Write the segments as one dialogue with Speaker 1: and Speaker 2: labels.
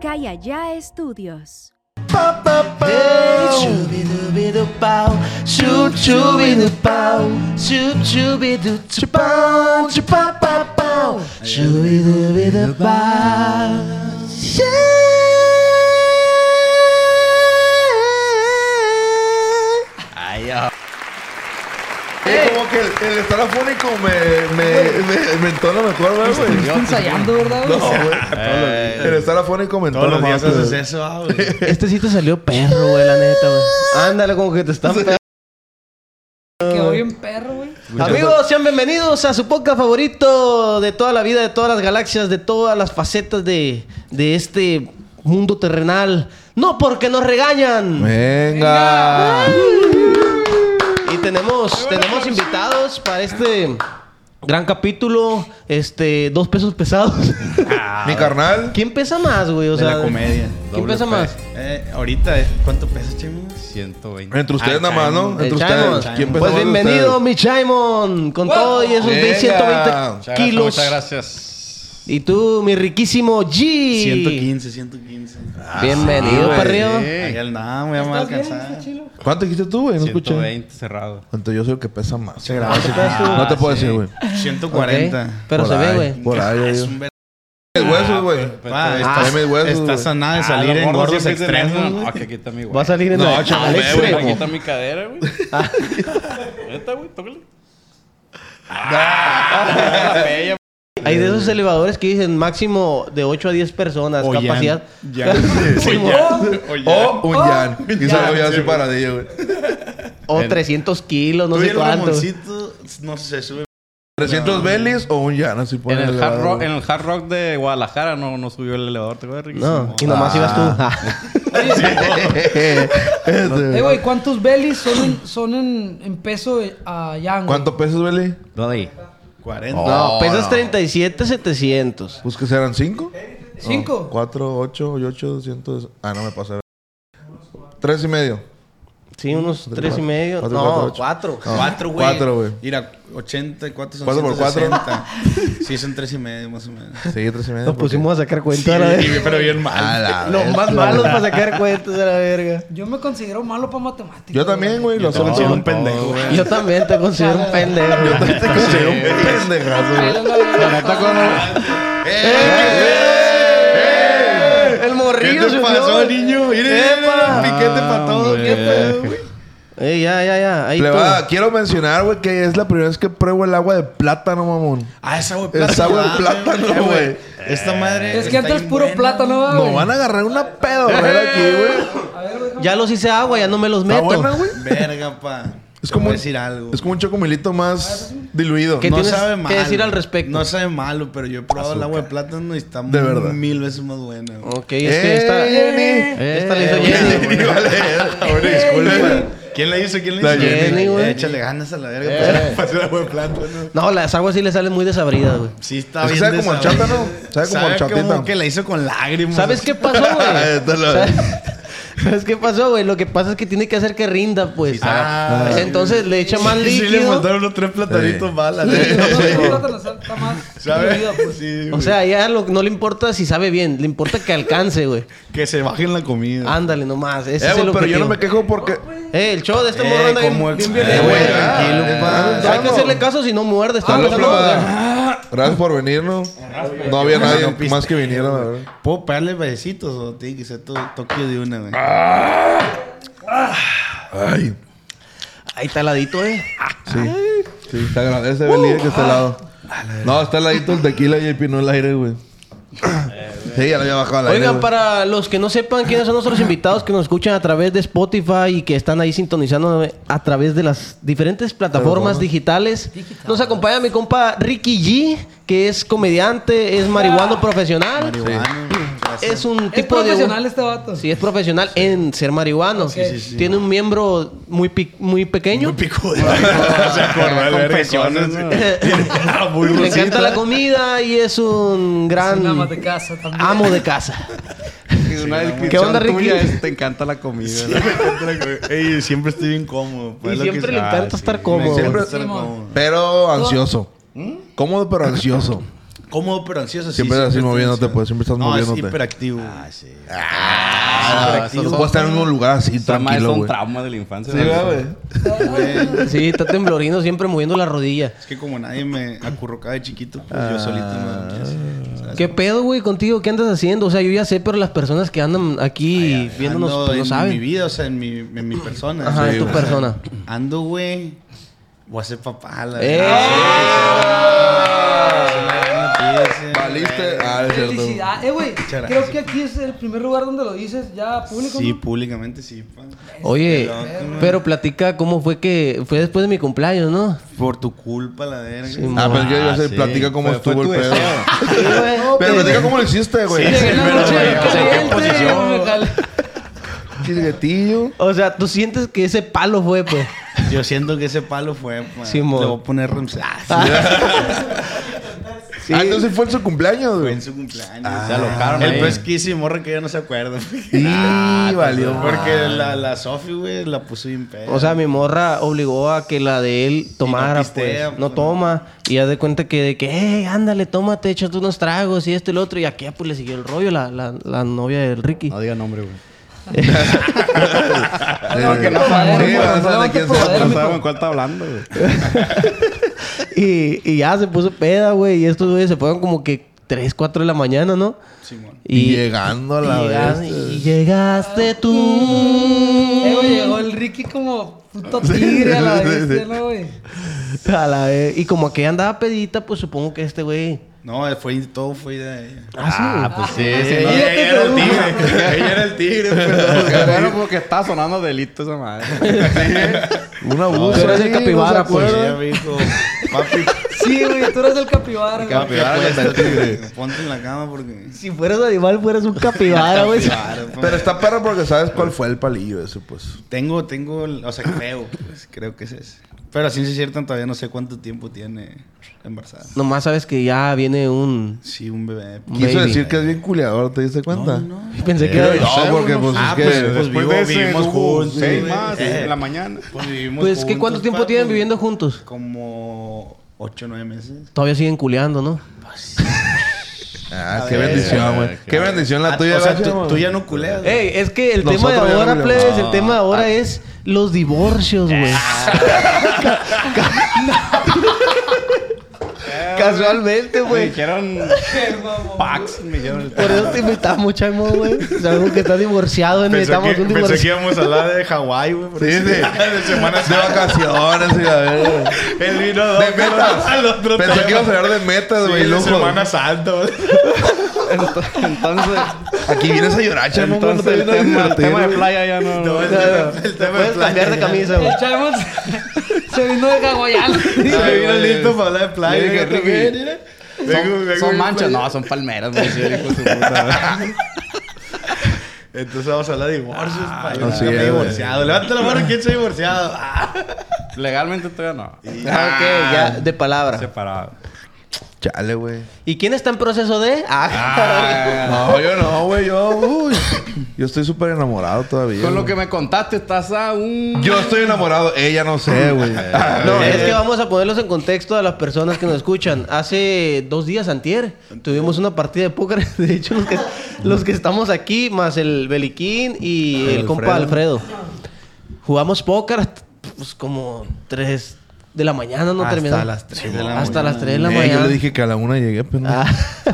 Speaker 1: Calla Ya Estudios.
Speaker 2: Hey, shoo-be-doo-be-doo-pow, shoo, shoo-be-doo-pow, shoo, shoo-be-doo-choo-pow, choo-pow-pow-pow, shoo-be-doo-be-doo-pow.
Speaker 3: Es como que el, el estar afónico me, me, me, me entona mejor, ¿verdad, güey.
Speaker 4: Estás ensayando, ¿verdad?
Speaker 3: No,
Speaker 4: güey?
Speaker 3: güey. El estar afónico me entona
Speaker 5: Eh. Todos los días
Speaker 3: más,
Speaker 5: haces
Speaker 3: güey.
Speaker 5: eso, ah, güey.
Speaker 4: Este sí te salió perro, güey, la neta, güey.
Speaker 6: Ándale, como que te están
Speaker 4: Quedó bien perro, güey.
Speaker 6: Amigos, sean bienvenidos a su podcast favorito de toda la vida, de todas las galaxias, de todas las facetas de, de este mundo terrenal. No porque nos regañan.
Speaker 3: Venga.
Speaker 6: Y tenemos, tenemos invitados para este gran capítulo. Este, dos pesos pesados.
Speaker 3: Mi carnal.
Speaker 6: ¿Quién pesa más, güey? O
Speaker 5: De
Speaker 6: sea,
Speaker 5: la comedia.
Speaker 6: ¿Quién
Speaker 5: Doble
Speaker 6: pesa
Speaker 5: P.
Speaker 6: más?
Speaker 5: Eh, ahorita, eh, ¿cuánto pesa, Chemo? 120.
Speaker 3: Entre ustedes
Speaker 5: Ah,
Speaker 3: nada más, ¿no?
Speaker 5: Chaimo.
Speaker 3: Entre
Speaker 6: El
Speaker 3: ustedes.
Speaker 6: Chaimon.
Speaker 3: ¿Quién pesa
Speaker 6: Pues
Speaker 3: más de
Speaker 6: bienvenido,
Speaker 3: ustedes?
Speaker 6: mi Chaimon, con todo y esos
Speaker 3: Venga.
Speaker 6: 120
Speaker 5: Muchas gracias,
Speaker 6: kilos.
Speaker 5: Muchas gracias.
Speaker 6: Y tú, mi riquísimo G.
Speaker 5: 115, 115.
Speaker 6: Ah, Bienvenido,
Speaker 5: Ah, güey.
Speaker 6: perrillo.
Speaker 5: Ahí al nada, me voy a
Speaker 4: ¿Estás bien,
Speaker 5: alcanzar.
Speaker 4: ese chilo?
Speaker 3: ¿Cuánto dijiste tú, güey? No escuché.
Speaker 5: 120 cerrado.
Speaker 3: Entonces yo soy el que pesa más.
Speaker 5: Ah,
Speaker 3: No te puedo
Speaker 5: sí.
Speaker 3: decir, güey.
Speaker 5: 140.
Speaker 6: Ok, Pero
Speaker 3: Por
Speaker 6: se ve,
Speaker 3: ahí,
Speaker 6: güey.
Speaker 3: Por ahí,
Speaker 5: Es
Speaker 3: yo.
Speaker 5: un ver-
Speaker 3: Mis huesos, güey.
Speaker 5: Ah,
Speaker 3: está-
Speaker 5: estás-
Speaker 3: mis huesos, güey.
Speaker 5: Estás a nada de salir en gordos extremos. güey. Ah, aquí está mi
Speaker 6: Va a salir en
Speaker 3: No,
Speaker 6: el
Speaker 3: chaval,
Speaker 6: al
Speaker 3: ve, güey,
Speaker 6: extremo.
Speaker 3: aquí
Speaker 5: mi cadera, güey. Neta, güey, tócale.
Speaker 6: Hay de esos elevadores que dicen máximo de 8 a 10 personas,
Speaker 5: O
Speaker 6: capacidad.
Speaker 5: Ya. Sí, ya. O ya. Oh,
Speaker 3: O un Jan. Y solo voy a
Speaker 5: Sí,
Speaker 3: hacer
Speaker 5: güey.
Speaker 3: paradillo, güey.
Speaker 6: O 300 kilos, no
Speaker 5: Tú y
Speaker 6: sé
Speaker 5: el
Speaker 6: cuánto.
Speaker 5: Ramoncito, no sé, se sube.
Speaker 3: 300 Belis o un Jan, así
Speaker 5: En
Speaker 3: ponen
Speaker 5: el, hard
Speaker 3: elevador,
Speaker 5: rock,
Speaker 3: güey.
Speaker 5: en el Hard Rock de Guadalajara no, no subió el elevador, te acuerdas, Ricky?
Speaker 6: No, y nomás ibas tú.
Speaker 3: Este.
Speaker 4: Eh, güey, ¿cuántos bellies son en, son en, en peso eh, a Yang?
Speaker 3: ¿Cuánto pesas, Beli?
Speaker 5: ¿Dónde? 40.
Speaker 6: no, pesas 37,700.
Speaker 3: Pues que serán 5.
Speaker 4: Eh, ¿Cinco?
Speaker 3: 4, 8 y 8, 200. Ah, no me pasé. 3 y medio.
Speaker 6: Sí, unos
Speaker 3: Cuatro,
Speaker 6: 3 y
Speaker 3: cuatro.
Speaker 6: medio.
Speaker 3: Cuatro, cuatro,
Speaker 6: No,
Speaker 3: ocho.
Speaker 6: 4.
Speaker 3: No,
Speaker 5: Cuatro, güey.
Speaker 3: Cuatro, güey.
Speaker 5: Mira, 80 y cuatro son
Speaker 3: Cuatro por cuatro.
Speaker 5: 160. sí, son tres y medio más o menos.
Speaker 3: Sí, 3 y medio.
Speaker 6: Nos
Speaker 3: porque-
Speaker 6: pusimos a sacar cuentas a la
Speaker 5: Sí,
Speaker 6: verga.
Speaker 5: pero bien mal.
Speaker 3: A la
Speaker 6: Los
Speaker 3: vez,
Speaker 6: más
Speaker 3: güey.
Speaker 6: malos para sacar cuentas a la verga.
Speaker 4: Yo me considero malo para matemáticas.
Speaker 3: Yo también, güey. Lo solo
Speaker 5: Soy
Speaker 3: hicieron
Speaker 5: un pendejo, güey.
Speaker 6: Yo también te considero un pendejo.
Speaker 3: Te considero un pendejazo, güey.
Speaker 5: La neta, como...
Speaker 6: El morrillo
Speaker 5: ¿Qué te
Speaker 6: subió,
Speaker 5: pasó,
Speaker 6: güey.
Speaker 5: niño? Mire,
Speaker 6: Epa.
Speaker 5: piquete para todo. ¿Qué pedo, güey?
Speaker 6: Ey, ya, ya, ya. Ahí
Speaker 3: Plebada,
Speaker 6: tú.
Speaker 3: quiero mencionar, güey, que es la primera vez que pruebo el agua de plátano, mamón.
Speaker 5: Ah, esa güey
Speaker 3: Esa agua de plátano,
Speaker 5: Eh,
Speaker 3: güey.
Speaker 5: Esta madre.
Speaker 4: Es que antes
Speaker 5: es
Speaker 4: puro plátano, va,
Speaker 3: Nos
Speaker 4: Ah, güey.
Speaker 3: van a agarrar una pedorrera aquí, güey.
Speaker 4: A ver, güey.
Speaker 6: Ya los hice agua, ya no me los
Speaker 3: Está
Speaker 6: meto.
Speaker 3: buena, güey.
Speaker 5: Verga, pa.
Speaker 3: Es
Speaker 5: Es
Speaker 3: como
Speaker 5: como
Speaker 3: un-
Speaker 5: decir algo.
Speaker 3: Es como un chocomilito más diluido.
Speaker 6: ¿Qué
Speaker 5: no
Speaker 6: tienes
Speaker 5: sabe
Speaker 6: que
Speaker 5: mal.
Speaker 6: decir al respecto?
Speaker 5: No sabe malo, pero yo he probado el agua de plátano y está
Speaker 3: De verdad.
Speaker 5: mil veces más buena. güey.
Speaker 6: Ok, es que esta...
Speaker 3: Jenny.
Speaker 6: Esta la hizo
Speaker 5: Eh,
Speaker 6: Jenny.
Speaker 5: güey.
Speaker 3: Ahora
Speaker 6: Eh,
Speaker 3: disculpa.
Speaker 5: ¿Quién la hizo? ¿Quién la
Speaker 3: La
Speaker 5: hizo?
Speaker 6: Jenny,
Speaker 5: Eh,
Speaker 6: güey. Eh.
Speaker 5: Échale ganas a la verga para- para hacer agua de plátano.
Speaker 6: No, las aguas sí le salen muy desabridas, güey.
Speaker 5: Sí,
Speaker 3: Es
Speaker 5: está
Speaker 3: que
Speaker 5: bien.
Speaker 3: sabe como
Speaker 5: desabrida.
Speaker 3: horchata, ¿no? Sabe como horchatita.
Speaker 5: como que la hizo con lágrimas.
Speaker 6: ¿Sabes qué pasó, güey?
Speaker 3: Esta la-
Speaker 6: ¿Sabes- ¿Sabes qué pasó, güey? Lo que pasa es que tiene que hacer que rinda, pues.
Speaker 5: Ah,
Speaker 6: Ah, Entonces le echa más
Speaker 5: Sí, le
Speaker 6: líquido.
Speaker 5: faltaron los tres platanitos
Speaker 3: Sí.
Speaker 5: balas.
Speaker 4: No, no, el plátano está más diluido,
Speaker 5: ¿Sabes?
Speaker 4: pues.
Speaker 5: Sí,
Speaker 6: o
Speaker 5: güey.
Speaker 6: sea, ya lo- no le importa si sabe bien, le importa que alcance, güey.
Speaker 5: que se bajen la comida.
Speaker 6: Ándale nomás, ese
Speaker 3: Eh,
Speaker 6: es el
Speaker 3: güey, pero yo
Speaker 6: objetivo.
Speaker 3: no me quejo porque.
Speaker 6: Eh, el show de este
Speaker 5: Eh,
Speaker 6: morro anda
Speaker 5: como
Speaker 6: bien,
Speaker 5: ex-
Speaker 6: bien
Speaker 5: Eh,
Speaker 6: violento.
Speaker 5: güey,
Speaker 6: güey.
Speaker 5: tranquilo,
Speaker 3: Ah,
Speaker 6: Hay que
Speaker 3: vamos.
Speaker 6: hacerle caso si no muerde. Está
Speaker 3: Hola,
Speaker 6: hablando-
Speaker 3: plebada. Gracias por venir, ¿no? No había nadie más que viniera, la verdad.
Speaker 5: ¿Puedo pegarle besitos o tiene que ser todo toque de una, güey?
Speaker 3: Ay.
Speaker 6: Ahí está ladito, eh.
Speaker 3: Sí. Sí, te agradece, Beli, que está al lado. No, está al ladito el tequila y el no el aire, güey. Sí, ya lo había bajado al aire.
Speaker 6: Oigan,
Speaker 3: güey.
Speaker 6: para los que no sepan quiénes son nuestros invitados que nos escuchan a través de Spotify y que están ahí sintonizando a través de las diferentes plataformas
Speaker 3: Plataformas.
Speaker 6: digitales, nos acompaña mi compa Ricky G, que es comediante, es marihuano profesional.
Speaker 5: Marihuana, gracias.
Speaker 6: Es un
Speaker 4: Es
Speaker 6: tipo
Speaker 4: profesional
Speaker 6: de...
Speaker 4: este vato.
Speaker 6: Sí, es profesional en ser marihuano.
Speaker 4: sí,
Speaker 6: Tiene un miembro muy, pi- muy pequeño.
Speaker 5: picudo. se acordó de confesiones, Muy
Speaker 6: Le
Speaker 5: rosita.
Speaker 6: encanta la comida y es un gran
Speaker 4: Es un ama de casa también.
Speaker 6: amo de casa.
Speaker 5: Una descripción
Speaker 6: ¿Qué onda, Ricky?
Speaker 5: tuya es, te encanta la comida. ¿no? Me encanta la comida. Ey, siempre estoy bien cómodo. pues,
Speaker 6: Y
Speaker 5: lo que
Speaker 6: siempre
Speaker 5: sea.
Speaker 6: le encanta estar cómodo.
Speaker 5: Me encanta
Speaker 3: Siempre-
Speaker 5: estar
Speaker 4: Sí,
Speaker 5: cómodo.
Speaker 3: Pero ansioso. Cómodo, pero ansioso.
Speaker 5: Cómodo pero ansioso. sí,
Speaker 3: Siempre estás
Speaker 5: estoy
Speaker 3: moviéndote,
Speaker 5: ansioso.
Speaker 3: pues, siempre estás
Speaker 5: no,
Speaker 3: moviéndote.
Speaker 5: es hiperactivo.
Speaker 7: Ah, sí.
Speaker 3: Ah, No puedo estar en un lugar así
Speaker 7: Esa madre
Speaker 3: tranquilo,
Speaker 7: son
Speaker 3: güey.
Speaker 7: traumas de la infancia.
Speaker 3: Sí,
Speaker 7: ¿no?
Speaker 3: ¿verdad, güey.
Speaker 6: Sí, está temblorino siempre moviendo la rodilla.
Speaker 5: Es que como nadie me acurrucaba de chiquito, pues yo solito me o sea,
Speaker 6: ¿Qué pedo, güey, contigo? ¿Qué andas haciendo? O sea, yo ya sé, pero las personas que andan aquí viéndonos
Speaker 5: ando
Speaker 6: pues, no
Speaker 5: en mi
Speaker 6: saben.
Speaker 5: vida, o sea, en mi, en mi persona.
Speaker 6: Ajá,
Speaker 5: Sí,
Speaker 6: en tu
Speaker 5: güey. O sea,
Speaker 6: persona.
Speaker 5: Ando, güey. Voy a ser papá. La
Speaker 6: ¡Eh!
Speaker 3: Valiste. Ah, es cierto.
Speaker 4: Felicidad. Eh, güey,
Speaker 5: Muchas
Speaker 4: creo
Speaker 5: gracias.
Speaker 4: que aquí es el primer lugar donde lo dices ya público.
Speaker 5: Sí,
Speaker 4: ¿no?
Speaker 5: públicamente sí. pa.
Speaker 6: Oye,
Speaker 5: Qué loco,
Speaker 6: pero platica cómo fue que fue después de mi cumpleaños, ¿no?
Speaker 5: Por tu culpa, la verga.
Speaker 6: Sí,
Speaker 3: Ah, pero es que yo
Speaker 7: Ah,
Speaker 3: sé,
Speaker 7: sí.
Speaker 3: platica cómo
Speaker 7: Fue- fue
Speaker 3: estuvo el
Speaker 7: tu
Speaker 3: pedo.
Speaker 7: deseo.
Speaker 3: Pero platica cómo lo hiciste, güey.
Speaker 4: Llegué en la noche del
Speaker 7: o sea, ¿en qué
Speaker 4: cliente,
Speaker 7: posición?
Speaker 4: me jalé.
Speaker 3: Chilguetillo.
Speaker 6: O sea, tú sientes que ese palo fue, pues.
Speaker 5: Yo siento que ese palo fue. pa.
Speaker 6: Sí,
Speaker 5: Le
Speaker 6: mo. Ah.
Speaker 5: voy a poner Ramsés.
Speaker 3: Ah, entonces fue en su cumpleaños,
Speaker 5: Fue
Speaker 3: güey.
Speaker 5: en su cumpleaños.
Speaker 3: Ah.
Speaker 7: se alocaron
Speaker 5: El
Speaker 7: ahí.
Speaker 5: pues que hice morra que ya no se acuerda. Ah,
Speaker 3: Y valió.
Speaker 5: Porque la, la Sofi, güey, la puso bien pedo.
Speaker 6: O sea, mi morra obligó a que la de él tomara,
Speaker 5: pistea,
Speaker 6: pues. No
Speaker 5: pues,
Speaker 6: toma. Y ya de cuenta que, de que, hey, ándale, tómate, échate unos tragos y esto y lo otro. Y aquí, pues, le siguió el rollo la, la, la novia del Ricky.
Speaker 7: No diga nombre, güey.
Speaker 4: Ah, No, que no sabemos,
Speaker 3: Sí,
Speaker 4: güey,
Speaker 3: no
Speaker 4: no
Speaker 3: saben de
Speaker 4: sabemos
Speaker 3: quién
Speaker 4: qué
Speaker 3: se
Speaker 4: poder,
Speaker 7: No
Speaker 4: mijo.
Speaker 7: sabemos en cuál está hablando, güey.
Speaker 6: Y, y ya se puso peda, güey. Y estos güeyes se fueron como que 3, 4 de la mañana, ¿no?
Speaker 5: Simón.
Speaker 3: Y
Speaker 6: Y,
Speaker 3: llegando a la
Speaker 6: y llegas-
Speaker 3: vez.
Speaker 6: y llegaste tú.
Speaker 4: Eh, güey, llegó el Ricky como puto tigre a la
Speaker 3: Sí, sí, sí.
Speaker 4: bestia, ¿no, güey?
Speaker 6: A la vez. Y como que andaba pedita, pues supongo que este güey.
Speaker 5: No, fue, todo fue idea de ella.
Speaker 6: Ah, sí.
Speaker 7: Ah, pues sí, sí.
Speaker 4: Ella te sedujo.
Speaker 5: Ella era el tigre,
Speaker 7: pues.
Speaker 5: pero.
Speaker 7: Qué bueno, porque está sonando delito esa madre.
Speaker 3: Un abuso.
Speaker 6: Tú eres el
Speaker 3: sí, no
Speaker 6: capibara,
Speaker 3: se
Speaker 6: pues.
Speaker 5: Ella
Speaker 3: acuerda.
Speaker 5: me dijo, papi,
Speaker 4: Sí, güey, tú eres el capibara, güey.
Speaker 5: papi,
Speaker 7: capibara
Speaker 5: acuéstate,
Speaker 7: contra el
Speaker 5: Ponte en la cama porque. pues.
Speaker 6: Si fueras animal, fueras un capibara, güey.
Speaker 5: Capibara, pa.
Speaker 3: eh. Pero está perro porque sabes cuál fue el palillo ese, pues.
Speaker 5: Tengo, tengo, el- o sea, creo, pues, creo que es ese. Pero así es cierto, todavía no sé cuánto tiempo tiene embarazada.
Speaker 6: Nomás sabes que ya viene un.
Speaker 5: Sí, un bebé.
Speaker 6: Un
Speaker 3: Quiso
Speaker 6: baby.
Speaker 3: decir que es bien culeador, ¿te diste cuenta?
Speaker 6: Pensé que
Speaker 3: No,
Speaker 6: era.
Speaker 3: porque pues
Speaker 5: Ah,
Speaker 3: es que...
Speaker 5: pues,
Speaker 7: Después
Speaker 5: vivo-
Speaker 7: de ese
Speaker 5: vivimos
Speaker 7: hubo
Speaker 5: juntos,
Speaker 7: seis
Speaker 5: güey.
Speaker 7: más
Speaker 5: Eh.
Speaker 7: en la mañana.
Speaker 5: Pues vivimos
Speaker 6: Pues que
Speaker 5: juntos,
Speaker 6: cuánto tiempo
Speaker 5: pa,
Speaker 6: tienen
Speaker 5: pues,
Speaker 6: viviendo juntos.
Speaker 5: Como 8 o 9 meses.
Speaker 6: Todavía siguen culeando, ¿no?
Speaker 3: Ah, qué bendición, güey. Qué bendición la
Speaker 5: Ah,
Speaker 3: tuya,
Speaker 5: o sea,
Speaker 3: gacho,
Speaker 5: tú,
Speaker 3: güey.
Speaker 5: tú ya no culeas. güey.
Speaker 6: Ey, es que el
Speaker 3: Nosotros
Speaker 6: tema de
Speaker 3: ya no Ah.
Speaker 6: ahora,
Speaker 3: culeamos.
Speaker 6: plebes, el
Speaker 7: No.
Speaker 6: tema de ahora es los divorcios, güey.
Speaker 3: Ah.
Speaker 6: Casualmente,
Speaker 7: Me
Speaker 6: güey.
Speaker 7: dijeron Pax, me dijeron el
Speaker 6: Por eso te invitamos, Chaimo, güey. Sabemos que estás divorciado, necesitamos un divorcio.
Speaker 5: íbamos a hablar de Hawái, güey. por
Speaker 3: Sí,
Speaker 5: eso.
Speaker 3: sí.
Speaker 5: de semana
Speaker 3: De vacaciones y la verga.
Speaker 5: Él vino a
Speaker 3: De metas. Pensé que iba a hablar de metas, güey. loco.
Speaker 5: Santa, güey.
Speaker 7: Ento- Entonces,
Speaker 3: Aquí vienes a llorar, chamo. cuando te
Speaker 7: entonces el,
Speaker 3: vienes a
Speaker 7: tema, el
Speaker 3: divertir,
Speaker 7: tema de
Speaker 3: güey.
Speaker 7: playa ya no. no,
Speaker 5: el
Speaker 7: no.
Speaker 5: tema- el tema
Speaker 6: Puedes
Speaker 5: de playa.
Speaker 6: cambiar de camisa, güey.
Speaker 4: El Chaimon se vino de Hawaiian.
Speaker 5: Se vino
Speaker 7: güey.
Speaker 5: listo para hablar de playa.
Speaker 7: Le dije,
Speaker 5: yo
Speaker 7: Ricky,
Speaker 5: también, mira. Vengo-
Speaker 7: Son,
Speaker 5: vengo
Speaker 7: son
Speaker 5: bien
Speaker 7: manchas,
Speaker 5: playa.
Speaker 7: no, son palmeras, me decía el hijo de su puta.
Speaker 5: Entonces vamos a hablar de divorcios. pa. Yo
Speaker 3: así
Speaker 5: nunca me he
Speaker 3: es, güey.
Speaker 5: divorciado. Levanta la mano, ¿quién se ha divorciado? Ah.
Speaker 7: Legalmente todavía no.
Speaker 6: Ah, ok, ya, de palabra.
Speaker 7: Separado.
Speaker 3: Chale, güey.
Speaker 6: ¿Y quién está en proceso de? Ah,
Speaker 3: No, yo no, güey. Yo, uy. Yo estoy súper enamorado todavía.
Speaker 7: Con lo
Speaker 3: güey.
Speaker 7: que me contaste, estás a un.
Speaker 3: Yo estoy enamorado. Ella no sé, güey.
Speaker 6: No, es que vamos a ponerlos en contexto a las personas que nos escuchan. Hace dos días, antier, tuvimos una partida de póker. De hecho, los que, los que estamos aquí, más el Beliquín y el, compa Alfredo. Jugamos póker hasta, pues, como tres de la mañana, ¿no?
Speaker 5: Hasta
Speaker 6: Terminamos.
Speaker 5: las tres de la
Speaker 6: Hasta
Speaker 5: mañana.
Speaker 6: las tres de la
Speaker 3: Eh,
Speaker 6: mañana.
Speaker 3: Yo le dije que a la una llegué, pero no.
Speaker 6: Ah.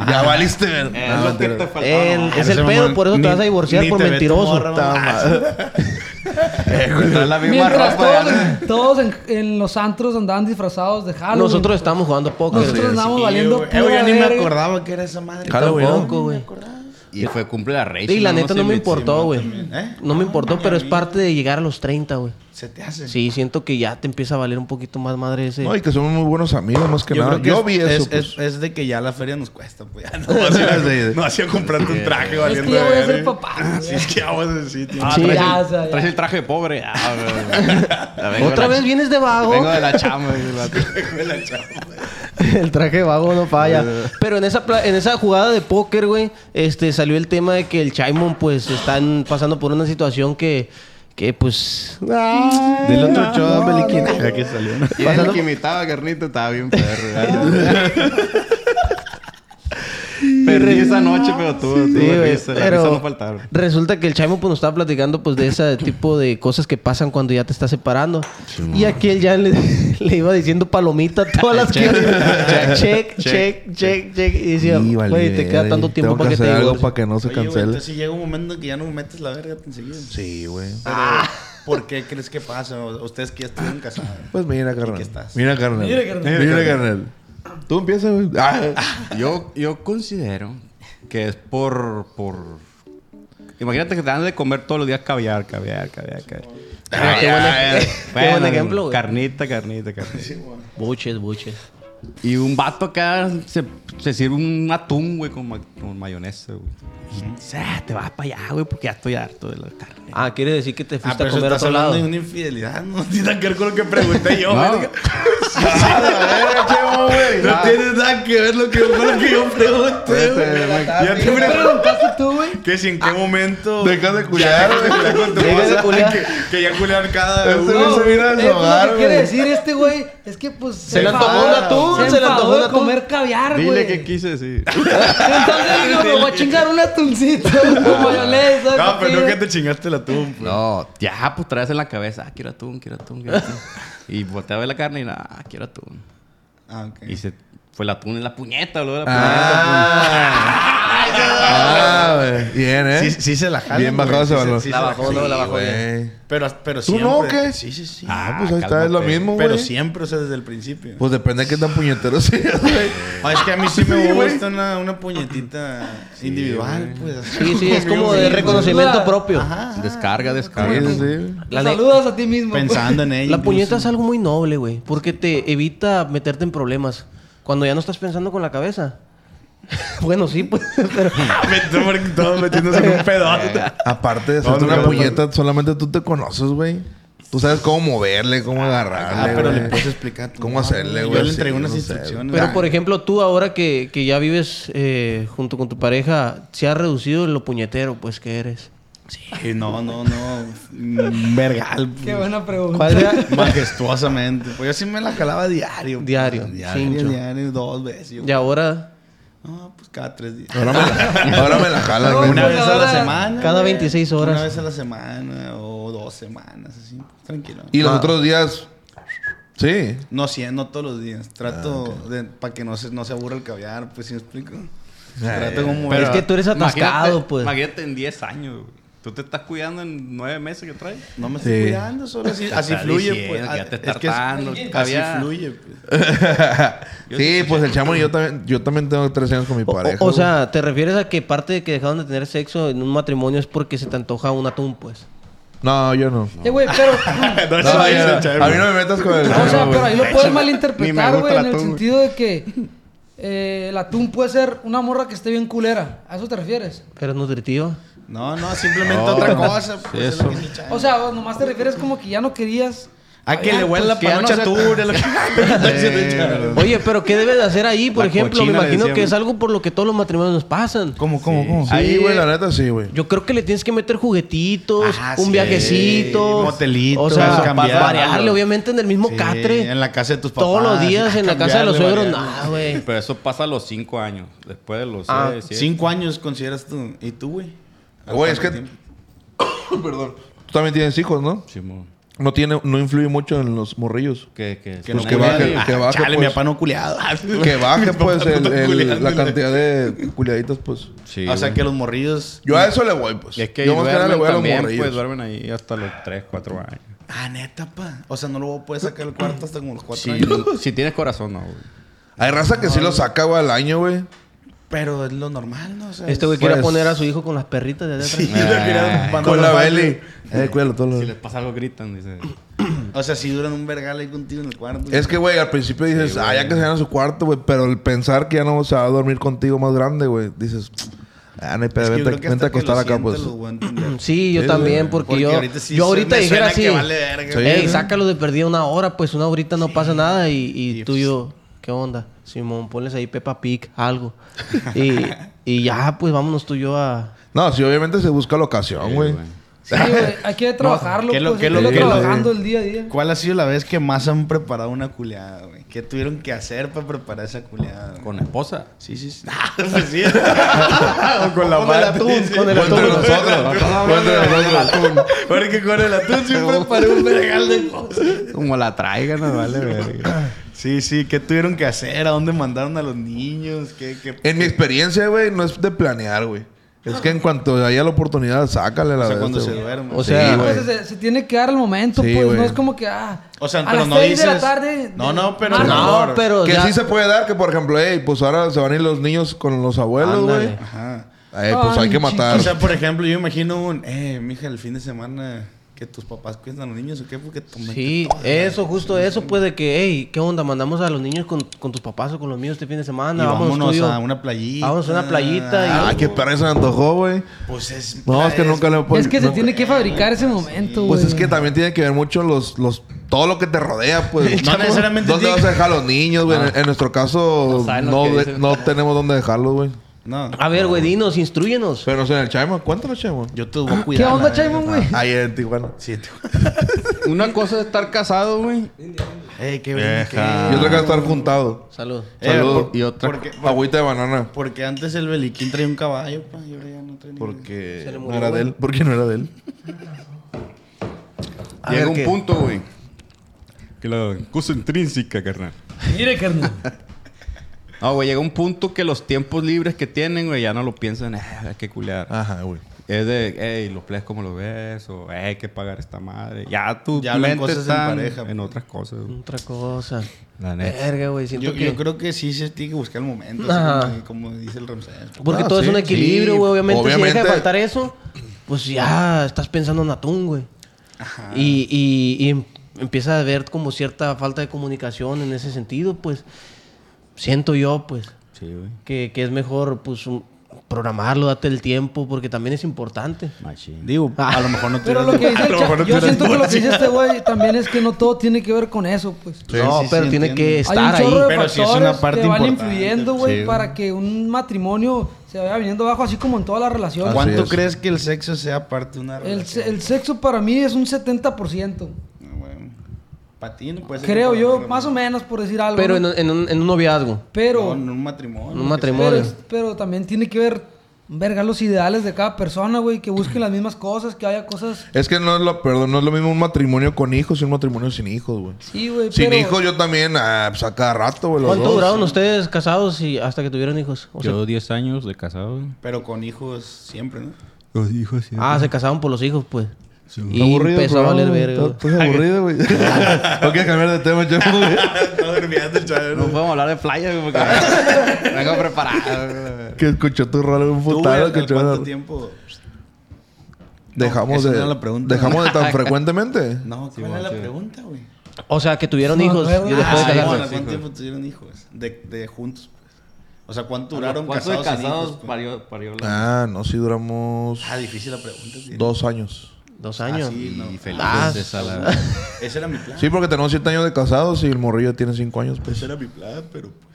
Speaker 3: Ya valiste, güey.
Speaker 7: Es
Speaker 3: No,
Speaker 7: lo que
Speaker 3: mentira.
Speaker 7: te faltaba.
Speaker 6: El-
Speaker 5: En
Speaker 6: es el
Speaker 5: ese
Speaker 6: pedo,
Speaker 5: momento,
Speaker 6: por eso
Speaker 5: ni-
Speaker 6: te vas a divorciar
Speaker 5: ni
Speaker 6: por
Speaker 5: te ve tu
Speaker 6: mentiroso.
Speaker 5: morra,
Speaker 6: Ta-
Speaker 7: Traes la misma
Speaker 4: Mientras
Speaker 7: ropa.
Speaker 4: todos,
Speaker 7: ya no-
Speaker 4: todos en, en los antros andaban disfrazados de Halloween.
Speaker 6: Ah, Nosotros estamos jugando póker.
Speaker 4: Nosotros andamos valiendo
Speaker 5: Eh, güey,
Speaker 4: pura
Speaker 5: ya ni me
Speaker 4: verga.
Speaker 5: acordaba que era esa madre.
Speaker 3: Halloween, ¿no?
Speaker 6: Tampoco, güey.
Speaker 7: Y fue cumple la rey.
Speaker 6: Y la neta no me importó, güey.
Speaker 5: ¿Eh?
Speaker 6: No me importó, pero es parte de llegar a los 30, güey.
Speaker 5: Se te hace.
Speaker 6: Sí, siento que ya te empieza a valer un poquito más madre ese.
Speaker 3: No, y que somos muy buenos amigos, más que
Speaker 5: Yo
Speaker 3: nada.
Speaker 5: creo que
Speaker 3: yo
Speaker 5: es-
Speaker 3: vi
Speaker 5: es,
Speaker 3: eso. pues.
Speaker 5: es- es de que ya la feria nos cuesta, pues ya no vas a ir a- no vas a ir a comprarte un traje
Speaker 4: Es que
Speaker 5: valiendo
Speaker 4: ya voy a
Speaker 5: verga. Ah,
Speaker 4: ser papá. güey.
Speaker 5: Sí, es que ya vas a decir, tío.
Speaker 7: Ah,
Speaker 6: Sí,
Speaker 7: traes,
Speaker 4: ya,
Speaker 7: el,
Speaker 4: o sea, ya.
Speaker 7: traes el traje de pobre. Ah, güey. Ya vengo
Speaker 6: Otra
Speaker 7: de la-
Speaker 6: vez vienes de vago.
Speaker 7: Vengo de la chama. güey, la-
Speaker 6: el traje de vago no falla. Pero en esa, pla- en esa jugada de póker, güey, este, salió el tema de que el Chaimon, pues, están pasando por una situación que, que pues...
Speaker 5: Del otro show, Beliquín. Ya que salió.
Speaker 7: Y el que imitaba a Carnita estaba bien perro. me reí esa noche, pero tú, tú,
Speaker 6: Sí, güey,
Speaker 7: risa, la
Speaker 6: pero
Speaker 7: risa no faltaron.
Speaker 6: Resulta que el Chaimo pues nos estaba platicando pues de ese tipo de cosas que pasan cuando ya te estás separando. y aquí él ya le, le iba diciendo palomita a todas las que check, check, check, check, Y decía,
Speaker 3: Sí, vale,
Speaker 6: güey, te queda
Speaker 3: verga,
Speaker 6: tanto
Speaker 3: y
Speaker 6: tiempo
Speaker 3: tengo
Speaker 6: para que te
Speaker 3: hacer algo
Speaker 6: divorcies".
Speaker 3: para que no se
Speaker 5: Oye, güey, pues,
Speaker 3: cancele.
Speaker 5: entonces si llega un momento en que ya no metes la verga tan seguido.
Speaker 3: sí, Ah. güey.
Speaker 5: Pero, ¿por qué crees que pasa? O- Ustedes que ya estuvieron casados. Ah,
Speaker 3: Pues mira, carnal.
Speaker 5: qué estás?
Speaker 3: Mira, carnal.
Speaker 4: Mira, carnal.
Speaker 3: Mira, carnal. Tú empiezas, güey. Ah,
Speaker 7: Yo, yo considero que es por, por... Imagínate que te dan de comer todos los días caviar, caviar, caviar, caviar.
Speaker 6: Ah, qué buen- qué buen
Speaker 7: Bueno,
Speaker 6: ejemplo, güey.
Speaker 7: Carnita, carnita, carnita.
Speaker 6: Buches, buches.
Speaker 7: Y un vato acá se, se sirve un atún, güey, con, ma- con mayonesa, güey. Y ah, te vas para allá, güey, porque ya estoy harto de la carne.
Speaker 6: Ah, quiere decir que te
Speaker 5: Ah,
Speaker 6: fuiste a
Speaker 5: pero eso
Speaker 6: comer a
Speaker 5: estás
Speaker 6: otro
Speaker 5: hablando
Speaker 6: lado.
Speaker 5: de una infidelidad. No tiene que ver con lo que pregunté yo,
Speaker 7: No. pues
Speaker 5: verga. No tiene nada que ver lo que, con lo que yo pregunté, güey. Ya te preguntaste tú, güey. Que si en
Speaker 7: Ah,
Speaker 5: qué momento...
Speaker 3: Deja de culiar,
Speaker 5: Ya,
Speaker 3: güey.
Speaker 5: ya con tu
Speaker 6: Deja de
Speaker 5: esposa,
Speaker 6: culiar.
Speaker 5: Que, que ya culiar cada
Speaker 3: Este
Speaker 5: uno.
Speaker 3: güey se vino a
Speaker 4: Eh, pues,
Speaker 3: desahogar,
Speaker 4: lo que
Speaker 3: güey.
Speaker 4: quiere decir este güey es que pues se,
Speaker 6: le antojó
Speaker 4: enfadó-
Speaker 6: un atún, se le
Speaker 4: enfadó
Speaker 6: antojó un
Speaker 4: de
Speaker 6: atún.
Speaker 4: comer caviar, güey.
Speaker 7: Dile que quise decir.
Speaker 4: Entonces digo, me voy a chingar un atuncito con mayonesa.
Speaker 5: No, pero no
Speaker 4: papilla.
Speaker 5: que te chingaste la tumba.
Speaker 7: No, ya, pues traes en la cabeza, ah, quiero atún, quiero atún, quiero atún. y voltea a ver la carne y nada, ah, quiero atún.
Speaker 5: Ah, ok.
Speaker 7: Y se fue el atún en la puñeta, luego la
Speaker 3: Ah, güey. Bien, eh.
Speaker 5: Sí, sí se la jalan,
Speaker 3: Bien
Speaker 5: güey.
Speaker 3: bajado ese
Speaker 5: Sí se-
Speaker 3: valor.
Speaker 5: sí se
Speaker 6: La bajó, no, la bajó. bien.
Speaker 3: Güey.
Speaker 5: Pero, pero
Speaker 3: ¿Tú
Speaker 5: siempre.
Speaker 3: no, qué?
Speaker 5: Sí, sí, sí.
Speaker 3: Ah, pues ahí está,
Speaker 7: cálmate.
Speaker 3: es lo mismo, güey.
Speaker 5: pero siempre, o sea, desde el principio.
Speaker 3: Pues depende de qué tan puñetero seas, güey.
Speaker 5: Ah, es que a mí sí me
Speaker 3: Sí, güey.
Speaker 5: gusta una, una puñetita individual, pues. así.
Speaker 6: Sí, sí, es como de
Speaker 4: sí,
Speaker 6: reconocimiento
Speaker 4: güey.
Speaker 6: propio.
Speaker 5: Ah,
Speaker 7: puñeta. Descarga, descarga.
Speaker 3: Sí, sí, sí.
Speaker 4: Te
Speaker 6: La ne-
Speaker 4: saludas a ti mismo. pues.
Speaker 5: Pensando en ella.
Speaker 6: La
Speaker 5: incluso.
Speaker 6: puñeta es algo muy noble, güey. Porque te evita meterte en problemas. Cuando ya no estás pensando con la cabeza. bueno, sí, pues. Pero,
Speaker 5: Me- tú, porque Todos metiéndose en un pedo.
Speaker 3: Aparte de hacerte
Speaker 5: No, no,
Speaker 3: una
Speaker 5: no,
Speaker 3: puñeta, solamente tú te conoces, güey. Tú sabes cómo moverle, cómo agarrarle.
Speaker 5: Ah, pero le
Speaker 3: güey.
Speaker 5: puedes explicar. a tu
Speaker 3: ¿Cómo
Speaker 5: mamá,
Speaker 3: hacerle, güey?
Speaker 5: Yo le
Speaker 3: Sí,
Speaker 5: entregué unas
Speaker 3: no sé,
Speaker 5: instrucciones.
Speaker 6: pero, por ejemplo, tú ahora que, que ya vives eh, junto con tu pareja, se ha reducido lo puñetero, pues, que eres.
Speaker 5: Sí, no, no, no. Mm, Vergal. pues.
Speaker 4: Qué buena pregunta.
Speaker 6: ¿Cuál era?
Speaker 5: Majestuosamente. Pues yo sí me la jalaba diario. pues.
Speaker 6: Diario,
Speaker 5: Diario,
Speaker 6: cincho.
Speaker 5: diario, dos veces. yo.
Speaker 6: y ahora,
Speaker 5: No, pues cada tres días.
Speaker 3: Ahora me la, ahora me la jalas, güey.
Speaker 5: Una vez a la
Speaker 4: ahora,
Speaker 5: semana.
Speaker 6: cada
Speaker 5: güey.
Speaker 6: 26 horas.
Speaker 5: Una vez a la semana o dos semanas, así. Tranquilo.
Speaker 3: Y los otros días. Sí.
Speaker 5: No, sí, no todos los días. Trato
Speaker 6: Ah,
Speaker 5: de... Para que no se, no se aburra el caviar, pues, ¿sí me explico? Trato como...
Speaker 6: Ah, Pero- Es que tú eres atascado,
Speaker 7: imagínate-
Speaker 6: pues.
Speaker 7: Imagínate en 10 años, güey. Tú te estás cuidando en 9 meses que traes.
Speaker 5: No me estoy
Speaker 3: Sí.
Speaker 5: cuidando, solo así,
Speaker 7: Te
Speaker 5: así
Speaker 7: está
Speaker 5: fluye,
Speaker 7: diciendo
Speaker 5: pues.
Speaker 7: que ya
Speaker 5: Ah,
Speaker 7: te
Speaker 5: es
Speaker 7: está
Speaker 5: que es-
Speaker 7: hartando el
Speaker 5: Así
Speaker 7: caviar.
Speaker 5: fluye, pues.
Speaker 3: Sí, pues el chamo y yo también, yo también tengo tres años con mi
Speaker 6: o, o-
Speaker 3: pareja.
Speaker 6: o
Speaker 3: güey.
Speaker 6: sea, ¿te refieres a que parte de que dejaron de tener sexo en un matrimonio es porque se te antoja un atún, pues?
Speaker 3: No, yo no.
Speaker 4: Eh, güey, pero.
Speaker 3: No,
Speaker 5: No, eso
Speaker 3: yo
Speaker 5: dice
Speaker 3: no.
Speaker 5: el Chairo.
Speaker 3: A mí no me metas con el.
Speaker 4: O sea,
Speaker 3: no,
Speaker 4: pero
Speaker 3: güey.
Speaker 4: ahí lo puedes
Speaker 7: Ni me
Speaker 4: malinterpretar,
Speaker 7: gusta
Speaker 4: güey,
Speaker 7: el
Speaker 4: en el
Speaker 7: atún, güey.
Speaker 4: sentido de que eh, el atún puede ser una morra que esté bien culera. ¿A eso te refieres?
Speaker 6: Pero es nutritivo.
Speaker 5: No, no, simplemente otra cosa, pues. es lo que dice el Chairo.
Speaker 4: O sea, vos nomás te refieres como que ya no querías. pues,
Speaker 5: A que le huele la
Speaker 7: que ya no
Speaker 5: panocha
Speaker 7: se-
Speaker 5: dura, lo que- Pues,
Speaker 3: Eh,
Speaker 6: Oye, pero ¿qué debes de hacer ahí, por
Speaker 7: La
Speaker 6: ejemplo? Me
Speaker 7: cochina le
Speaker 6: imagino que
Speaker 7: decíamos.
Speaker 6: es algo por lo que todos los matrimonios nos pasan.
Speaker 5: ¿Cómo, cómo, cómo?
Speaker 3: Sí,
Speaker 6: ahí,
Speaker 3: güey,
Speaker 6: eh,
Speaker 3: la neta sí, güey.
Speaker 6: Yo creo que le tienes que meter juguetitos,
Speaker 5: Ah,
Speaker 6: un
Speaker 5: sí.
Speaker 6: viajecito,
Speaker 5: Motelito,
Speaker 6: o sea,
Speaker 5: eso cambiar,
Speaker 6: variarle,
Speaker 5: algo.
Speaker 6: obviamente en el mismo
Speaker 5: Sí,
Speaker 6: catre.
Speaker 5: En la casa de tus papás.
Speaker 6: Todos los días en la casa de los
Speaker 5: cambiarle,
Speaker 6: suegros,
Speaker 5: variarle.
Speaker 6: nah, güey.
Speaker 7: Pero eso pasa a los 5 años. Después de los
Speaker 6: Ah,
Speaker 7: 6,
Speaker 5: Cinco años consideras tú. ¿Y tú, güey?
Speaker 3: Güey, es que. Perdón. Tú también tienes hijos, ¿no? No tiene, no influye mucho en los morrillos.
Speaker 7: Que, que,
Speaker 5: Que
Speaker 3: Pues
Speaker 5: no
Speaker 3: que
Speaker 5: culean.
Speaker 3: baje,
Speaker 5: Ah,
Speaker 3: que baje,
Speaker 5: Chale, mi
Speaker 3: pues.
Speaker 5: papá no culeado.
Speaker 3: Que baje,
Speaker 5: Mi papá
Speaker 3: pues,
Speaker 5: no
Speaker 3: el-
Speaker 5: está
Speaker 3: el-
Speaker 5: culeando.
Speaker 3: la cantidad de culiaditas, pues.
Speaker 7: Sí,
Speaker 5: o sea,
Speaker 7: güey.
Speaker 5: que los morrillos...
Speaker 3: Yo a eso le voy, pues.
Speaker 7: Y es que
Speaker 3: yo más que nada le
Speaker 7: duermen
Speaker 3: voy a los
Speaker 7: también,
Speaker 3: morrillos.
Speaker 7: pues duermen ahí hasta los 3, 4 años.
Speaker 5: Ah, neta, pa. O sea, no lo puedes sacar del cuarto hasta como los cuatro
Speaker 7: Si,
Speaker 5: años.
Speaker 7: si tienes corazón, no, güey.
Speaker 3: Hay raza que sí lo saca, güey, al año, güey.
Speaker 5: Pero es lo normal, ¿no? O sea,
Speaker 6: Este güey
Speaker 3: Pues-
Speaker 6: quiere poner a su hijo con las perritas de allá atrás.
Speaker 5: Sí, yo lo quería mandar
Speaker 3: Con la
Speaker 5: al
Speaker 3: Beli.
Speaker 5: baile.
Speaker 3: Eh, cuídalo todo. lo-
Speaker 7: Si les pasa algo, gritan, dice.
Speaker 5: O sea, si duran un vergal ahí contigo en el cuarto.
Speaker 3: Es que, güey, al principio dices, ah, ya que se vayan a su cuarto, güey. Pero el pensar que ya no se va a dormir contigo más grande, güey, dices, ah, no hay
Speaker 5: Es
Speaker 3: pedo,
Speaker 5: que yo
Speaker 3: vente,
Speaker 5: creo que
Speaker 3: vente
Speaker 5: hasta
Speaker 3: a
Speaker 5: que lo
Speaker 3: acostar acá,
Speaker 5: sienta
Speaker 3: pues.
Speaker 5: los voy a entender.
Speaker 6: Sí, yo
Speaker 3: Sí,
Speaker 6: también,
Speaker 3: güey.
Speaker 6: porque,
Speaker 5: Porque
Speaker 6: yo
Speaker 5: ahorita sí
Speaker 6: yo
Speaker 5: se-
Speaker 6: ahorita
Speaker 5: me
Speaker 6: dijera
Speaker 5: suena
Speaker 6: así,
Speaker 5: que vale verga. Sí.
Speaker 6: "Ey, sácalo de perdida una hora, pues una horita no pasa nada y, y tú y
Speaker 5: pues,
Speaker 6: yo, ¿qué onda? Simón, ponles ahí Peppa Pig, algo. Y, y ya, pues vámonos tú y yo a...
Speaker 3: No, sí, obviamente se busca la ocasión, Ah, güey.
Speaker 7: güey.
Speaker 4: Sí, güey, hay que trabajarlo.
Speaker 5: ¿qué es lo-
Speaker 4: pues,
Speaker 5: qué es
Speaker 4: hay
Speaker 5: lo-
Speaker 4: que
Speaker 5: qué es lo-
Speaker 4: trabajando el día a día.
Speaker 5: ¿Cuál ha sido la vez que más han preparado una culeada, güey? ¿Qué tuvieron que hacer para preparar esa culeada? güey?
Speaker 7: Con la esposa.
Speaker 5: Sí, sí, sí. Ah, pues sí. O con la
Speaker 6: Con el atún, con el
Speaker 3: Fue entre
Speaker 6: atún.
Speaker 3: nosotros. Fue entre nosotros.
Speaker 5: Porque con el atún siempre preparé un vergal de cosas.
Speaker 7: Como la traigan, no vale, verga.
Speaker 5: Sí, sí. ¿Qué tuvieron que hacer? ¿A dónde mandaron a los niños? ¿Qué, qué...
Speaker 3: En mi experiencia, güey, no es de planear, güey. Es que en cuanto haya la oportunidad, sácale la
Speaker 5: O sea,
Speaker 3: de
Speaker 5: cuando
Speaker 3: este,
Speaker 5: se
Speaker 3: güey.
Speaker 5: duerman.
Speaker 6: O
Speaker 3: Sí,
Speaker 6: sea,
Speaker 3: güey.
Speaker 4: Entonces, pues, se, se tiene que dar el momento,
Speaker 3: Sí,
Speaker 4: pues.
Speaker 3: güey.
Speaker 4: No es como que, ah,
Speaker 5: O sea,
Speaker 4: a
Speaker 5: pero
Speaker 4: las
Speaker 5: no
Speaker 4: seis de la
Speaker 5: dices-
Speaker 4: tarde.
Speaker 5: No, no, pero
Speaker 4: Martes.
Speaker 5: no.
Speaker 6: No, pero
Speaker 3: Que
Speaker 6: ya...
Speaker 3: sí se puede dar, que por ejemplo, hey, pues ahora se van a ir los niños con los abuelos, güey.
Speaker 6: Ándale.
Speaker 5: Ajá.
Speaker 3: Eh, pues
Speaker 4: Ay,
Speaker 3: hay que matar.
Speaker 5: O sea, por ejemplo, yo imagino un... Eh, mija, el fin de semana... Que tus papás cuidan a los niños o qué, porque tomé
Speaker 6: Sí, eso, justo eso, pues de que, hey, ¿qué onda? Mandamos a los niños con, con tus papás o con los míos este fin de
Speaker 5: Y
Speaker 6: semana. vamos
Speaker 5: vámonos
Speaker 6: tú y yo.
Speaker 5: a una playita.
Speaker 6: Vamos a una playita y-
Speaker 3: Ah, qué perra se me antojó, güey.
Speaker 5: Pues es...
Speaker 3: Pues No, es que nunca le
Speaker 4: es que se tiene que fabricar ese momento,
Speaker 3: Pues
Speaker 4: güey.
Speaker 3: es que también tiene que ver mucho los, los, todo lo que te rodea, pues.
Speaker 5: No necesariamente
Speaker 3: ¿Dónde
Speaker 5: tiene
Speaker 3: vas a
Speaker 5: que- Ah.
Speaker 3: dejar a los niños, güey? En, en nuestro caso,
Speaker 7: No
Speaker 3: no,
Speaker 7: saben lo que
Speaker 3: de-
Speaker 7: dicen.
Speaker 3: no tenemos dónde dejarlos, güey.
Speaker 5: No.
Speaker 6: A ver, güey, dinos, instruyenos.
Speaker 3: Pero no sé, en el Chaimo, cuéntanos, Chaimo.
Speaker 5: Ah, Yo te voy a
Speaker 4: ¿Qué
Speaker 5: cuidar.
Speaker 4: onda,
Speaker 5: la
Speaker 4: Chaimon,
Speaker 5: verga.
Speaker 4: güey?
Speaker 3: Ahí en Tijuana.
Speaker 5: Sí, te voy
Speaker 7: Una cosa es estar casado, güey.
Speaker 5: a- Ey, qué
Speaker 7: Vieja.
Speaker 3: Yo tengo que estar juntado.
Speaker 6: Salud.
Speaker 5: Eh,
Speaker 3: Saludos.
Speaker 5: por-
Speaker 7: y otra-
Speaker 5: Porque,
Speaker 3: Agüita de banana.
Speaker 5: porque antes el Beliquín traía un caballo, pa. Y ahora ya no trae ninguno.
Speaker 3: Porque
Speaker 6: Se le
Speaker 3: no
Speaker 6: murió,
Speaker 3: era de
Speaker 6: güey.
Speaker 3: él. Porque no era de él.
Speaker 7: Llega
Speaker 3: ver,
Speaker 7: un
Speaker 3: ¿qué?
Speaker 7: punto, güey. Que la cosa intrínseca, carnal.
Speaker 4: Mire, carnal.
Speaker 7: No, güey, llega un punto que los tiempos libres que tienen, güey, ya no lo piensan, ah, hay que culear.
Speaker 3: Ajá, güey.
Speaker 7: Es de, hey, los plays como lo ves, o "Ey, hay que pagar esta madre. Ya tu
Speaker 5: Ya hablan
Speaker 7: mente
Speaker 5: cosas en
Speaker 7: está en,
Speaker 5: pareja,
Speaker 7: en
Speaker 5: pues.
Speaker 7: otras cosas. güey.
Speaker 6: Otra cosa.
Speaker 7: La neta.
Speaker 6: Verga, güey, siento
Speaker 5: Yo,
Speaker 6: que...
Speaker 5: yo creo que sí se tiene que buscar el momento,
Speaker 6: Ajá.
Speaker 5: así como, como dice el Ramsés.
Speaker 6: Porque
Speaker 3: Ah,
Speaker 6: todo es
Speaker 3: sí,
Speaker 6: un equilibrio,
Speaker 3: sí.
Speaker 6: güey. Obviamente, si deja
Speaker 3: Obviamente.
Speaker 6: de faltar eso, pues ya estás pensando en atún, güey. Y, y, y em- empieza a ver como cierta falta de comunicación en ese sentido, pues. Siento yo, pues,
Speaker 7: Sí, güey.
Speaker 6: que, que es mejor, pues, un- programarlo, date el tiempo, porque también es importante.
Speaker 7: Machín.
Speaker 5: Digo, a lo mejor no
Speaker 4: Pero
Speaker 5: tuvieron-
Speaker 4: lo que
Speaker 5: a
Speaker 4: dice el
Speaker 5: lo
Speaker 4: Cha-
Speaker 5: mejor no
Speaker 4: Yo
Speaker 5: tuvieron-
Speaker 4: siento que lo que dice este güey también es que no todo tiene que ver con eso, pues.
Speaker 6: no,
Speaker 5: sí,
Speaker 6: pero
Speaker 5: sí,
Speaker 6: tiene que
Speaker 5: entiendo.
Speaker 4: Hay un
Speaker 6: estar ahí.
Speaker 4: chorro de
Speaker 5: Pero sí es
Speaker 4: factores
Speaker 5: una parte
Speaker 4: que van
Speaker 5: importante.
Speaker 4: influyendo, güey,
Speaker 7: Sí.
Speaker 4: para que un matrimonio se vaya viniendo abajo, así como en todas las relaciones.
Speaker 3: Así
Speaker 5: ¿Cuánto
Speaker 3: es.
Speaker 5: crees que el sexo sea parte de una
Speaker 4: El, se-
Speaker 5: relación?
Speaker 4: el sexo para mí es un 70%.
Speaker 5: No, bueno. Para ti no puede ser
Speaker 4: Creo
Speaker 5: para
Speaker 4: yo,
Speaker 5: otra,
Speaker 4: más o
Speaker 5: ¿no?
Speaker 4: menos, por decir algo.
Speaker 6: Pero en,
Speaker 4: ¿no?
Speaker 6: en un, en un noviazgo.
Speaker 5: No,
Speaker 4: pero,
Speaker 5: en un matrimonio.
Speaker 6: En un
Speaker 5: que sea.
Speaker 6: matrimonio.
Speaker 4: pero, es- pero también tiene que ver, verga, los ideales de cada persona, güey, que busquen las mismas cosas, que haya cosas.
Speaker 3: Es que no es lo, perdón, no es lo mismo un matrimonio con hijos y un matrimonio sin hijos, güey.
Speaker 4: Sí, güey,
Speaker 3: Sin
Speaker 4: pero-
Speaker 3: hijos yo también, ah, pues a cada rato, güey. los
Speaker 6: ¿Cuánto
Speaker 3: dos.
Speaker 6: duraron ustedes casados y hasta que tuvieron hijos? O sea,
Speaker 7: Yo 10 años de casado, güey.
Speaker 5: Pero con hijos siempre, ¿no?
Speaker 7: Los hijos, sí.
Speaker 6: ah, se casaron por los hijos, pues. Y
Speaker 3: Está aburrido,
Speaker 6: empezó a
Speaker 3: bro.
Speaker 6: valer verga. güey.
Speaker 3: Estás Pues aburrido, güey. no quieres cambiar de tema, chavo, güey.
Speaker 5: Estaba durmiendo el chaval.
Speaker 7: No podemos hablar de playa, güey, porque vengo preparado. güey.
Speaker 3: Que escuchó tu raro un
Speaker 5: ¿Tú,
Speaker 3: putado.
Speaker 5: güey,
Speaker 3: que
Speaker 5: al
Speaker 3: escuchó-
Speaker 5: cuánto tiempo?
Speaker 3: Dejamos
Speaker 5: Esa
Speaker 3: de.
Speaker 5: no era la pregunta.
Speaker 3: Dejamos de tan frecuentemente.
Speaker 5: No, ¿cuál es la pregunta, güey?
Speaker 6: O sea, que tuvieron
Speaker 4: No,
Speaker 6: hijos
Speaker 4: no,
Speaker 6: y
Speaker 4: no.
Speaker 6: después
Speaker 5: Ah,
Speaker 6: de
Speaker 5: bueno,
Speaker 6: casarse.
Speaker 5: ¿Cuánto tiempo tuvieron hijos? De, de juntos, pues. O sea, ¿cuánto duraron
Speaker 7: ¿Cuántos
Speaker 5: casados,
Speaker 7: de
Speaker 5: sin
Speaker 7: casados
Speaker 5: hijos, pues?
Speaker 7: parió, parió la...
Speaker 3: Ah, no, sí duramos.
Speaker 5: Ah, difícil la pregunta. sí.
Speaker 3: Dos años.
Speaker 6: Dos
Speaker 5: Ah,
Speaker 6: años.
Speaker 5: sí, no.
Speaker 7: Y
Speaker 6: Ah,
Speaker 7: felices a la...
Speaker 5: Ese era mi plan.
Speaker 3: Sí, porque tenemos siete años de casados y el morrillo tiene cinco años, pues.
Speaker 5: Ese era mi plan, pero pues...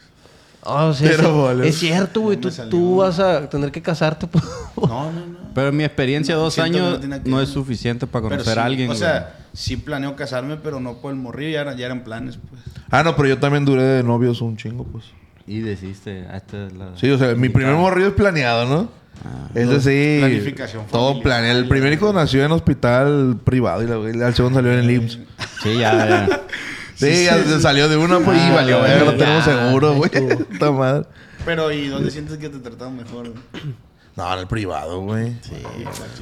Speaker 6: Ah, o sea,
Speaker 3: Pero
Speaker 6: sí,
Speaker 3: vale.
Speaker 6: es cierto, güey.
Speaker 5: No
Speaker 6: tú,
Speaker 5: me salió.
Speaker 6: tú vas a tener que casarte pues.
Speaker 3: Pues,
Speaker 6: por...
Speaker 5: No, no, no.
Speaker 7: Pero en mi experiencia, dos
Speaker 5: Siento que no
Speaker 7: años
Speaker 5: tiene
Speaker 7: no,
Speaker 5: nada que ver.
Speaker 7: es suficiente para
Speaker 5: Pero
Speaker 7: conocer
Speaker 5: sí,
Speaker 7: a alguien,
Speaker 5: O sea, sí planeo casarme, pero no por el morrillo. Ya, era- ya eran planes, pues.
Speaker 3: Ah, no, pero yo también duré de novios un chingo, pues.
Speaker 7: güey. Y deciste, ah, esta es la...
Speaker 3: Sí, o sea, mi primer morrillo es planeado, ¿no? Ese sí.
Speaker 5: Ah, Planificación
Speaker 3: Todo
Speaker 5: familiar.
Speaker 3: planeado. El primer hijo nació en hospital privado y la- el, el segundo salió en
Speaker 5: Eh,
Speaker 3: el IMSS.
Speaker 7: Sí, ya, ya.
Speaker 3: Sí, ya se salió de una, pues, y
Speaker 7: Ah,
Speaker 3: valió,
Speaker 7: ya,
Speaker 3: verga, lo tenemos
Speaker 7: ya,
Speaker 3: seguro, güey. Puta madre.
Speaker 5: Pero, ¿y dónde sientes que te trataban mejor? güey?
Speaker 3: No, en el privado, güey.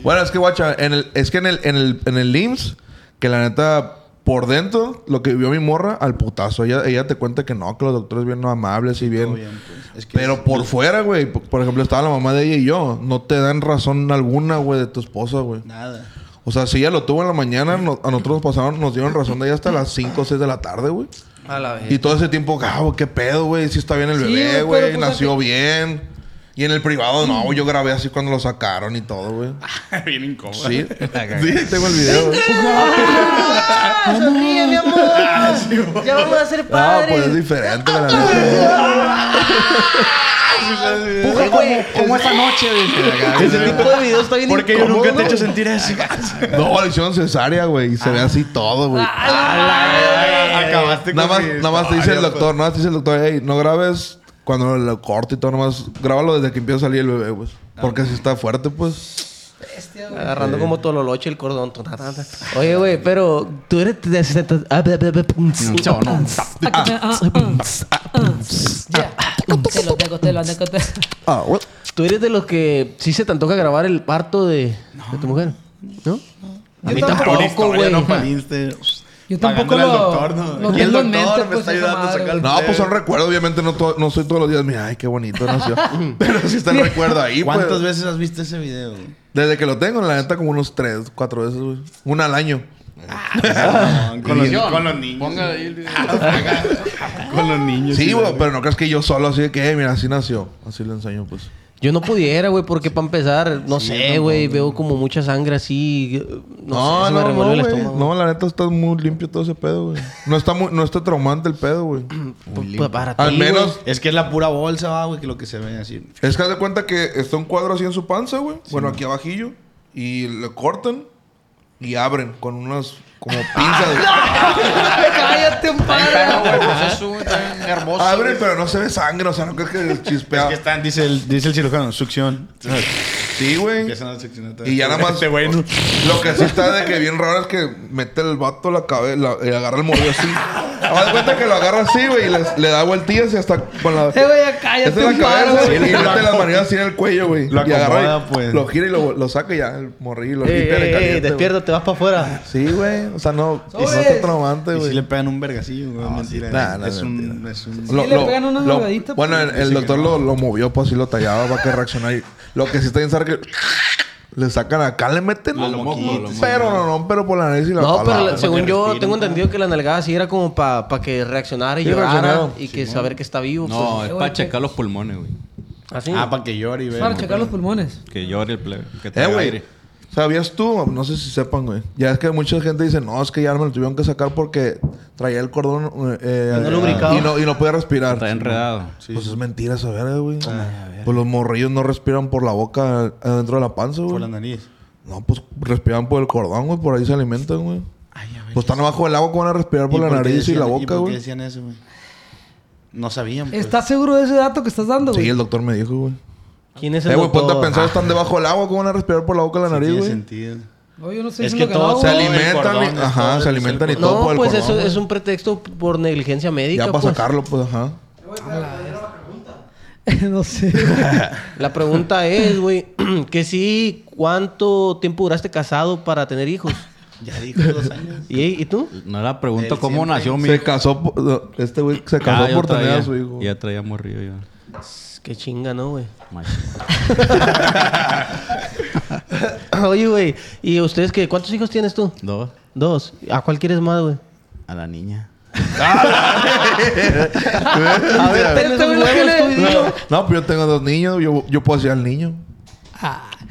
Speaker 3: Bueno, es que, guacha, en el, es que en el, en, el, en el IMSS, que la neta, por dentro, lo que vio mi morra, al putazo. Ella, ella te cuenta que no, que los doctores bien amables y bien...
Speaker 5: Todo bien, pues. Es que
Speaker 3: Pero por fuera, güey, por por ejemplo, estaba la mamá de ella y yo. No te dan razón alguna, güey, de tu esposa, güey.
Speaker 5: Nada.
Speaker 3: O sea, si ella lo tuvo en la mañana, no- a nosotros nos pasaron, nos dieron razón de ella hasta las 5 o 6 de la tarde, güey.
Speaker 6: A la vez.
Speaker 3: Y todo ese tiempo, cabo, qué pedo, güey. Si está bien el
Speaker 4: Sí,
Speaker 3: bebé,
Speaker 4: güey, pero
Speaker 3: güey.
Speaker 4: pues, Mm.
Speaker 3: Nació
Speaker 4: aquí-
Speaker 3: bien. Y en el privado, no, güey, yo grabé así cuando lo sacaron y todo, güey.
Speaker 5: bien incómodo.
Speaker 3: Sí, sí, tengo el video. güey.
Speaker 4: Ah,
Speaker 6: ¡Sonríe, mi amor!
Speaker 5: Ah,
Speaker 6: ¡Ya vamos a ser
Speaker 5: pues,
Speaker 3: No, pues es diferente, güey, la neta.
Speaker 5: Sí, sí, sí.
Speaker 6: güey.
Speaker 5: Como esta noche,
Speaker 6: Ese tipo de video está bien
Speaker 5: Porque yo nunca te he
Speaker 6: incómodo.
Speaker 5: hecho sentir eso.
Speaker 3: No, le hicieron cesárea, güey. Y se
Speaker 5: Ah.
Speaker 3: ve así todo,
Speaker 4: Ah,
Speaker 3: güey.
Speaker 5: Acabaste
Speaker 3: Nada más,
Speaker 5: mi
Speaker 3: nada más te dice el
Speaker 5: historia,
Speaker 3: doctor, nada más te dice el doctor, hey, no grabes cuando lo corte y todo, nomás grábalo desde que empieza a salir el bebé, pues. Porque si está fuerte, pues.
Speaker 4: Bestia, güey.
Speaker 6: Agarrando como tololoche el cordón. Tonatata. Oye, güey, pero tú eres...
Speaker 4: Ah, que me- ah, ah, ah, ya. Te lo dejo, te lo dejo, te-
Speaker 6: Tú eres de los que sí se te antoja grabar el parto de, de tu mujer, ¿no? A
Speaker 4: Yo
Speaker 6: mí
Speaker 4: tampoco-
Speaker 5: Una
Speaker 6: tampoco,
Speaker 5: historia,
Speaker 6: güey.
Speaker 5: no paliste.
Speaker 4: Yo tampoco
Speaker 5: Pagándole al
Speaker 4: lo-
Speaker 5: doctor, ¿no?
Speaker 4: lo
Speaker 5: Aquí el
Speaker 4: tengo en
Speaker 5: doctor
Speaker 4: mente,
Speaker 5: me
Speaker 4: pues, esa
Speaker 5: está ayudando a
Speaker 4: madre.
Speaker 5: sacar el
Speaker 3: No,
Speaker 5: pedo.
Speaker 3: pues son recuerdos, obviamente no, to- no soy todos los días, mira, ay, qué bonito nació. Pero sí está el recuerdo ahí, pues.
Speaker 5: ¿Cuántas veces has visto ese video? güey?
Speaker 3: Desde que lo tengo, la neta, como unos tres, cuatro veces, güey. Una al año.
Speaker 5: Ah, Con los, con los niños.
Speaker 7: Ponga ahí el video.
Speaker 5: Con los niños.
Speaker 3: Sí, güey, pero no crees que yo solo, así de que, "Eh, mira, así nació. Así le enseño, pues.
Speaker 6: Yo no pudiera, güey, porque para empezar, no sé, güey, veo como mucha sangre así. eh,
Speaker 3: No,
Speaker 6: No, sé, se
Speaker 3: no,
Speaker 6: me
Speaker 3: no,
Speaker 6: revuelve el
Speaker 3: güey.
Speaker 6: estómago.
Speaker 3: No, la neta está muy limpio todo ese pedo, güey. No está, muy, no está traumante el pedo, güey.
Speaker 6: Pues, pues, para
Speaker 3: Al
Speaker 6: ti, güey.
Speaker 3: menos
Speaker 5: Es que es la pura bolsa, va, güey, que lo que se ve así.
Speaker 3: Es que haz de cuenta que está un cuadro así en su panza, güey. bueno, aquí abajillo. Y le cortan y abren con unas como pinzas.
Speaker 6: Ah,
Speaker 4: Cállate, un padre.
Speaker 7: hermoso.
Speaker 3: abren, pero no se ve sangre. O sea, no crees que chispea.
Speaker 5: Es que están, dice el, dice el cirujano, succión.
Speaker 3: Sí, güey.
Speaker 5: Empiezan a succionar. todo.
Speaker 3: Y ya nada más.
Speaker 5: Este güey no-
Speaker 3: Lo que sí está de que bien raro es que mete el vato la cabeza y agarra el morrillo así. Haz de cuenta que lo agarra así, güey. Y les- le da vueltillas y hasta con la.
Speaker 4: Eh, güey, ya cállate,
Speaker 3: Esta es
Speaker 4: un
Speaker 3: la
Speaker 4: padre,
Speaker 3: cabeza
Speaker 4: güey.
Speaker 3: y le mete las manillas así en el cuello, güey.
Speaker 5: Lo
Speaker 3: y agarra
Speaker 5: acomoda,
Speaker 3: y
Speaker 5: pues.
Speaker 3: lo gira y lo, lo saca y ya el morrillo lo
Speaker 6: Ey,
Speaker 3: quita y le
Speaker 6: ey, ey,
Speaker 3: calienta, güey.
Speaker 6: despierta, eh, te vas para afuera.
Speaker 3: Sí, güey. O sea, no, no
Speaker 4: Sobres.
Speaker 3: está traumante,
Speaker 5: Y
Speaker 3: güey.
Speaker 5: si le pegan un vergacillo, güey. mentira.
Speaker 3: Nah, nah,
Speaker 5: es, un,
Speaker 3: mentira.
Speaker 5: es un.
Speaker 4: le pegan una
Speaker 3: lo-
Speaker 4: nalgadita,
Speaker 3: Bueno,
Speaker 4: pues.
Speaker 3: el, el doctor lo, lo movió, pues así lo tallaba para que reaccionara. y- Lo que sí está bien sabe que le sacan acá, le meten
Speaker 5: Lo moquito, lo
Speaker 3: Pero no, no, pero por la nariz y la
Speaker 6: No,
Speaker 3: pala.
Speaker 6: pero la-
Speaker 3: Para
Speaker 6: según
Speaker 3: que
Speaker 6: yo
Speaker 3: respire.
Speaker 6: tengo entendido que la nalgada sí era como para que reaccionara y
Speaker 3: Sí,
Speaker 6: llorara
Speaker 3: reaccionaba.
Speaker 6: y que saber que está vivo.
Speaker 3: eh,
Speaker 7: No, es
Speaker 4: Qué
Speaker 7: para
Speaker 4: bonito.
Speaker 7: checar los pulmones, güey.
Speaker 6: pues. Así.
Speaker 5: Ah, para que llore y vea.
Speaker 4: Para checar los pulmones.
Speaker 7: Que llore el plebe. Que
Speaker 3: Eh,
Speaker 7: tenga
Speaker 3: güey.
Speaker 7: aire.
Speaker 3: ¿Sabías tú? No sé si sepan, güey. Ya es que mucha gente dice, no, es que ya me lo tuvieron que sacar porque traía el cordón eh, eh,
Speaker 6: No lubricado.
Speaker 3: y, no, y no podía respirar.
Speaker 7: Está enredado.
Speaker 3: Pues es mentira esa verga, güey.
Speaker 5: Ah,
Speaker 3: Pues los morrillos no respiran por la boca eh, adentro de la panza, güey.
Speaker 5: Por la nariz.
Speaker 3: No, pues respiran por el cordón, güey. Por ahí se alimentan, güey.
Speaker 5: Ay, a ver.
Speaker 3: Pues están abajo del agua, ¿cómo van a respirar por
Speaker 5: ¿Y
Speaker 3: la
Speaker 5: qué
Speaker 3: nariz y
Speaker 5: decían-
Speaker 3: la
Speaker 5: ¿y
Speaker 3: boca,
Speaker 5: por qué
Speaker 3: güey?
Speaker 5: decían eso, güey? No sabían, pues.
Speaker 4: ¿Estás seguro de ese dato que estás dando,
Speaker 3: Sí,
Speaker 4: güey?
Speaker 3: el doctor me dijo, güey.
Speaker 6: ¿Quién es el
Speaker 3: Eh, güey,
Speaker 6: doctor? Ah.
Speaker 3: ponte a pensar, están debajo del agua, ¿cómo van a respirar por la boca y la
Speaker 5: No
Speaker 3: nariz,
Speaker 5: Ah. tiene
Speaker 3: güey?
Speaker 5: sentido.
Speaker 4: No, yo no estoy
Speaker 5: Es
Speaker 4: diciendo
Speaker 5: que
Speaker 4: que no,
Speaker 5: todo
Speaker 3: Se
Speaker 4: güey.
Speaker 5: el
Speaker 3: alimentan,
Speaker 5: cordón,
Speaker 3: y-
Speaker 5: es
Speaker 3: ajá,
Speaker 5: todo
Speaker 3: se
Speaker 5: el-
Speaker 3: alimentan y
Speaker 5: el
Speaker 3: todo
Speaker 6: No,
Speaker 3: por el
Speaker 6: pues
Speaker 3: cordón.
Speaker 6: eso
Speaker 3: güey.
Speaker 6: es un pretexto por negligencia médica.
Speaker 3: Ya para
Speaker 6: pues.
Speaker 3: sacarlo, pues, ajá.
Speaker 4: no sé.
Speaker 6: La pregunta es, güey, que sí, ¿cuánto tiempo duraste casado para tener hijos?
Speaker 5: Ya dijo dos años.
Speaker 6: ¿Y, y tú?
Speaker 7: No la pregunto
Speaker 5: Él
Speaker 7: cómo
Speaker 5: siempre-
Speaker 7: nació mi
Speaker 3: Se casó, por- este güey se casó
Speaker 7: Ah, yo
Speaker 3: por tener
Speaker 7: traía-
Speaker 3: a su hijo.
Speaker 7: Ya traía morrido ya.
Speaker 6: Qué chinga, ¿no, güey?
Speaker 7: Machín.
Speaker 6: Oye, güey, ¿y ustedes qué? ¿Cuántos hijos tienes tú?
Speaker 7: Dos.
Speaker 6: Dos. ¿A cuál quieres más, güey?
Speaker 7: A la niña.
Speaker 6: A ver, ten
Speaker 4: Este
Speaker 6: esos
Speaker 4: güey lo que
Speaker 6: huevos
Speaker 4: le-
Speaker 6: tú y dilo.
Speaker 3: No, pero yo tengo dos niños, yo, yo puedo hacer al niño.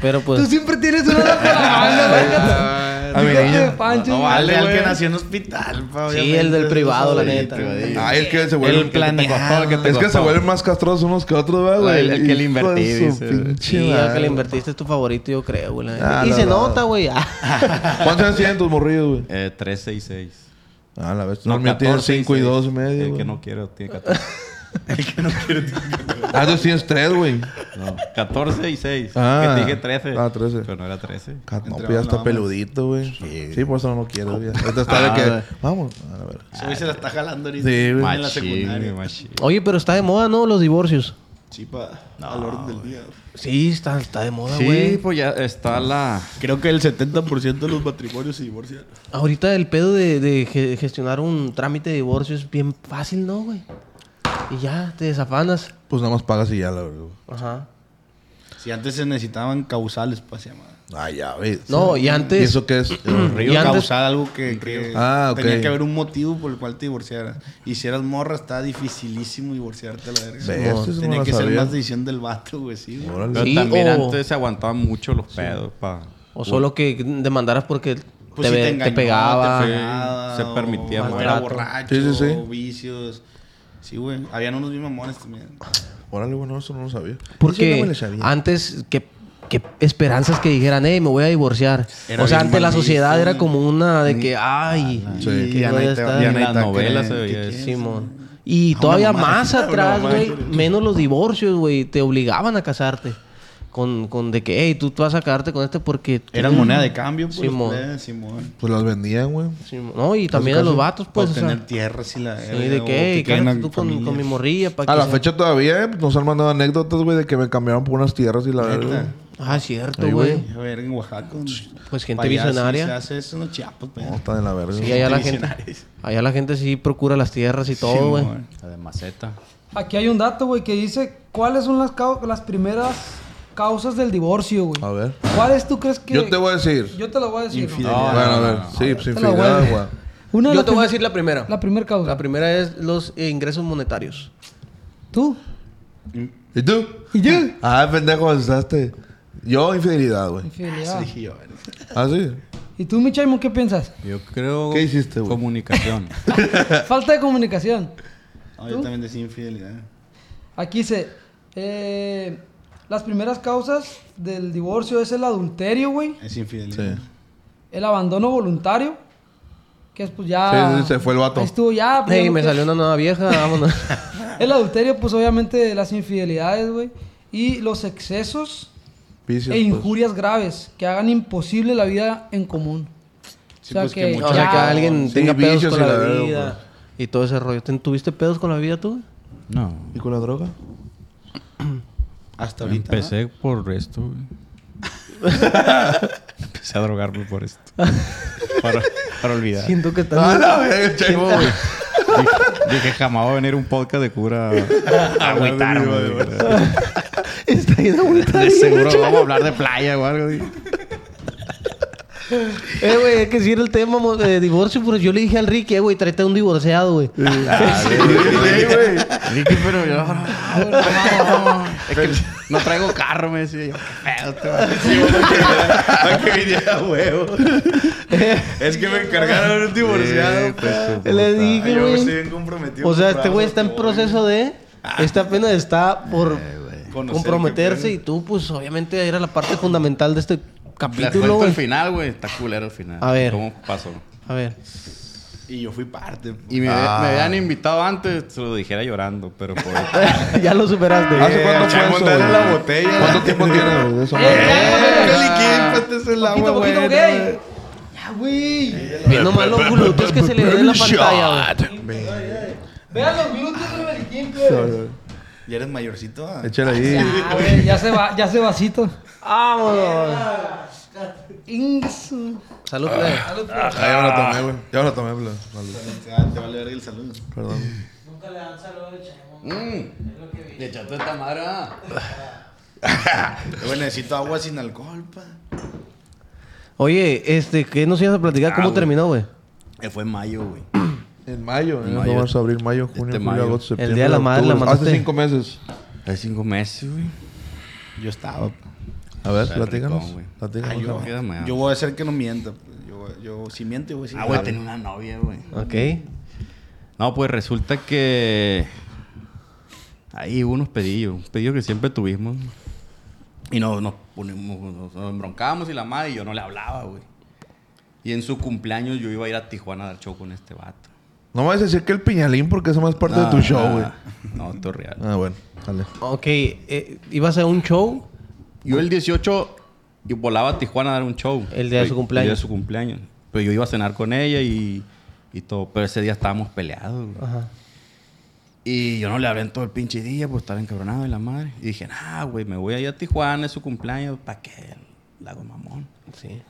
Speaker 6: Pero
Speaker 4: Tú
Speaker 6: pues,
Speaker 4: siempre tienes una Ah, dato en la mano, güey.
Speaker 3: A mi niño.
Speaker 4: Pancho,
Speaker 5: No
Speaker 4: güey.
Speaker 5: vale, al que
Speaker 7: güey.
Speaker 5: nació en hospital, pa,
Speaker 6: Sí,
Speaker 5: obviamente,
Speaker 6: el del
Speaker 5: es
Speaker 6: privado, la
Speaker 5: favorito,
Speaker 6: neta.
Speaker 5: güey.
Speaker 3: Ah, es que se
Speaker 5: El
Speaker 3: vuelven.
Speaker 5: planeado.
Speaker 7: costó, que te
Speaker 3: Es que se
Speaker 7: costó.
Speaker 3: vuelven más castrosos unos que otros, ¿verdad, güey.
Speaker 7: El- el
Speaker 3: Hijo
Speaker 7: que le
Speaker 3: de
Speaker 7: invertí,
Speaker 3: su
Speaker 7: dice, güey.
Speaker 3: pinche
Speaker 6: sí, al que
Speaker 3: madre.
Speaker 6: le invertiste es tu favorito, yo creo, güey. la neta.
Speaker 3: Ah,
Speaker 6: y
Speaker 3: no,
Speaker 6: se
Speaker 3: no.
Speaker 6: nota, güey. Ah.
Speaker 3: ¿Cuántos años tienen tus morrillos, güey?
Speaker 7: Eh, 13 y 6.
Speaker 3: Ah, la vez. No, el mío tiene 5 y 2 y medio.
Speaker 7: El
Speaker 3: güey.
Speaker 7: que no quiero tiene 14.
Speaker 3: Ah, entonces tienes 3, güey.
Speaker 7: No, 14 y 6.
Speaker 3: Ah.
Speaker 7: que te dije 13.
Speaker 3: Ah, 13.
Speaker 7: Pero no era 13.
Speaker 3: Cat- No,
Speaker 5: Entraba
Speaker 3: pues ya
Speaker 5: nada
Speaker 3: está
Speaker 5: más.
Speaker 3: peludito, güey. Sí. por eso no lo quiero, güey. Ahorita está
Speaker 7: Ah,
Speaker 3: de
Speaker 7: güey.
Speaker 3: que. Vamos. A ver.
Speaker 5: Ese güey se la está jalando ahorita.
Speaker 3: Sí, güey.
Speaker 5: En la secundaria.
Speaker 7: Machín, machín.
Speaker 6: Oye, pero está de moda, ¿no? Los divorcios.
Speaker 5: Sí, pa, al orden del día.
Speaker 6: Sí, está, está de moda, güey.
Speaker 7: Sí, pues ya está la...
Speaker 5: Creo que el 70% de los matrimonios se divorcian.
Speaker 6: Ahorita el pedo de, de ge- gestionar un trámite de divorcio es bien fácil, ¿no, güey? Y ya, te desafanas.
Speaker 3: Pues nada más pagas y ya, la verdad. güey.
Speaker 6: Ajá.
Speaker 5: Si antes se necesitaban causales, pa, se llamaba.
Speaker 3: Ah, ya, ves.
Speaker 6: No, y antes-
Speaker 3: ¿Y eso qué es?
Speaker 6: Y
Speaker 5: causal,
Speaker 6: antes-
Speaker 5: algo que, que
Speaker 3: Ah, ok.
Speaker 5: tenía que haber un motivo por el cual te divorciaras. Y si eras morra, está dificilísimo divorciarte a la verga.
Speaker 3: Ve, eso sí no
Speaker 5: tenía
Speaker 3: lo
Speaker 5: que ser
Speaker 3: sabía.
Speaker 5: más decisión del vato, güey, sí, güey.
Speaker 3: Órale.
Speaker 7: Pero
Speaker 6: Sí,
Speaker 7: también
Speaker 6: o-
Speaker 7: antes se aguantaban mucho los pedos pa...
Speaker 6: O solo que demandaras porque
Speaker 5: Pues
Speaker 6: te,
Speaker 5: sí
Speaker 6: ve- te
Speaker 5: engañó,
Speaker 6: pegaba.
Speaker 5: te pegaba,
Speaker 7: Sí, se
Speaker 5: o
Speaker 7: permitía
Speaker 5: era
Speaker 6: maltrato.
Speaker 5: borracho,
Speaker 3: Sí, sí, sí.
Speaker 5: vicios. Sí, güey. Habían unos bien mamones también.
Speaker 3: Órale, bueno, eso no lo sabía. Eso no me
Speaker 6: Porque
Speaker 3: lo sabía.
Speaker 6: antes, ¿qué, qué esperanzas que dijeran, hey, me voy a divorciar?
Speaker 5: Era
Speaker 6: o sea,
Speaker 5: bien
Speaker 6: ante la
Speaker 5: mal
Speaker 6: sociedad
Speaker 5: visto.
Speaker 6: era como una de que, ay,
Speaker 3: Sí.
Speaker 6: que
Speaker 5: Ya
Speaker 6: no
Speaker 5: nadie
Speaker 6: ya
Speaker 5: te-
Speaker 6: está.
Speaker 5: ya
Speaker 7: En
Speaker 5: nadie
Speaker 7: las
Speaker 5: te
Speaker 7: novelas se
Speaker 5: cree,
Speaker 7: veía
Speaker 5: ¿qué
Speaker 7: eso.
Speaker 6: Simón. Y todavía más atrás, güey, menos los divorcios, güey, te obligaban a casarte. Con, con de que, hey, tú te vas a casarte con este porque... tú-
Speaker 5: Eran moneda de cambio, pues.
Speaker 6: Simón.
Speaker 5: eh, Simón.
Speaker 3: Pues las vendían, güey.
Speaker 6: Simón. No, y también a los vatos,
Speaker 5: Pues,
Speaker 6: pues, o sea,
Speaker 5: tener tierras y la...
Speaker 6: sí, de que, hey, cásate tú con, con mi morrilla para
Speaker 3: A
Speaker 6: que...
Speaker 3: la
Speaker 6: se-
Speaker 3: fecha todavía eh, nos han mandado anécdotas, güey, de que me cambiaron por unas tierras y la verdad.
Speaker 6: Ah, cierto, güey.
Speaker 5: A ver, en Oaxaca. un-
Speaker 6: Pues gente
Speaker 5: para allá sí
Speaker 6: visionaria.
Speaker 5: Se hace eso en los chiapos, pues.
Speaker 3: No, está de la verga.
Speaker 6: Sí, allá la gente...
Speaker 5: Visionarios.
Speaker 6: Allá la gente sí procura las tierras y todo, güey.
Speaker 5: Simón.
Speaker 7: La de maceta.
Speaker 4: Aquí hay un dato, güey, que dice cuáles son las, cau- las primeras causas del divorcio, güey.
Speaker 3: A ver.
Speaker 4: ¿Cuáles tú crees que...?
Speaker 3: Yo te voy a decir.
Speaker 4: Yo te lo voy a decir. güey.
Speaker 5: Infidelidad.
Speaker 3: bueno, a ver. sí, sin
Speaker 4: Te la voy a
Speaker 3: fidelidad,
Speaker 4: decir.
Speaker 3: güey.
Speaker 4: Una de
Speaker 6: Yo
Speaker 4: las
Speaker 6: te voy a
Speaker 4: prim-
Speaker 6: decir la primera.
Speaker 4: La primera causa.
Speaker 6: La primera es los ingresos monetarios.
Speaker 4: ¿Tú?
Speaker 3: ¿Y tú?
Speaker 4: ¿Y yo?
Speaker 3: Ah, pendejo, asustaste. Yo, infidelidad, güey.
Speaker 4: Infidelidad.
Speaker 5: Dije yo, verga.
Speaker 3: Ah, sí.
Speaker 4: ¿Y tú, mi Chaimo, qué piensas?
Speaker 7: Yo creo...
Speaker 3: ¿Qué hiciste, güey?
Speaker 7: Comunicación.
Speaker 4: Falta de comunicación.
Speaker 5: No, yo también decía infidelidad.
Speaker 4: Aquí dice, eh, las primeras causas del divorcio es el adulterio, güey,
Speaker 5: Es infidelidad.
Speaker 3: Sí.
Speaker 4: el abandono voluntario, que es pues ya...
Speaker 3: Sí, sí, se fue el vato.
Speaker 4: Ahí Estuvo ya... pues,
Speaker 6: Hey,
Speaker 4: ya
Speaker 6: me
Speaker 4: no
Speaker 6: salió
Speaker 4: quieres-
Speaker 6: una nueva vieja, vámonos.
Speaker 4: El adulterio, pues obviamente las infidelidades, güey, y los excesos
Speaker 3: Vicios,
Speaker 4: e
Speaker 3: pues.
Speaker 4: injurias graves que hagan imposible la vida en común. o
Speaker 5: Sí,
Speaker 4: sea
Speaker 5: pues, que
Speaker 4: que,
Speaker 5: mucho-
Speaker 6: o sea, que
Speaker 4: ya,
Speaker 6: alguien
Speaker 3: Sí,
Speaker 6: tenga pedos
Speaker 3: vicios
Speaker 6: con
Speaker 3: y
Speaker 6: la
Speaker 3: la verga,
Speaker 6: vida y todo ese rollo. ¿Ten- ¿Tuviste pedos con la vida tú?
Speaker 7: No.
Speaker 3: ¿Y con la droga?
Speaker 5: Hasta ahorita. ¿no?
Speaker 7: Empecé por esto, güey. Empecé a drogarme por esto. para, para olvidar.
Speaker 6: Siento que estás...
Speaker 3: Ah, la verga, el Chaimo, güey.
Speaker 7: Dije, dije, jamás va a venir un podcast de cura a agüitarme. güey.
Speaker 6: Está bien agüitado.
Speaker 7: De seguro vamos a hablar de playa o algo. dije.
Speaker 6: Eh, güey, es que si era el tema mo- de divorcio, pero yo le dije al Ricky, eh, güey, tráete a un divorciado, güey.
Speaker 3: Ah,
Speaker 7: Dije, pero yo... no, Es que no traigo carro, me decía yo. Qué pedo, te va a
Speaker 5: Para que viniera huevo. es que me encargaron un divorciado. pa.
Speaker 7: pues,
Speaker 6: Le
Speaker 3: pues.
Speaker 6: dije,
Speaker 5: Yo estoy
Speaker 6: güey.
Speaker 5: bien comprometido.
Speaker 6: O sea,
Speaker 5: con
Speaker 6: este güey está en
Speaker 5: Bravo,
Speaker 6: proceso de... Este apenas está por
Speaker 7: pues,
Speaker 5: Conocer
Speaker 6: comprometerse
Speaker 5: qué
Speaker 6: y tú, pues, obviamente era la parte fundamental de este
Speaker 7: La cuento
Speaker 6: capítulo,
Speaker 7: al
Speaker 6: güey.
Speaker 7: final, güey. Está culero al final.
Speaker 6: A ver.
Speaker 7: ¿Cómo pasó?
Speaker 6: A ver.
Speaker 5: Y yo fui parte. pues. pa.
Speaker 7: Y me, me habían
Speaker 6: Ah.
Speaker 7: invitado antes, se lo dijera llorando, pero por...
Speaker 6: ya lo superaste.
Speaker 3: ¿Hace cuánto
Speaker 5: Eh,
Speaker 3: fue
Speaker 5: chamo,
Speaker 3: eso,
Speaker 5: dale
Speaker 3: güey?
Speaker 5: la botella.
Speaker 3: ¿Cuánto tiempo tiene, güey, de eso?
Speaker 6: Eh. Ah.
Speaker 4: Poquito, poquito, ok. Ya, güey.
Speaker 6: Ve nomás los glúteos que se le ven en la pantalla, güey.
Speaker 4: Vean los glúteos del Beliquín, pues.
Speaker 5: Ya eres mayorcito. ah?
Speaker 3: Échale ahí.
Speaker 4: A ver, ya se va, ya se vasito.
Speaker 6: Vámonos.
Speaker 4: Ingsu.
Speaker 6: Salud, plebe.
Speaker 3: Ah, ya me lo tomé, güey. Ya me lo tomé, güey. Vale,
Speaker 5: Ah, Te vale ver el saludo.
Speaker 3: Perdón.
Speaker 7: Le echaste esta madre,
Speaker 5: Yo necesito agua sin alcohol, pa.
Speaker 6: Oye, este, ¿qué nos ibas a platicar? ¿Cómo terminó, güey?
Speaker 7: Eh, Fue en mayo, güey.
Speaker 3: En mayo, ¿eh?
Speaker 7: mayo.
Speaker 3: Vamos a abrir mayo, junio,
Speaker 7: Este
Speaker 3: julio,
Speaker 7: mayo.
Speaker 3: agosto,
Speaker 6: El
Speaker 3: septiembre.
Speaker 6: Día de la Madre la
Speaker 3: octubre.
Speaker 6: mandaste.
Speaker 3: Hace cinco meses.
Speaker 7: Hace cinco meses, güey.
Speaker 5: Yo estaba, pa.
Speaker 3: A ver,
Speaker 7: Está
Speaker 3: platícanos.
Speaker 7: ricón, güey.
Speaker 3: platícanos.
Speaker 5: Ay, yo,
Speaker 7: queda mal.
Speaker 5: yo voy a hacer que no mienta. pa. Yo, yo si miento, yo voy a decir.
Speaker 7: Ah, güey,
Speaker 5: la
Speaker 7: tenía una novia, güey.
Speaker 6: Ok.
Speaker 7: No, pues resulta que... Ahí hubo unos pedillos, un pedillo que siempre tuvimos. Y nos, nos ponemos, nos, nos embroncábamos y la madre, y yo no le hablaba, güey. Y en su cumpleaños yo iba a ir a Tijuana a dar show con este vato.
Speaker 3: No me vas a decir que el piñalín porque eso más es parte de tu
Speaker 7: Ah,
Speaker 3: show, güey.
Speaker 7: No, esto es real.
Speaker 3: Ah, bueno. Dale.
Speaker 6: Ok, eh, ibas a un show.
Speaker 7: Yo el 18 y volaba a Tijuana a dar un show.
Speaker 6: El día de su
Speaker 7: Pero-
Speaker 6: cumpleaños.
Speaker 7: El día de su cumpleaños. Pero yo iba a cenar con ella y, y todo. Pero ese día estábamos peleados. güey.
Speaker 6: Ajá.
Speaker 7: Y yo no le hablé en todo el pinche día, pues estaba encabronado de la madre. Y dije, nah, güey, me voy allá a Tijuana, es su cumpleaños, ¿para qué? La hago mamón.
Speaker 6: Sí.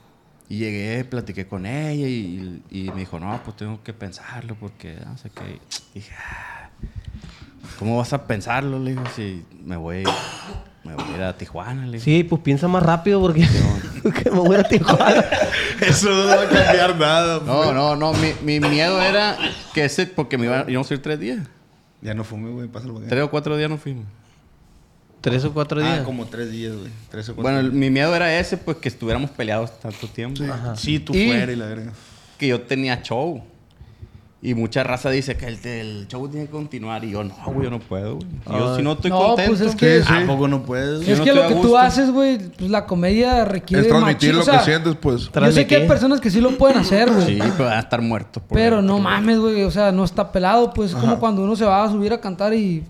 Speaker 7: Y llegué, platiqué con ella y, y me dijo, no, pues tengo que pensarlo porque no sé qué. Y dije, "Ah, ¿cómo vas a pensarlo? Le digo, si me voy, me voy a ir a Tijuana. Le digo.
Speaker 6: Sí, pues piensa más rápido porque que me voy a Tijuana.
Speaker 5: Eso no va a cambiar nada. pa.
Speaker 7: No, no, no, mi, mi miedo era que ese, porque me iban, íbamos a ir tres días.
Speaker 5: Ya no fumé, güey. Pásalo, güey.
Speaker 7: Tres o cuatro días no fuimos.
Speaker 6: Tres o cuatro días.
Speaker 5: Ah, como tres días, güey. Tres o cuatro.
Speaker 7: Bueno, el- mi miedo era ese, pues que estuviéramos peleados tanto tiempo.
Speaker 5: Sí, tú
Speaker 7: Y-
Speaker 5: fuera y la verga.
Speaker 7: Que yo tenía show. Y mucha raza dice que el, el show tiene que continuar. Y yo, no, güey, yo no puedo, güey. Yo,
Speaker 6: Ay.
Speaker 7: si no estoy
Speaker 4: No,
Speaker 7: contento.
Speaker 4: pues es que- Sí, sí.
Speaker 7: Tampoco no puedes.
Speaker 4: es que lo que tú haces, güey, pues la comedia requiere.
Speaker 3: es transmitir
Speaker 4: machi-
Speaker 3: lo
Speaker 4: o sea,
Speaker 3: que sientes, pues.
Speaker 4: Yo sé que hay
Speaker 6: Transmitir.
Speaker 4: personas que sí lo pueden hacer, güey.
Speaker 7: Sí, pero van a estar muertos. por
Speaker 4: Pero
Speaker 7: dentro,
Speaker 4: no
Speaker 7: güey.
Speaker 4: mames, güey. O sea, no está pelado, pues. Es como cuando uno se va a subir a cantar y.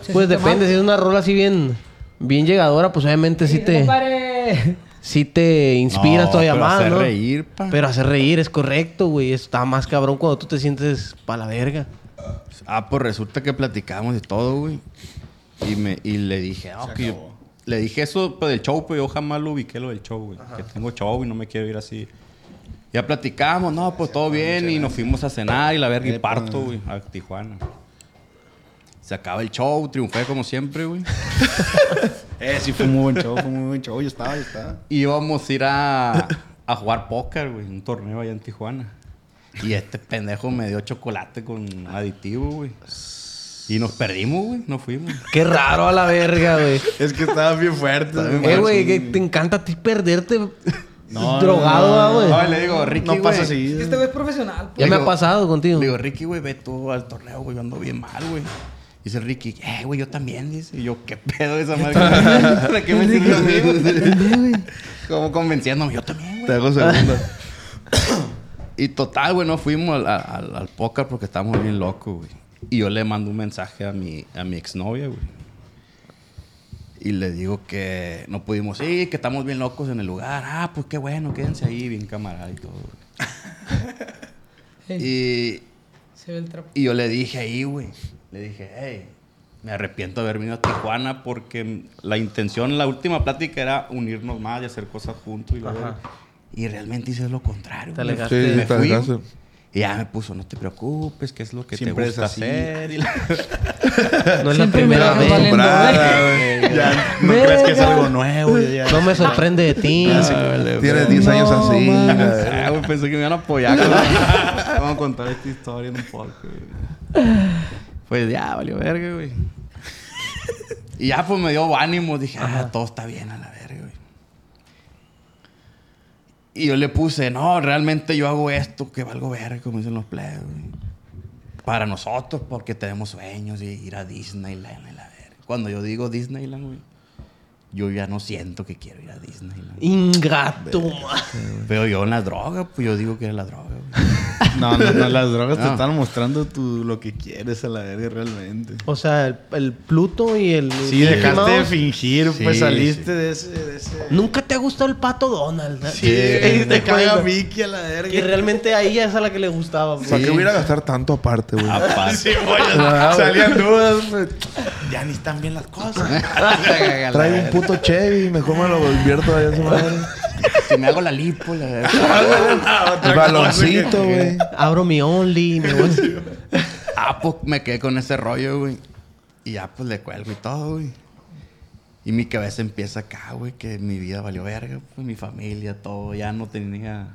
Speaker 4: se
Speaker 6: Pues
Speaker 4: siente
Speaker 6: depende,
Speaker 4: mal.
Speaker 6: si es una rola así bien, bien llegadora, pues obviamente sí te,
Speaker 4: Compadre.
Speaker 6: sí te inspiras
Speaker 7: No,
Speaker 6: todavía
Speaker 7: pero
Speaker 6: más,
Speaker 7: hacer
Speaker 6: ¿no?
Speaker 7: reír, pa.
Speaker 6: Pero hacer reír es correcto, güey. Está más cabrón cuando tú te sientes pa' la verga.
Speaker 7: Ah, pues resulta que platicamos y todo, güey. Y, me, y le dije, ah, que yo- le dije eso pues, del show, pero yo jamás lo ubiqué lo del show, güey. Que tengo show y no me quiero ir así. Ya platicamos, no, pues todo bien. Y nos fuimos a cenar y la verga y
Speaker 5: Epa.
Speaker 7: parto, güey, a Tijuana. Se acaba el show, triunfé como siempre, güey.
Speaker 5: Eh, sí, fue muy buen show, fue muy buen show. Yo estaba, yo estaba.
Speaker 7: íbamos a ir a, a jugar póker, güey, un torneo allá en Tijuana. Y este pendejo me dio chocolate con aditivo, güey. Y nos perdimos, güey, nos fuimos.
Speaker 6: Qué raro a la verga, güey.
Speaker 5: Es que estaba bien fuerte.
Speaker 6: Eh, güey, que te encanta a ti perderte
Speaker 5: No,
Speaker 6: drogado,
Speaker 5: no,
Speaker 6: ah, güey.
Speaker 7: No, y le digo, Ricky,
Speaker 5: No pasa
Speaker 7: güey.
Speaker 5: seguido.
Speaker 4: Es que este güey es profesional, pues.
Speaker 6: Ya me
Speaker 7: digo-
Speaker 6: ha pasado
Speaker 7: Le
Speaker 6: contigo.
Speaker 7: digo, Ricky, güey, ve tú al torneo, güey, yo ando bien mal, güey. Dice Ricky, eh, güey, yo también, dice. Y yo, ¿qué pedo esa madre? ¿Para qué me sirve a mí, güey? Como convenciéndome, yo también, güey.
Speaker 3: Te hago segunda.
Speaker 7: Y total, güey, no fuimos al, al, al póker porque estábamos bien locos, güey. Y yo le mando un mensaje a mi, a mi exnovia, güey. Y le digo que no pudimos ir, que estamos bien locos en el lugar. Ah, pues qué bueno, quédense ahí, bien camarada y todo. güey.
Speaker 4: pues. Ey,
Speaker 7: Y,
Speaker 4: Se ve el trapo.
Speaker 7: y yo le dije ahí, güey. Le dije, hey, me arrepiento de haber venido a Tijuana porque la intención, la última plática era unirnos más y hacer cosas juntos. Y, la verga. y realmente hice lo contrario.
Speaker 6: Te
Speaker 7: güey.
Speaker 6: alegaste.
Speaker 3: Sí,
Speaker 7: Me
Speaker 3: te
Speaker 7: fui,
Speaker 3: alegaste.
Speaker 7: Y ya me puso, no te preocupes, que es lo que
Speaker 5: Siempre
Speaker 7: te
Speaker 5: es
Speaker 7: gusta
Speaker 5: así.
Speaker 7: hacer. Y la-
Speaker 6: No es la
Speaker 4: Siempre
Speaker 6: primera
Speaker 4: me dejas
Speaker 6: vez.
Speaker 4: valiendo.
Speaker 3: Acostumbrada,
Speaker 5: Ya, no crees que es algo nuevo. Ya,
Speaker 6: No me sorprende de ti.
Speaker 3: güey. Tienes 10 años
Speaker 4: No,
Speaker 3: así.
Speaker 4: mames.
Speaker 3: la verga.
Speaker 7: Ah, güey, pensé que me iban a apoyar. cabrón. Vamos a contar esta historia en un podcast. güey. Pues ya, valió verga, güey. Y ya pues me dio ánimo. Dije, ah, todo está bien a la verga, güey. Y yo le puse, no, realmente yo hago esto que valgo verga, como dicen los plebes, güey. Para nosotros, porque tenemos sueños y ir a Disneyland, a la verga. Cuando yo digo Disneyland, güey, yo ya no siento que quiero ir a Disneyland.
Speaker 6: Ingrato. ma.
Speaker 7: Pero yo en la droga, pues yo digo que era la droga, güey.
Speaker 5: No, no, no, las drogas te
Speaker 7: No.
Speaker 5: están mostrando tú lo que quieres a la verga realmente.
Speaker 6: O sea, el, el Pluto y el.
Speaker 5: Sí,
Speaker 6: Mickey
Speaker 5: dejaste de
Speaker 6: Mouse.
Speaker 5: fingir,
Speaker 7: Sí,
Speaker 5: pues saliste
Speaker 7: sí.
Speaker 5: de ese... De ese...
Speaker 6: Nunca te ha gustado el pato Donald.
Speaker 5: Sí,
Speaker 6: Ey,
Speaker 5: te caga
Speaker 6: cuento.
Speaker 5: Mickey a la verga.
Speaker 6: Que realmente a ella es a la que le gustaba.
Speaker 3: ¿Para
Speaker 6: güey.
Speaker 3: qué hubiera gastar tanto aparte, güey?
Speaker 5: Sí, voy a- Salían dudas. ah, güey. Ya ni están bien las cosas.
Speaker 3: Trae un puto Chevy, mejor me lo invierto allá a su madre.
Speaker 7: Si me hago la lipo, la verdad.
Speaker 3: El baloncito, güey.
Speaker 6: Abro mi Only. Me voy-
Speaker 7: Ah, pues me quedé con ese rollo, güey. Y ya, pues le cuelgo y todo, güey. Y mi cabeza empieza acá, güey, que mi vida valió verga, pues mi familia, todo. Ya no tenía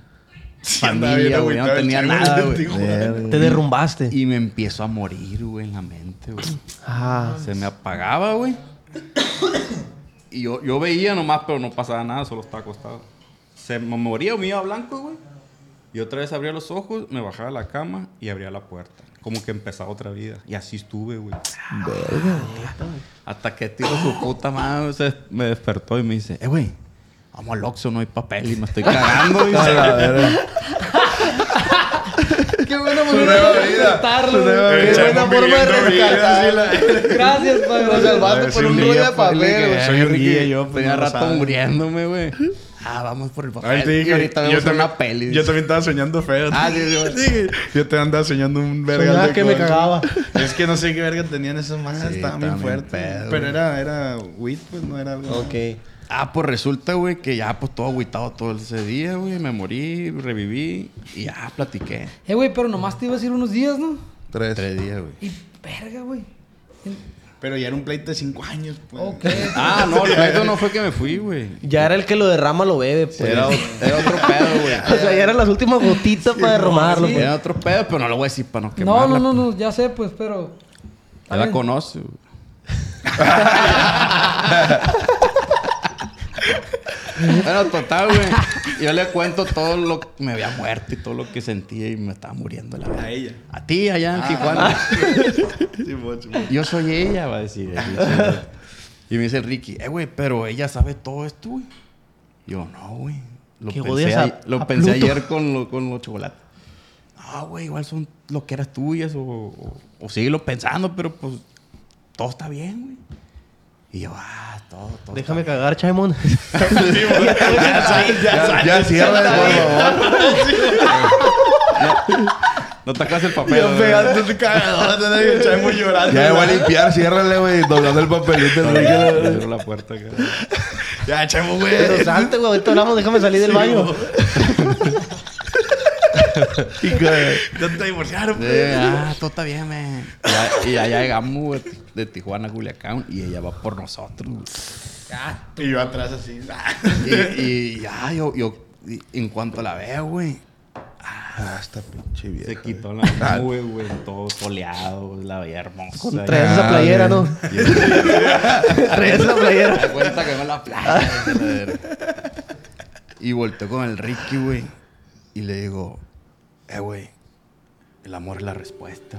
Speaker 5: andaba bien
Speaker 7: familia, güey. Ya no
Speaker 5: agüitado el
Speaker 7: tenía
Speaker 5: chavo
Speaker 7: nada,
Speaker 5: de
Speaker 7: güey.
Speaker 5: Tijuana.
Speaker 7: Verga.
Speaker 6: Te derrumbaste.
Speaker 7: Y me empiezo a morir, güey, en la mente, güey.
Speaker 6: Ah,
Speaker 7: Se me apagaba, güey. Y yo, yo veía nomás, pero no pasaba nada, solo estaba acostado. Se me moría o me iba a blanco, güey. Y otra vez abría los ojos, me bajaba a la cama y abría la puerta. Como que empezaba otra vida. Y así estuve, güey. Hasta que tiro su puta madre se- me despertó y me dice, eh, güey, vamos al Oxxo, no hay papel y me estoy cagando. dice.
Speaker 3: A la verga.
Speaker 4: Qué buena
Speaker 3: Su
Speaker 4: manera
Speaker 3: nueva
Speaker 4: de
Speaker 3: vida.
Speaker 4: rescatarlo,
Speaker 3: Su nueva
Speaker 4: güey.
Speaker 3: vida.
Speaker 4: Qué buena
Speaker 5: Estamos
Speaker 4: forma de
Speaker 5: viviendo bien, así
Speaker 4: rescatarlo.
Speaker 5: la-
Speaker 4: Gracias, padre.
Speaker 5: salvaste por un rollo de papel, güey.
Speaker 7: Soy un guía, yo
Speaker 5: pues,
Speaker 7: tenía
Speaker 5: no lo
Speaker 7: rato
Speaker 5: sabe.
Speaker 7: muriéndome, güey. Ah, vamos por el papel.
Speaker 5: Ahorita dije,
Speaker 7: y ahorita vemos
Speaker 5: yo también,
Speaker 7: una peli.
Speaker 5: Yo también estaba soñando feo.
Speaker 7: Ah, sí, sí, güey.
Speaker 5: Dije, yo te andaba soñando un verga.
Speaker 6: Soñaba
Speaker 5: de
Speaker 6: que me
Speaker 5: cosas.
Speaker 6: cagaba.
Speaker 5: Es que no sé qué verga tenían esos más.
Speaker 7: Sí,
Speaker 5: estaba muy
Speaker 7: estaban bien
Speaker 5: fuerte.
Speaker 7: pedo,
Speaker 5: Pero
Speaker 7: güey.
Speaker 5: era, era weed, pues no era algo.
Speaker 6: ok.
Speaker 7: Ah, pues resulta, güey, que ya pues todo agüitado todo ese día, güey. Me morí, reviví y ya platiqué.
Speaker 4: Eh, güey, pero nomás te ibas a ir unos días, ¿no?
Speaker 3: Tres.
Speaker 7: Tres días, güey.
Speaker 4: Y verga, güey.
Speaker 5: Pero ya era un pleito de 5 años, pues.
Speaker 4: Ok.
Speaker 7: Ah, no, el pleito no fue que me fui, güey.
Speaker 6: Ya era el que lo derrama, lo bebe, pues.
Speaker 7: Era, o- era otro pedo, güey.
Speaker 6: O sea, ya eran las últimas gotitas para derramarlo,
Speaker 4: sí.
Speaker 6: pues.
Speaker 7: Era otro pedo, pero no lo voy a decir para no
Speaker 4: No,
Speaker 7: quemarla.
Speaker 4: no, no, no, ya sé, pues, pero.
Speaker 7: Ya la conoce, güey. Bueno, total, güey. Yo le cuento todo lo que me había muerto y todo lo que sentía y me estaba muriendo la verdad.
Speaker 5: A ella.
Speaker 7: A Ah. ti allá en Tijuana.
Speaker 5: Simón, Simón.
Speaker 7: Yo soy ella, va a decir. ella. Y me dice el Ricky, eh, güey, pero ella sabe todo esto, güey. Yo, no, güey. Lo
Speaker 6: Que
Speaker 7: pensé,
Speaker 6: odias a-
Speaker 7: a- lo
Speaker 6: a
Speaker 7: pensé
Speaker 6: Pluto.
Speaker 7: ayer con, lo- con los chocolates. Ah, güey, igual son lo que eras tuyas o, o, o síguelo pensando, pero pues todo está bien, güey. Y yo, ah, todo, todo.
Speaker 6: Déjame cagar, Chaimon.
Speaker 3: Ya, ya cierra, por favor.
Speaker 7: No te acabas el papel. güey.
Speaker 5: tu cagador, te doy el chaimo llorando.
Speaker 3: Ya voy a limpiar, ciérrale, güey. Doblando el papelito.
Speaker 7: No,
Speaker 3: güey.
Speaker 7: ya, ya Cierro la puerta, cara.
Speaker 5: Ya, chaimo,
Speaker 6: Pero
Speaker 5: güey.
Speaker 6: salte, güey. Ahorita hablamos, déjame salir del baño.
Speaker 3: Y que-
Speaker 5: Ya te divorciaron,
Speaker 7: Sí,
Speaker 5: pues.
Speaker 7: ah, todo está bien, man. Ya- Y allá llegamos güey, de Tijuana a Culiacán y ella va por nosotros. güey.
Speaker 5: Y yo atrás así. Ah.
Speaker 7: Pues, Y, y ya, yo, yo y- en cuanto la veo, güey,
Speaker 3: Ah, esta pinche vieja. eh. Ah.
Speaker 7: se quitó la nube, güey, todo soleado, la veía hermosa.
Speaker 6: Con
Speaker 4: Pues,
Speaker 7: ya.
Speaker 6: traes Pues, esa playera, ¿no?
Speaker 7: Y yo, me
Speaker 6: Traes esa playera.
Speaker 7: da cuenta que va a la playa. y la verga. Y volteó con el Ricky, güey, y le digo, eh, güey, el amor es la respuesta,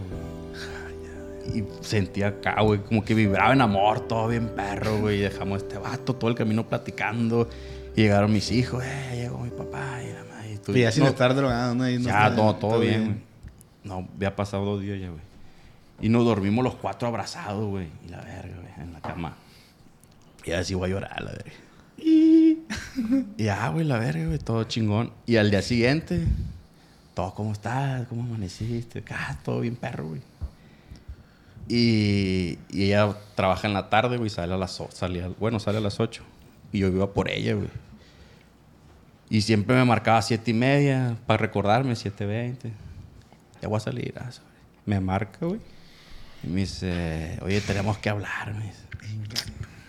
Speaker 7: güey. Y sentía acá, güey, como que vibraba en amor, todo bien perro, güey. Y dejamos a este vato todo el camino platicando. Y llegaron mis hijos, eh, llegó mi papá y la madre. Y tú-
Speaker 5: Y ya sin
Speaker 7: no,
Speaker 5: estar drogado, ¿no? Ahí no
Speaker 7: ya,
Speaker 5: está-
Speaker 7: todo, todo bien, güey. No, había pasado dos días ya, güey. Y nos dormimos los cuatro abrazados, güey. Y la verga, güey, en la cama. Y así voy a llorar, la verga. Y ya, güey, la verga, güey, todo chingón. Y al día siguiente, todo, ¿cómo estás? ¿Cómo amaneciste? Acá, todo bien perro, güey. Y, y ella trabaja en la tarde, güey, sale a las, o- sale a- bueno, sale a las 8. Y yo iba por ella, güey. Y siempre me marcaba siete y media para recordarme, 7.20. Ya voy a salir. ah, sobre. Me marca, güey. Y me dice, oye, tenemos que hablar. me dice.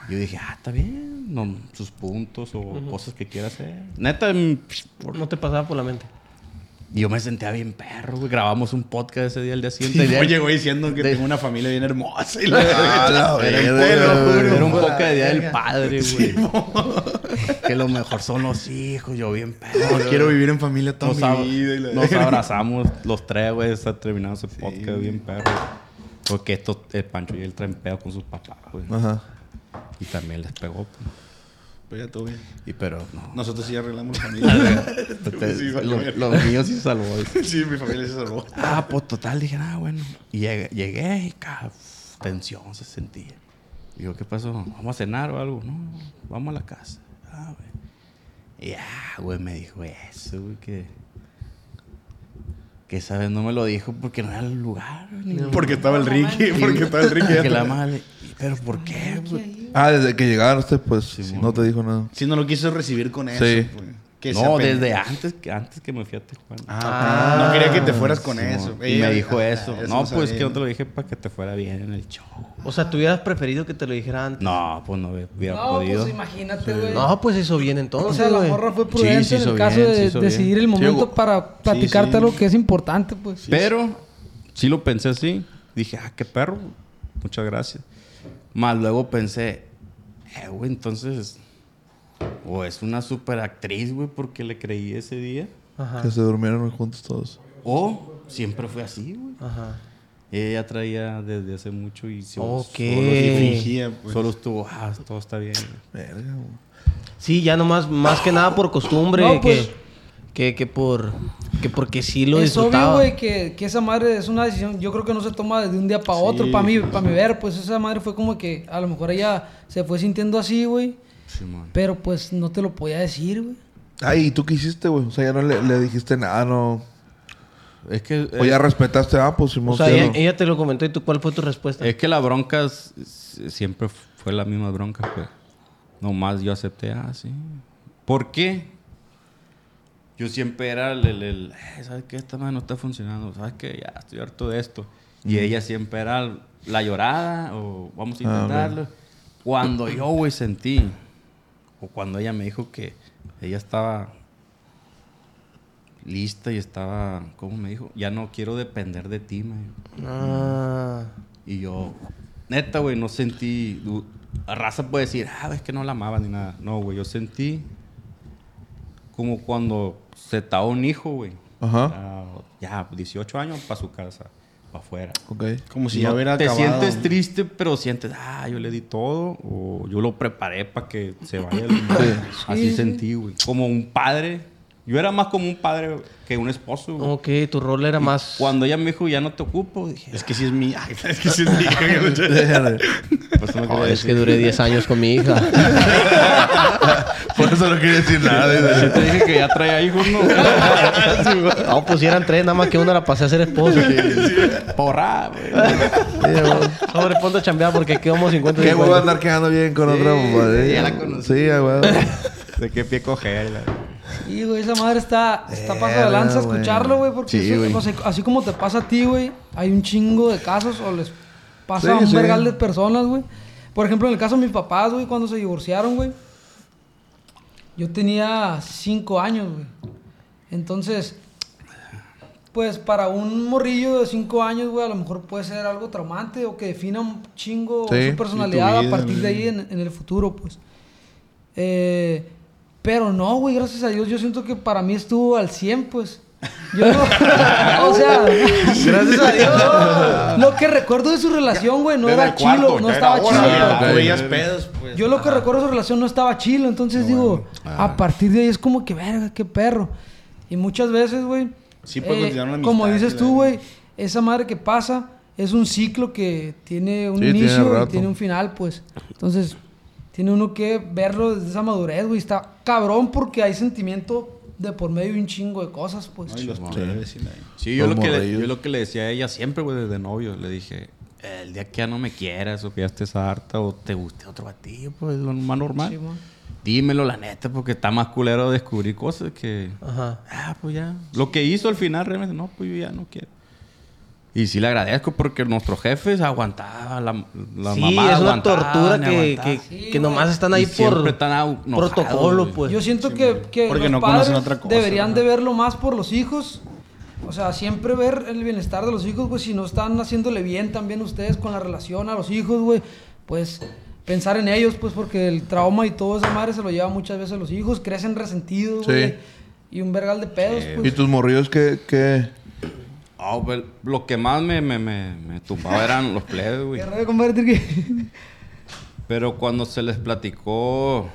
Speaker 7: Yo dije, ah, está bien. no, sus puntos o cosas que quiera hacer. Neta, mm, psh, por-
Speaker 6: No te pasaba por la mente.
Speaker 7: y yo me sentía bien perro, güey. Grabamos un podcast ese día, el día siguiente.
Speaker 5: Y
Speaker 7: y de-
Speaker 5: luego llegó diciendo que
Speaker 7: de-
Speaker 5: tengo una familia bien hermosa. Y
Speaker 3: Ah,
Speaker 5: la
Speaker 3: la verga,
Speaker 5: te lo
Speaker 3: güey.
Speaker 5: juro.
Speaker 7: Era un
Speaker 5: Por la
Speaker 7: poco de día del
Speaker 5: verga.
Speaker 7: padre, güey. que lo mejor son los hijos, yo bien
Speaker 5: No
Speaker 7: perro.
Speaker 5: quiero vivir en familia toda
Speaker 7: Nos,
Speaker 5: mi
Speaker 7: ab-
Speaker 5: vida. Y la
Speaker 7: nos abrazamos los tres, güey. Está terminado ese podcast bien perro. Porque esto, el Pancho y el traen pedo con sus papás, güey.
Speaker 3: Ajá.
Speaker 7: Y también les pegó. pues.
Speaker 5: Pero ya todo bien.
Speaker 7: Y pero, no.
Speaker 5: Nosotros sí arreglamos familia.
Speaker 7: Ustedes-
Speaker 5: sí, vale,
Speaker 7: lo-
Speaker 5: vale.
Speaker 7: los míos sí se salvó.
Speaker 5: sí, mi familia se salvó.
Speaker 7: Ah, pues total, dije, ah, bueno. Y llegué, llegué y ca- uf, tensión se sentía. Digo, ¿qué pasó? ¿Vamos a cenar o algo? No, vamos a la casa. Ah, güey. Y ya, güey, me dijo eso, güey, que. Que esa vez no me lo dijo porque no era el lugar. Ni
Speaker 5: Porque estaba el Ricky. Porque estaba el Ricky.
Speaker 7: que
Speaker 5: ya
Speaker 7: la
Speaker 5: te-
Speaker 7: madre. ¿Pero por qué, güey?
Speaker 3: Ah, desde que llegaron ustedes, pues no te dijo nada.
Speaker 5: Sí, no lo quiso recibir con eso.
Speaker 3: Sí.
Speaker 5: pues. Que se
Speaker 7: No,
Speaker 5: apen-
Speaker 7: desde antes que, antes que me fui a Tijuana. Pues
Speaker 5: Ah, ok. no quería que te fueras con
Speaker 7: Simón.
Speaker 5: eso.
Speaker 7: Y
Speaker 5: Ella-
Speaker 7: me dijo
Speaker 5: ah,
Speaker 7: eso. No, pues
Speaker 5: sabía.
Speaker 7: que no te lo dije para que te fuera bien en el show.
Speaker 6: O sea, tú hubieras preferido que te lo dijera antes.
Speaker 7: No, pues no hubiera
Speaker 4: No,
Speaker 7: podido.
Speaker 4: pues imagínate, güey.
Speaker 6: No, pues eso bien
Speaker 4: O
Speaker 6: entonces,
Speaker 4: sea, la
Speaker 6: güey.
Speaker 4: morra fue
Speaker 7: Sí,
Speaker 4: prudente
Speaker 7: sí
Speaker 4: en
Speaker 7: hizo
Speaker 4: el caso
Speaker 7: bien, sí
Speaker 4: de
Speaker 7: hizo
Speaker 4: decidir
Speaker 7: bien.
Speaker 4: el momento
Speaker 3: hubo-
Speaker 4: para platicarte
Speaker 5: sí.
Speaker 4: lo que es importante, pues.
Speaker 7: Pero sí lo pensé así. Dije, ah, qué perro. Muchas gracias. Más luego pensé, eh, güey, entonces. O es una superactriz, güey, porque le creí ese día.
Speaker 6: Ajá,
Speaker 3: Que
Speaker 4: Pues,
Speaker 3: se durmieron juntos todos.
Speaker 7: O siempre fue así, güey.
Speaker 6: ajá.
Speaker 7: Ella traía desde hace mucho y se
Speaker 6: Ok.
Speaker 7: sí
Speaker 5: Fingía, pues.
Speaker 7: Solo estuvo, ah, todo está bien.
Speaker 3: Verga, güey.
Speaker 6: Sí, ya nomás, más que nada por costumbre,
Speaker 4: No, pues.
Speaker 6: que, que, que por, que porque sí lo
Speaker 4: es obvio,
Speaker 6: disfrutaba.
Speaker 4: güey, que, que esa madre es una decisión. Yo creo que no se toma de un día para otro. Para mí, para mi ver, pues esa madre fue como que a lo mejor ella se fue sintiendo así, güey.
Speaker 7: Simón.
Speaker 4: Pero pues no te lo podía decir, güey.
Speaker 3: Ay, Ah, ¿y tú qué hiciste, güey? O sea, ya no le, le dijiste nada, no.
Speaker 7: Es que.
Speaker 3: O ya respetaste, ah, pues
Speaker 6: o
Speaker 3: Simón.
Speaker 6: sea,
Speaker 3: sí,
Speaker 6: ella,
Speaker 3: no.
Speaker 6: ella te lo comentó y tú, ¿cuál fue tu respuesta?
Speaker 4: Eh.
Speaker 7: Es que la bronca s- s- siempre fue la misma bronca, pues. Nomás yo acepté, ah, sí. ¿Por qué? Yo siempre era el, el- el, "Eh, ¿sabes qué? Esta madre no está funcionando, ¿sabes qué? Ya estoy harto de esto. Y ella siempre era el- la llorada o vamos a
Speaker 3: Ah,
Speaker 7: intentarlo. Cuando yo, güey, sentí, o cuando ella me dijo que ella estaba lista y estaba, ¿cómo me dijo? Ya no quiero depender de ti, me dijo.
Speaker 6: Ah,
Speaker 7: Y yo, neta, güey, no sentí. du- La raza puede decir, ah, es que no la amaba ni nada. No, güey, yo sentí como cuando se taba un hijo, güey.
Speaker 3: Ajá.
Speaker 7: Ah, Ya, 18 años para su casa, para afuera.
Speaker 3: Ok.
Speaker 5: Como si
Speaker 7: No,
Speaker 5: ya hubiera
Speaker 7: te
Speaker 5: acabado.
Speaker 7: sientes triste, pero sientes, ah, yo le di todo, o yo lo preparé para que se vaya. Así sentí, güey. Como un padre. Yo era más como un padre que un esposo, güey.
Speaker 6: Ok, tu rol era más.
Speaker 7: Cuando ella me dijo, ya no te ocupo, dije, "Ah,
Speaker 5: Es que sí es mi... Ay, es que sí es mi...
Speaker 7: pues no me
Speaker 6: Oh,
Speaker 7: quería
Speaker 6: es
Speaker 7: decir.
Speaker 6: que duré 10 años con mi hija.
Speaker 3: Por eso no quiere decir nada.
Speaker 7: Ah, Yo
Speaker 3: dice.
Speaker 7: te dije que ya traía hijos, ¿no?
Speaker 6: No, pues si eran tres, nada más que una la pasé a ser esposo.
Speaker 7: Porra, güey.
Speaker 6: Sobre, ponte a chambear porque aquí vamos 50
Speaker 3: Qué huevo
Speaker 6: 50.
Speaker 3: andar quedando bien con otra mujer.
Speaker 7: ya la conocí.
Speaker 3: Sí, a huevo.
Speaker 7: ¿De qué pie coger? la-
Speaker 4: Y, güey, esa madre está, está paso de lanza
Speaker 3: Verga, güey.
Speaker 4: escucharlo, güey, porque
Speaker 7: Sí,
Speaker 4: eso-
Speaker 7: güey.
Speaker 4: o sea, así como te pasa a ti, güey, hay un chingo de casos o les pasa
Speaker 3: Sí,
Speaker 4: a un
Speaker 3: sí.
Speaker 4: vergal de personas, güey. Por ejemplo, en el caso de mis papás, güey, cuando se divorciaron, güey, yo tenía cinco años, güey. Entonces, pues para un morrillo de cinco años, güey, a lo mejor puede ser algo traumante o que defina un chingo
Speaker 3: Sí,
Speaker 4: su personalidad
Speaker 5: vida,
Speaker 4: a partir de
Speaker 5: güey.
Speaker 4: ahí en- en el futuro, pues. Eh, pero no, güey, gracias a Dios, yo siento que para mí estuvo al 100, pues. Yo no. o sea, gracias a Dios. Lo que recuerdo de su relación, güey, no
Speaker 7: Desde
Speaker 4: era
Speaker 7: el cuarto,
Speaker 4: chilo, no
Speaker 7: ya
Speaker 4: estaba
Speaker 7: era
Speaker 4: chilo.
Speaker 7: hora,
Speaker 5: Sí,
Speaker 7: ya
Speaker 4: pues.
Speaker 7: era
Speaker 5: tú
Speaker 7: Ay,
Speaker 5: veías
Speaker 7: ay,
Speaker 5: pedos, pues.
Speaker 4: Yo lo que recuerdo de su relación no estaba chilo, entonces digo,
Speaker 5: Ah.
Speaker 4: a partir de ahí es como que verga, qué perro. Y muchas veces, güey, eh,
Speaker 5: Sí, puede continuar una
Speaker 4: como
Speaker 5: amistad,
Speaker 4: dices
Speaker 5: la
Speaker 4: tú,
Speaker 5: verga.
Speaker 4: güey, esa madre que pasa es un ciclo que tiene un
Speaker 3: Sí, tiene
Speaker 4: inicio y
Speaker 3: rato.
Speaker 4: tiene un final, pues. Entonces, tiene uno que verlo desde esa madurez, güey, está cabrón porque hay sentimiento de por medio y un chingo de cosas, pues.
Speaker 5: No, y los plebes y la-
Speaker 7: Sí, yo
Speaker 3: Los
Speaker 7: lo, que le,
Speaker 3: morrillos.
Speaker 7: yo lo que le decía a ella siempre, güey, desde novio, le dije, el día que ya no me quieras o que ya estés harta o te guste otro batillo, pues lo más normal.
Speaker 4: Sí, mo.
Speaker 7: Dímelo la neta, porque está más culero descubrir cosas que...
Speaker 6: Ajá.
Speaker 7: Ah, pues ya. Lo que hizo al final realmente, no, pues yo ya no quiero. Y sí le agradezco porque nuestros jefes aguantaban, la, la
Speaker 6: sí,
Speaker 7: mamá
Speaker 6: es una
Speaker 7: aguantaban,
Speaker 6: tortura que,
Speaker 7: aguantaban.
Speaker 6: que,
Speaker 4: Sí,
Speaker 6: que nomás
Speaker 4: güey.
Speaker 6: están ahí
Speaker 7: Y
Speaker 6: por
Speaker 7: siempre están au- enojados,
Speaker 6: protocolo,
Speaker 7: güey.
Speaker 6: pues.
Speaker 4: Yo siento que, que
Speaker 5: Porque
Speaker 4: los
Speaker 5: no
Speaker 4: padres
Speaker 5: conocen otra cosa,
Speaker 4: deberían
Speaker 5: ¿no?
Speaker 4: de verlo más por los hijos. O sea, siempre ver el bienestar de los hijos, pues si no están haciéndole bien también ustedes con la relación a los hijos, güey, pues pensar en ellos, pues porque el trauma y todo esa madre se lo lleva muchas veces los hijos, crecen resentidos,
Speaker 3: Sí.
Speaker 4: güey. Y un vergal de pedos, pues.
Speaker 3: ¿Y tus morrillos qué? qué?
Speaker 7: Ah, pues, lo que más me, me, me, me tumbaba eran los plebes, güey.
Speaker 4: Qué raro compartir que-
Speaker 7: Pero cuando se les platicó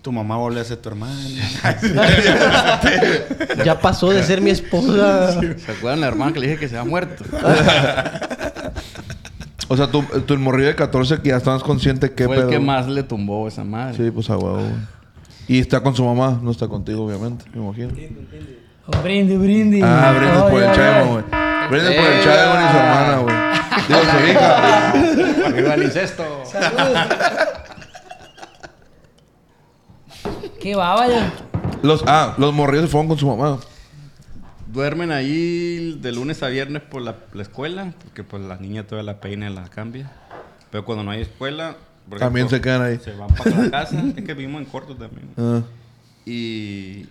Speaker 5: Tu mamá volvió a ser tu hermana.
Speaker 6: Ya pasó de ser mi esposa.
Speaker 7: ¿Se acuerdan la hermana que le dije que se había muerto?
Speaker 3: Ah, O sea, tu, tu morrillo de 14 que ya estabas consciente qué
Speaker 7: Fue
Speaker 3: pedo.
Speaker 7: el que más le tumbó esa madre.
Speaker 3: Sí, pues a huevo. güey. Y está con su mamá, no está contigo, obviamente, me imagino.
Speaker 4: Un brindis, brindis.
Speaker 3: Ah, brindes por el
Speaker 4: Oh, Ay, ay,
Speaker 3: chavo,
Speaker 4: ay.
Speaker 3: güey. Brindes por el chavo y su hermana, güey. Digo, su hija. güey.
Speaker 7: Arriba el incesto.
Speaker 4: Saludos. Qué baba ya.
Speaker 3: Los, ah, los morrillos se fueron con su mamá.
Speaker 7: Duermen ahí de lunes a viernes por la, la escuela, porque pues las niñas todavía la peina y la cambia. Pero cuando no hay escuela... por
Speaker 3: También
Speaker 7: ejemplo,
Speaker 3: se quedan ahí.
Speaker 7: Se van para la casa. es que vivimos en corto también.
Speaker 3: Ah.
Speaker 7: Y...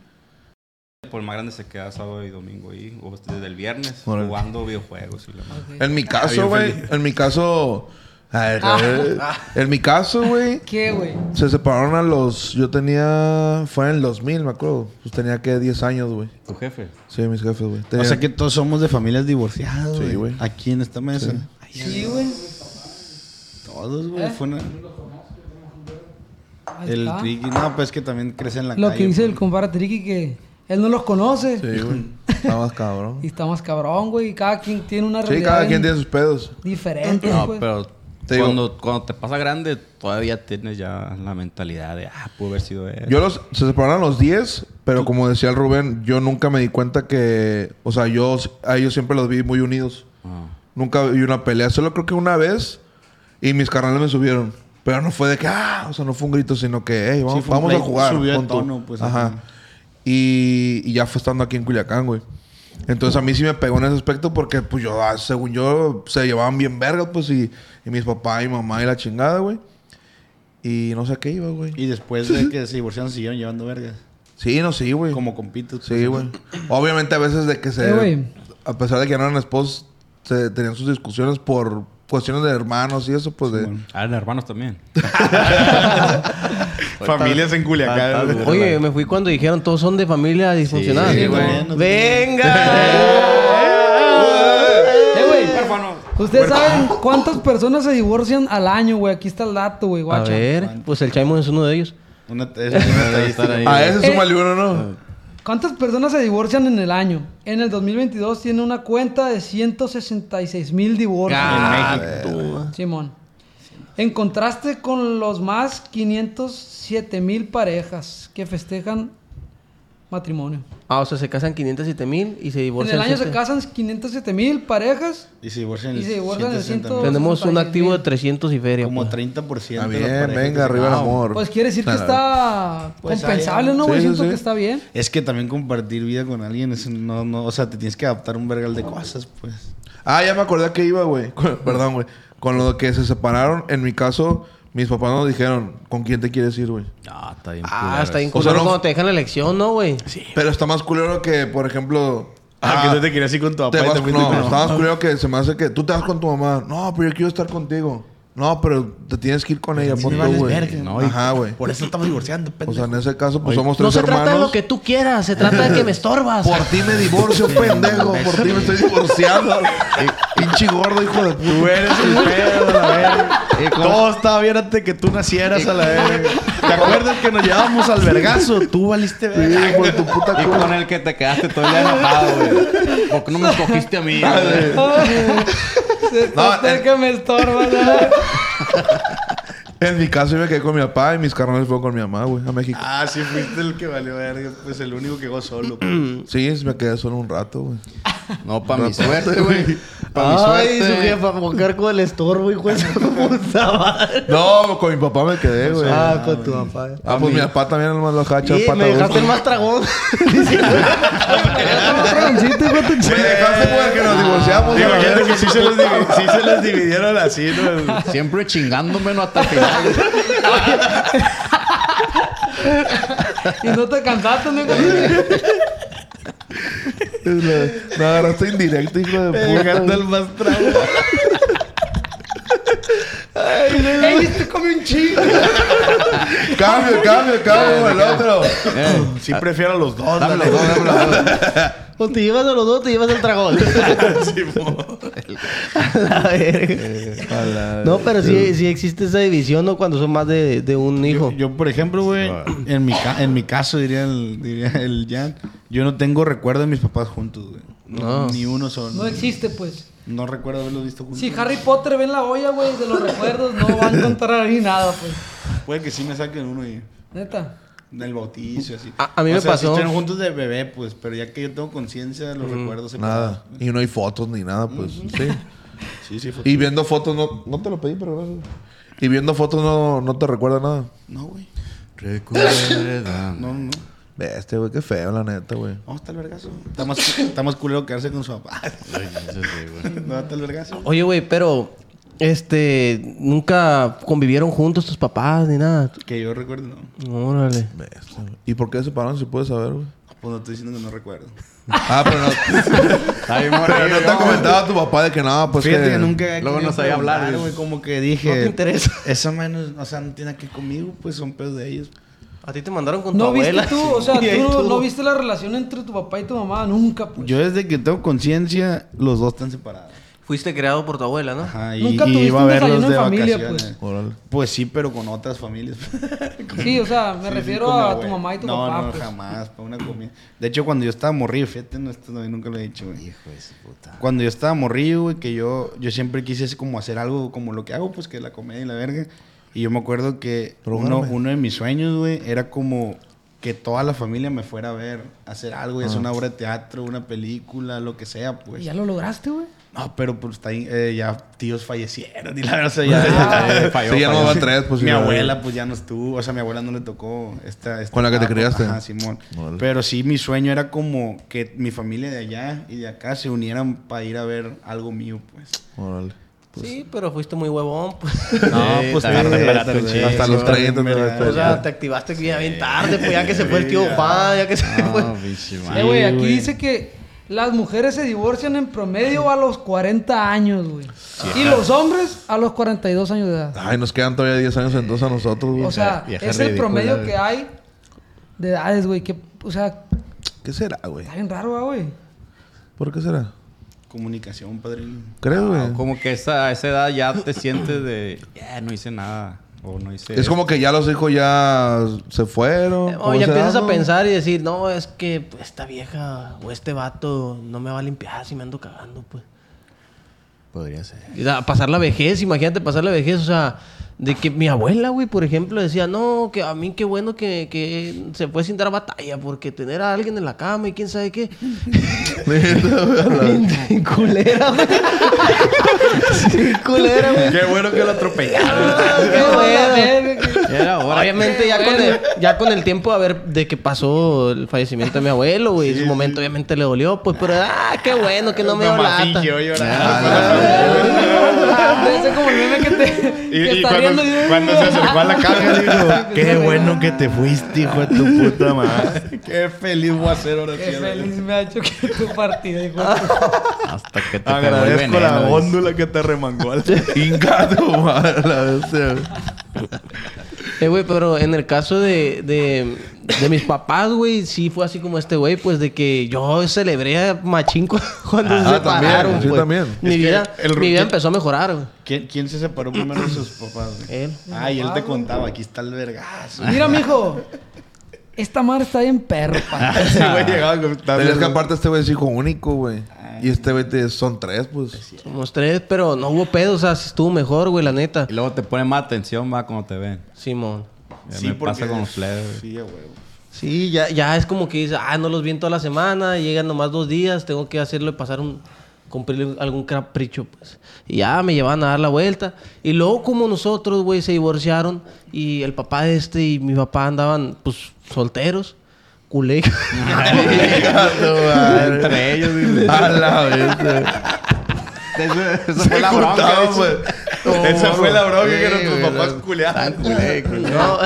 Speaker 7: Por el más grande se queda sábado y domingo ahí, o desde el viernes,
Speaker 3: Órale.
Speaker 7: jugando videojuegos y la madre.
Speaker 3: En mi caso, güey. En mi caso. A ver, cabrón. En mi caso, güey.
Speaker 4: ¿Qué, güey?
Speaker 3: Se separaron a los. Yo tenía. Fue en el 2000, me acuerdo. Pues tenía que 10 años, güey.
Speaker 7: ¿Tu jefe?
Speaker 3: Sí, mis jefes, güey.
Speaker 5: O
Speaker 3: Tenía-
Speaker 5: sea que todos somos de familias divorciadas,
Speaker 3: Sí,
Speaker 5: güey.
Speaker 3: güey.
Speaker 5: Aquí en esta mesa. Ay,
Speaker 4: Sí, güey.
Speaker 5: todos, güey.
Speaker 4: ¿Eh?
Speaker 5: Fue una...
Speaker 4: Ahí
Speaker 5: El
Speaker 4: está.
Speaker 5: Ricky. No, pues que también crece en la
Speaker 4: Lo
Speaker 5: calle.
Speaker 4: que dice
Speaker 5: güey.
Speaker 4: el compadre Triqui que él no los conoce.
Speaker 3: Sí, güey. Estaba más cabrón.
Speaker 4: Y está más cabrón, güey. Y cada quien tiene una
Speaker 3: Sí,
Speaker 4: realidad
Speaker 3: cada quien
Speaker 4: bien
Speaker 3: tiene sus pedos.
Speaker 4: diferente,
Speaker 7: No,
Speaker 4: pues.
Speaker 7: pero
Speaker 3: Te
Speaker 7: cuando, cuando te pasa grande, todavía tienes ya la mentalidad de, ah, pudo haber sido él.
Speaker 3: Yo los. Se separaron a los 10, pero como decía el Rubén, yo nunca me di cuenta que. O sea, yo. A ellos siempre los vi muy unidos.
Speaker 7: Ah.
Speaker 3: Nunca vi una pelea. Solo creo que una vez. Y mis carnales me subieron. Pero no fue de que, ah, o sea, no fue un grito, sino que, hey, vamos,
Speaker 5: Sí, fue un
Speaker 3: vamos a
Speaker 5: pleito.
Speaker 3: jugar.
Speaker 5: Subió de
Speaker 3: pon tú.
Speaker 5: tono, pues,
Speaker 3: Ajá.
Speaker 5: así.
Speaker 3: Y, y ya fue estando aquí en Culiacán, güey. Entonces a mí sí me pegó en ese aspecto porque, pues yo, ah, según yo, se llevaban bien vergas, pues, y, y mis papás y mamá y la chingada, güey. Y no sé a qué iba, güey.
Speaker 5: Y después de que se divorciaron, siguieron llevando vergas.
Speaker 3: Sí, no, sí, güey.
Speaker 5: Como compitos. pues.
Speaker 3: Sí, güey. Obviamente a veces de que se...
Speaker 4: Eh, güey.
Speaker 3: a pesar de que no eran esposos, se tenían sus discusiones por cuestiones de hermanos y eso, pues de...
Speaker 5: Simón.
Speaker 7: Ah, eran hermanos también.
Speaker 5: Familias en
Speaker 7: Ah,
Speaker 5: Culiacán. güey.
Speaker 6: Ah, Oye, me fui cuando dijeron todos son de familia disfuncional.
Speaker 5: Sí, güey.
Speaker 6: ¡Venga!
Speaker 4: Eh, güey. ¿Ustedes saben cuántas personas se divorcian al año, güey? Aquí está el dato, güey,
Speaker 6: A
Speaker 4: guacha.
Speaker 6: ver, pues el Chaimon es uno de ellos.
Speaker 5: Una, es una estadística.
Speaker 7: ahí.
Speaker 3: A ese
Speaker 4: Eh.
Speaker 3: suma uno, ¿no?
Speaker 5: Ah,
Speaker 4: ¿Cuántas personas se divorcian en el año? En el 2022 tiene una cuenta de 166 mil divorcios.
Speaker 7: Ah.
Speaker 4: Ah, Simón. En contraste con los más 507 mil parejas que festejan matrimonio.
Speaker 6: Ah, o sea, se casan 507 mil y se
Speaker 4: En
Speaker 6: divorcian.
Speaker 4: el año se
Speaker 6: siete.
Speaker 4: casan 507 mil parejas.
Speaker 5: Y se divorcian
Speaker 4: Y se divorcian el
Speaker 5: 160,
Speaker 4: ciento-
Speaker 6: Tenemos un
Speaker 4: 66,000.
Speaker 6: activo de 300 y feria.
Speaker 5: Como
Speaker 6: pues.
Speaker 5: 30%.
Speaker 3: Está
Speaker 5: de las
Speaker 3: bien,
Speaker 5: parejas "Ah, que se-
Speaker 3: venga, arriba el amor.
Speaker 4: Pues quiere decir que está
Speaker 5: Pues
Speaker 4: compensable,
Speaker 5: ahí,
Speaker 4: ¿no?
Speaker 3: sí,
Speaker 4: güey?
Speaker 3: sí,
Speaker 4: Siento
Speaker 3: sí.
Speaker 4: que está bien.
Speaker 5: Es que también compartir vida con alguien es un- no, no, o sea, te tienes que adaptar a un vergal de cosas, pues.
Speaker 3: Ah, ya me acordé a qué iba, güey. Con- Perdón, güey. Con lo que se separaron, en mi caso, mis papás nos dijeron, ¿con quién te quieres ir, güey?
Speaker 7: Ah, está bien.
Speaker 6: Ah, está bien
Speaker 3: O sea,
Speaker 6: culero
Speaker 3: no-
Speaker 6: cuando te dejan la elección, ¿no, güey?
Speaker 3: Pero está más culero que, por ejemplo...
Speaker 5: Ah, que tú te querías ir con tu papá
Speaker 3: te
Speaker 5: y
Speaker 3: vas-
Speaker 5: te fuiste
Speaker 3: no,
Speaker 5: con
Speaker 3: está más culero que se me hace que tú te vas con tu mamá. No, pero yo quiero estar contigo. No, pero te tienes que ir con ella, por
Speaker 5: me
Speaker 3: tú,
Speaker 5: vales
Speaker 3: güey.
Speaker 5: verga.
Speaker 7: No, y-
Speaker 3: Ajá, güey.
Speaker 5: Por eso estamos divorciando,
Speaker 3: O
Speaker 5: pendejo.
Speaker 3: sea, en ese caso, pues somos tres
Speaker 6: No se
Speaker 3: hermanos.
Speaker 6: trata de lo que tú quieras, se trata de que me estorbas.
Speaker 3: Por ti me divorcio, pendejo. Por ti me estoy divorciando. Pinche gordo, hijo de puta.
Speaker 5: Tú eres el pedo, la verga. Todo estaba bien antes que tú nacieras, a la verga. ¿Te acuerdas que nos llevábamos al vergazo? Tú valiste verga.
Speaker 3: Sí, por tu puta
Speaker 7: Y
Speaker 3: culpa.
Speaker 7: con el que te quedaste todo el día enojado, güey. ¿Por qué no me escogiste a mí? güey?
Speaker 4: Se
Speaker 3: No,
Speaker 4: trata de
Speaker 3: es-
Speaker 4: que me estorba, ¿no?
Speaker 3: En mi caso, yo me quedé con mi papá y mis carnales fueron con mi mamá, güey, a México.
Speaker 5: Ah, sí, fuiste el que valió verga. Pues el único que quedó solo. pues.
Speaker 3: Sí, me quedé solo un rato, güey.
Speaker 7: No, para mi suerte, güey. Para mi
Speaker 6: Ay, su
Speaker 7: suerte.
Speaker 6: jefa, con cargo del estorbo, hijo de su puta madre.
Speaker 3: No, con mi papá me quedé, güey. Ah,
Speaker 6: Ah, con tu papá.
Speaker 3: pues mi papá también nomás lo hacha,
Speaker 6: Y
Speaker 3: pata
Speaker 6: me dejaste
Speaker 3: gusto.
Speaker 6: el más tragón.
Speaker 3: Me dejaste porque nos divorciamos. a la
Speaker 5: Imagínate
Speaker 3: verga.
Speaker 5: que sí se los, divi- sí se los dividieron así, ¿no?
Speaker 7: Siempre chingándome no hasta el final. güey.
Speaker 4: Y no te cansaste, ¿no?
Speaker 3: Me agarraste indirecto, hijo de
Speaker 5: Me
Speaker 3: puta.
Speaker 5: dejaste el más trago.
Speaker 4: ¡Ey, este come un chingo!
Speaker 3: Cambio, cambio, cambio con el otro.
Speaker 7: Eh,
Speaker 5: Sí prefiero a los dos.
Speaker 7: Dámelo, dámelo, dámelo.
Speaker 6: O Pues te llevas a los dos, te llevas el tragón. A la verga. No, pero sí, sí existe esa división, ¿no? Cuando son más de, de un hijo.
Speaker 5: Yo, yo, por ejemplo, güey, en mi, ca- en mi caso, diría el, diría el Jan, yo no tengo recuerdo de mis papás juntos, güey. No,
Speaker 6: No.
Speaker 5: Ni uno solo.
Speaker 4: No existe, pues.
Speaker 5: No recuerdo haberlos visto juntos.
Speaker 4: Si Harry Potter ve en la olla, güey, de los recuerdos, no va a encontrar ahí nada, pues.
Speaker 5: Puede que sí me saquen uno y
Speaker 4: Neta.
Speaker 5: del bautizo y así.
Speaker 6: A- a mí
Speaker 5: O
Speaker 6: me
Speaker 5: sea,
Speaker 6: pasó-
Speaker 5: sí estuvieron juntos de bebé, pues, pero ya que yo tengo conciencia, los recuerdos se
Speaker 3: Nada. Y no hay fotos ni nada, pues. Sí.
Speaker 5: Sí, sí, fue.
Speaker 3: Y viendo fotos, no, no te lo pedí, pero gracias. Y viendo fotos no, no te recuerda nada.
Speaker 5: No, güey.
Speaker 7: Recuerda.
Speaker 5: No, no.
Speaker 3: Ve, este, güey, qué feo, la neta, güey.
Speaker 5: No, está el vergazo. Está más, está más culero quedarse con su papá.
Speaker 7: Eso sí, güey.
Speaker 5: No, está el vergazo.
Speaker 6: Oye, güey, pero... Este... Nunca convivieron juntos tus papás ni nada.
Speaker 5: Que yo recuerdo, no.
Speaker 6: Órale.
Speaker 3: Ve, este, güey. ¿Y por qué se separaron si puedes saber, güey?
Speaker 5: Pues no estoy diciendo que no recuerdo.
Speaker 3: Ah, pero no,
Speaker 7: Está bien,
Speaker 3: pero no te ha
Speaker 7: morrillo.
Speaker 3: comentado tu papá de que nada, pues
Speaker 5: Fíjate que nunca. he
Speaker 7: Luego no
Speaker 5: querido
Speaker 7: sabía hablar,
Speaker 5: preguntar,
Speaker 7: güey.
Speaker 5: güey. Como que dije.
Speaker 6: No te interesa.
Speaker 5: Eso menos, o sea, no tiene que ver conmigo, pues son pedos de ellos.
Speaker 6: A ti te mandaron con tu
Speaker 4: ¿No viste
Speaker 6: abuela.
Speaker 4: tú? O sea,
Speaker 6: Y ahí
Speaker 4: tú no,
Speaker 6: tú.
Speaker 4: no viste la relación entre tu papá y tu mamá nunca, pues.
Speaker 5: Yo desde que tengo conciencia, los dos están separados.
Speaker 6: Fuiste creado por tu abuela, ¿no?
Speaker 5: Ajá,
Speaker 4: Nunca tuviste un desayuno en familia,
Speaker 3: Órale.
Speaker 5: Pues sí, pero con otras familias. Con-
Speaker 4: Sí, o sea, me
Speaker 5: sí,
Speaker 4: refiero
Speaker 5: con mi
Speaker 4: a
Speaker 5: abue-
Speaker 4: tu mamá y tu
Speaker 5: no,
Speaker 4: papá,
Speaker 5: No,
Speaker 4: pues.
Speaker 5: jamás, para una comida. De hecho, cuando yo estaba morrido, fíjate, no, esto también nunca lo he dicho, güey. Hijo de puta. Cuando yo estaba morrido, güey, que yo, yo siempre quise así como hacer algo como lo que hago, pues que la comedia y la verga. Y yo me acuerdo que uno,
Speaker 3: Drogarme.
Speaker 5: uno de mis sueños, güey, era como que toda la familia me fuera a ver, hacer algo, y hacer una obra de teatro, una película, lo que sea, pues.
Speaker 4: Y ya lo lograste, güey.
Speaker 5: No, pero pues está ahí, eh, ya tíos fallecieron y la verdad, o sea, ya, ya-
Speaker 7: Eh, falló,
Speaker 3: Sí, ya no
Speaker 7: falló.
Speaker 3: va tres, pues.
Speaker 5: mi
Speaker 3: ya.
Speaker 5: abuela pues ya no estuvo, o sea, mi abuela no le tocó esta... esta
Speaker 3: Con la que te
Speaker 5: etapa.
Speaker 3: criaste.
Speaker 5: Ajá, Simón.
Speaker 3: Órale.
Speaker 5: Pero sí, mi sueño era como que mi familia de allá y de acá se unieran para ir a ver algo mío, pues.
Speaker 3: Órale.
Speaker 6: Sí, pero fuiste muy huevón. Pues.
Speaker 5: No,
Speaker 7: Sí,
Speaker 5: pues,
Speaker 7: te agarra
Speaker 5: sí,
Speaker 7: temperatura,
Speaker 5: tardé.
Speaker 7: chido.
Speaker 3: Hasta los 30 te va a
Speaker 6: O sea,
Speaker 3: estar.
Speaker 6: te activaste
Speaker 7: Ah,
Speaker 6: ya bien tarde, pues ya que se fue el tío Juan, ya que se fue.
Speaker 7: No, bicho,
Speaker 4: Eh,
Speaker 7: madre.
Speaker 4: güey, aquí dice que Las mujeres se divorcian en promedio a los 40 años, güey. Y los hombres a los 42 años de
Speaker 5: Ah,
Speaker 4: edad.
Speaker 3: Ay, nos quedan todavía 10 años entonces a nosotros, güey.
Speaker 4: O sea,
Speaker 7: vieja
Speaker 4: es el
Speaker 7: ridícula,
Speaker 4: promedio
Speaker 7: güey.
Speaker 4: que hay de edades, güey. Que, o sea,
Speaker 3: ¿Qué será, güey?
Speaker 4: está bien raro, ah, güey.
Speaker 3: ¿Por qué será?
Speaker 5: Comunicación, padrino.
Speaker 3: ¿Crees, güey?
Speaker 7: Ah, como que esa- a esa edad ya te sientes de, "Ya, no hice nada. O no hice.
Speaker 3: Es como que ya los hijos ya se fueron.
Speaker 6: O
Speaker 3: como esa
Speaker 6: ya Eh, empiezas
Speaker 3: edad,
Speaker 6: a
Speaker 3: ¿no?
Speaker 6: pensar y decir, no, es que pues, esta vieja o este vato no me va a limpiar si me ando cagando, pues.
Speaker 8: Podría ser.
Speaker 6: Y da- pasar la vejez, imagínate pasar la vejez, o sea, de que mi abuela, güey, por ejemplo, decía, no, que a mí qué bueno que, que se fue sin dar batalla, porque tener a alguien en la cama y quién sabe qué. Bien culera, güey. Sí, culera, güey.
Speaker 7: Qué bueno que lo atropellaron.
Speaker 6: Qué
Speaker 4: A
Speaker 6: bueno.
Speaker 4: ver, güey, que-
Speaker 7: Ya era hora.
Speaker 6: Obviamente ya con, el, ya con el tiempo a ver de que pasó el fallecimiento de mi abuelo, güey. en su momento obviamente le dolió, pues, pero ah, qué bueno que no me dio lata.
Speaker 5: Yo eh.
Speaker 3: Ah,
Speaker 5: Ah,
Speaker 4: Ese es como el meme que te.
Speaker 5: Y,
Speaker 4: que
Speaker 5: y
Speaker 4: está
Speaker 5: cuando,
Speaker 4: riendo y-
Speaker 5: cuando se acercó a la caja, dijo:
Speaker 4: Qué bueno
Speaker 5: que te fuiste, hijo de tu puta madre. Qué feliz voy a ser ahora,
Speaker 4: Qué
Speaker 5: sí, a la
Speaker 4: feliz
Speaker 5: verga.
Speaker 4: me ha hecho que tu partida, hijo.
Speaker 5: Ah.
Speaker 7: Hasta que te ¿eh? pegó el
Speaker 5: Agradezco la
Speaker 7: veneno, dice.
Speaker 5: góndula que te remangó. al-
Speaker 3: Inga tu madre, la bestia.
Speaker 6: Eh, güey, pero en el caso de, de, de mis papás, güey, sí fue así como este güey, pues de que yo celebré a Machín cu- cuando se
Speaker 3: Ah, también,
Speaker 6: separaron,
Speaker 3: sí,
Speaker 6: pues.
Speaker 3: también.
Speaker 6: Mi,
Speaker 5: Es que
Speaker 6: vida,
Speaker 5: el
Speaker 6: mi vida
Speaker 5: rutin-
Speaker 6: empezó a mejorar, güey.
Speaker 5: ¿Quién, quién se separó primero de sus papás? güey?
Speaker 6: Él.
Speaker 5: Ah, y él te contaba: aquí está el vergazo.
Speaker 4: Mira, mijo. Esta madre está bien perro, pa.
Speaker 5: Ese güey llegaba con tal-
Speaker 3: Pero es que aparte este güey es hijo único, güey. Y este güey te- son tres, pues.
Speaker 6: Somos tres, pero no hubo pedo, o sea, sí estuvo mejor, güey, la neta.
Speaker 7: Y luego te ponen más atención, va, cuando te ven.
Speaker 6: Simón.
Speaker 7: Ya me pasa con los plebes, güey.
Speaker 5: Sí, a huevo.
Speaker 6: Sí, ya, ya es como que dice, ah, no los vi en toda la semana, llegan nomás dos días, tengo que hacerlo y pasar un, cumplir algún capricho, pues. Y ya me llevan a dar la vuelta. Y luego como nosotros, güey, se divorciaron y el papá de este y mi papá andaban, pues, solteros, culé.
Speaker 3: Inga tu madre.
Speaker 7: Entre ellos, dile.
Speaker 3: A la
Speaker 5: eh.
Speaker 3: bestia.
Speaker 7: Esa
Speaker 3: Se juntaban, pues.
Speaker 5: Esa fue la bronca que
Speaker 3: Sí,
Speaker 5: nuestros
Speaker 3: güey,
Speaker 5: papás
Speaker 3: la-
Speaker 5: culeaban.
Speaker 6: no,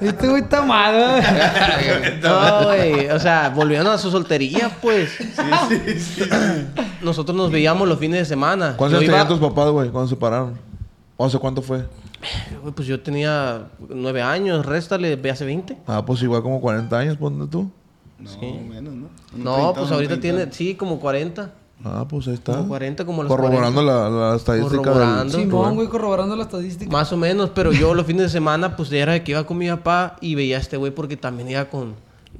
Speaker 4: Este güey está mal, güey.
Speaker 6: no, güey, o sea, volvieron a su soltería, pues.
Speaker 5: Sí, sí, sí.
Speaker 6: Nosotros nos veíamos los fines de semana.
Speaker 3: ¿Cuántos
Speaker 6: Yo
Speaker 3: años
Speaker 6: iba-
Speaker 3: tenían tus papás, güey, cuando se separaron? O sea, ¿cuánto fue?
Speaker 6: Güey, Pues yo tenía nueve años, réstale, ve hace 20.
Speaker 3: Ah, pues igual como 40 años, ponte tú.
Speaker 5: No, menos, ¿no? Un
Speaker 6: No,
Speaker 5: treintón,
Speaker 6: pues
Speaker 5: un
Speaker 6: ahorita
Speaker 5: treintón.
Speaker 6: tiene, sí, como 40.
Speaker 3: Ah, pues ahí está.
Speaker 6: Como 40, como los
Speaker 3: Corroborando la, la estadística.
Speaker 6: Corroborando.
Speaker 4: Simón, güey, corroborando la estadística.
Speaker 6: Más o menos, pero yo los fines de semana, pues era de que iba con mi papá y veía a este güey porque también iba con,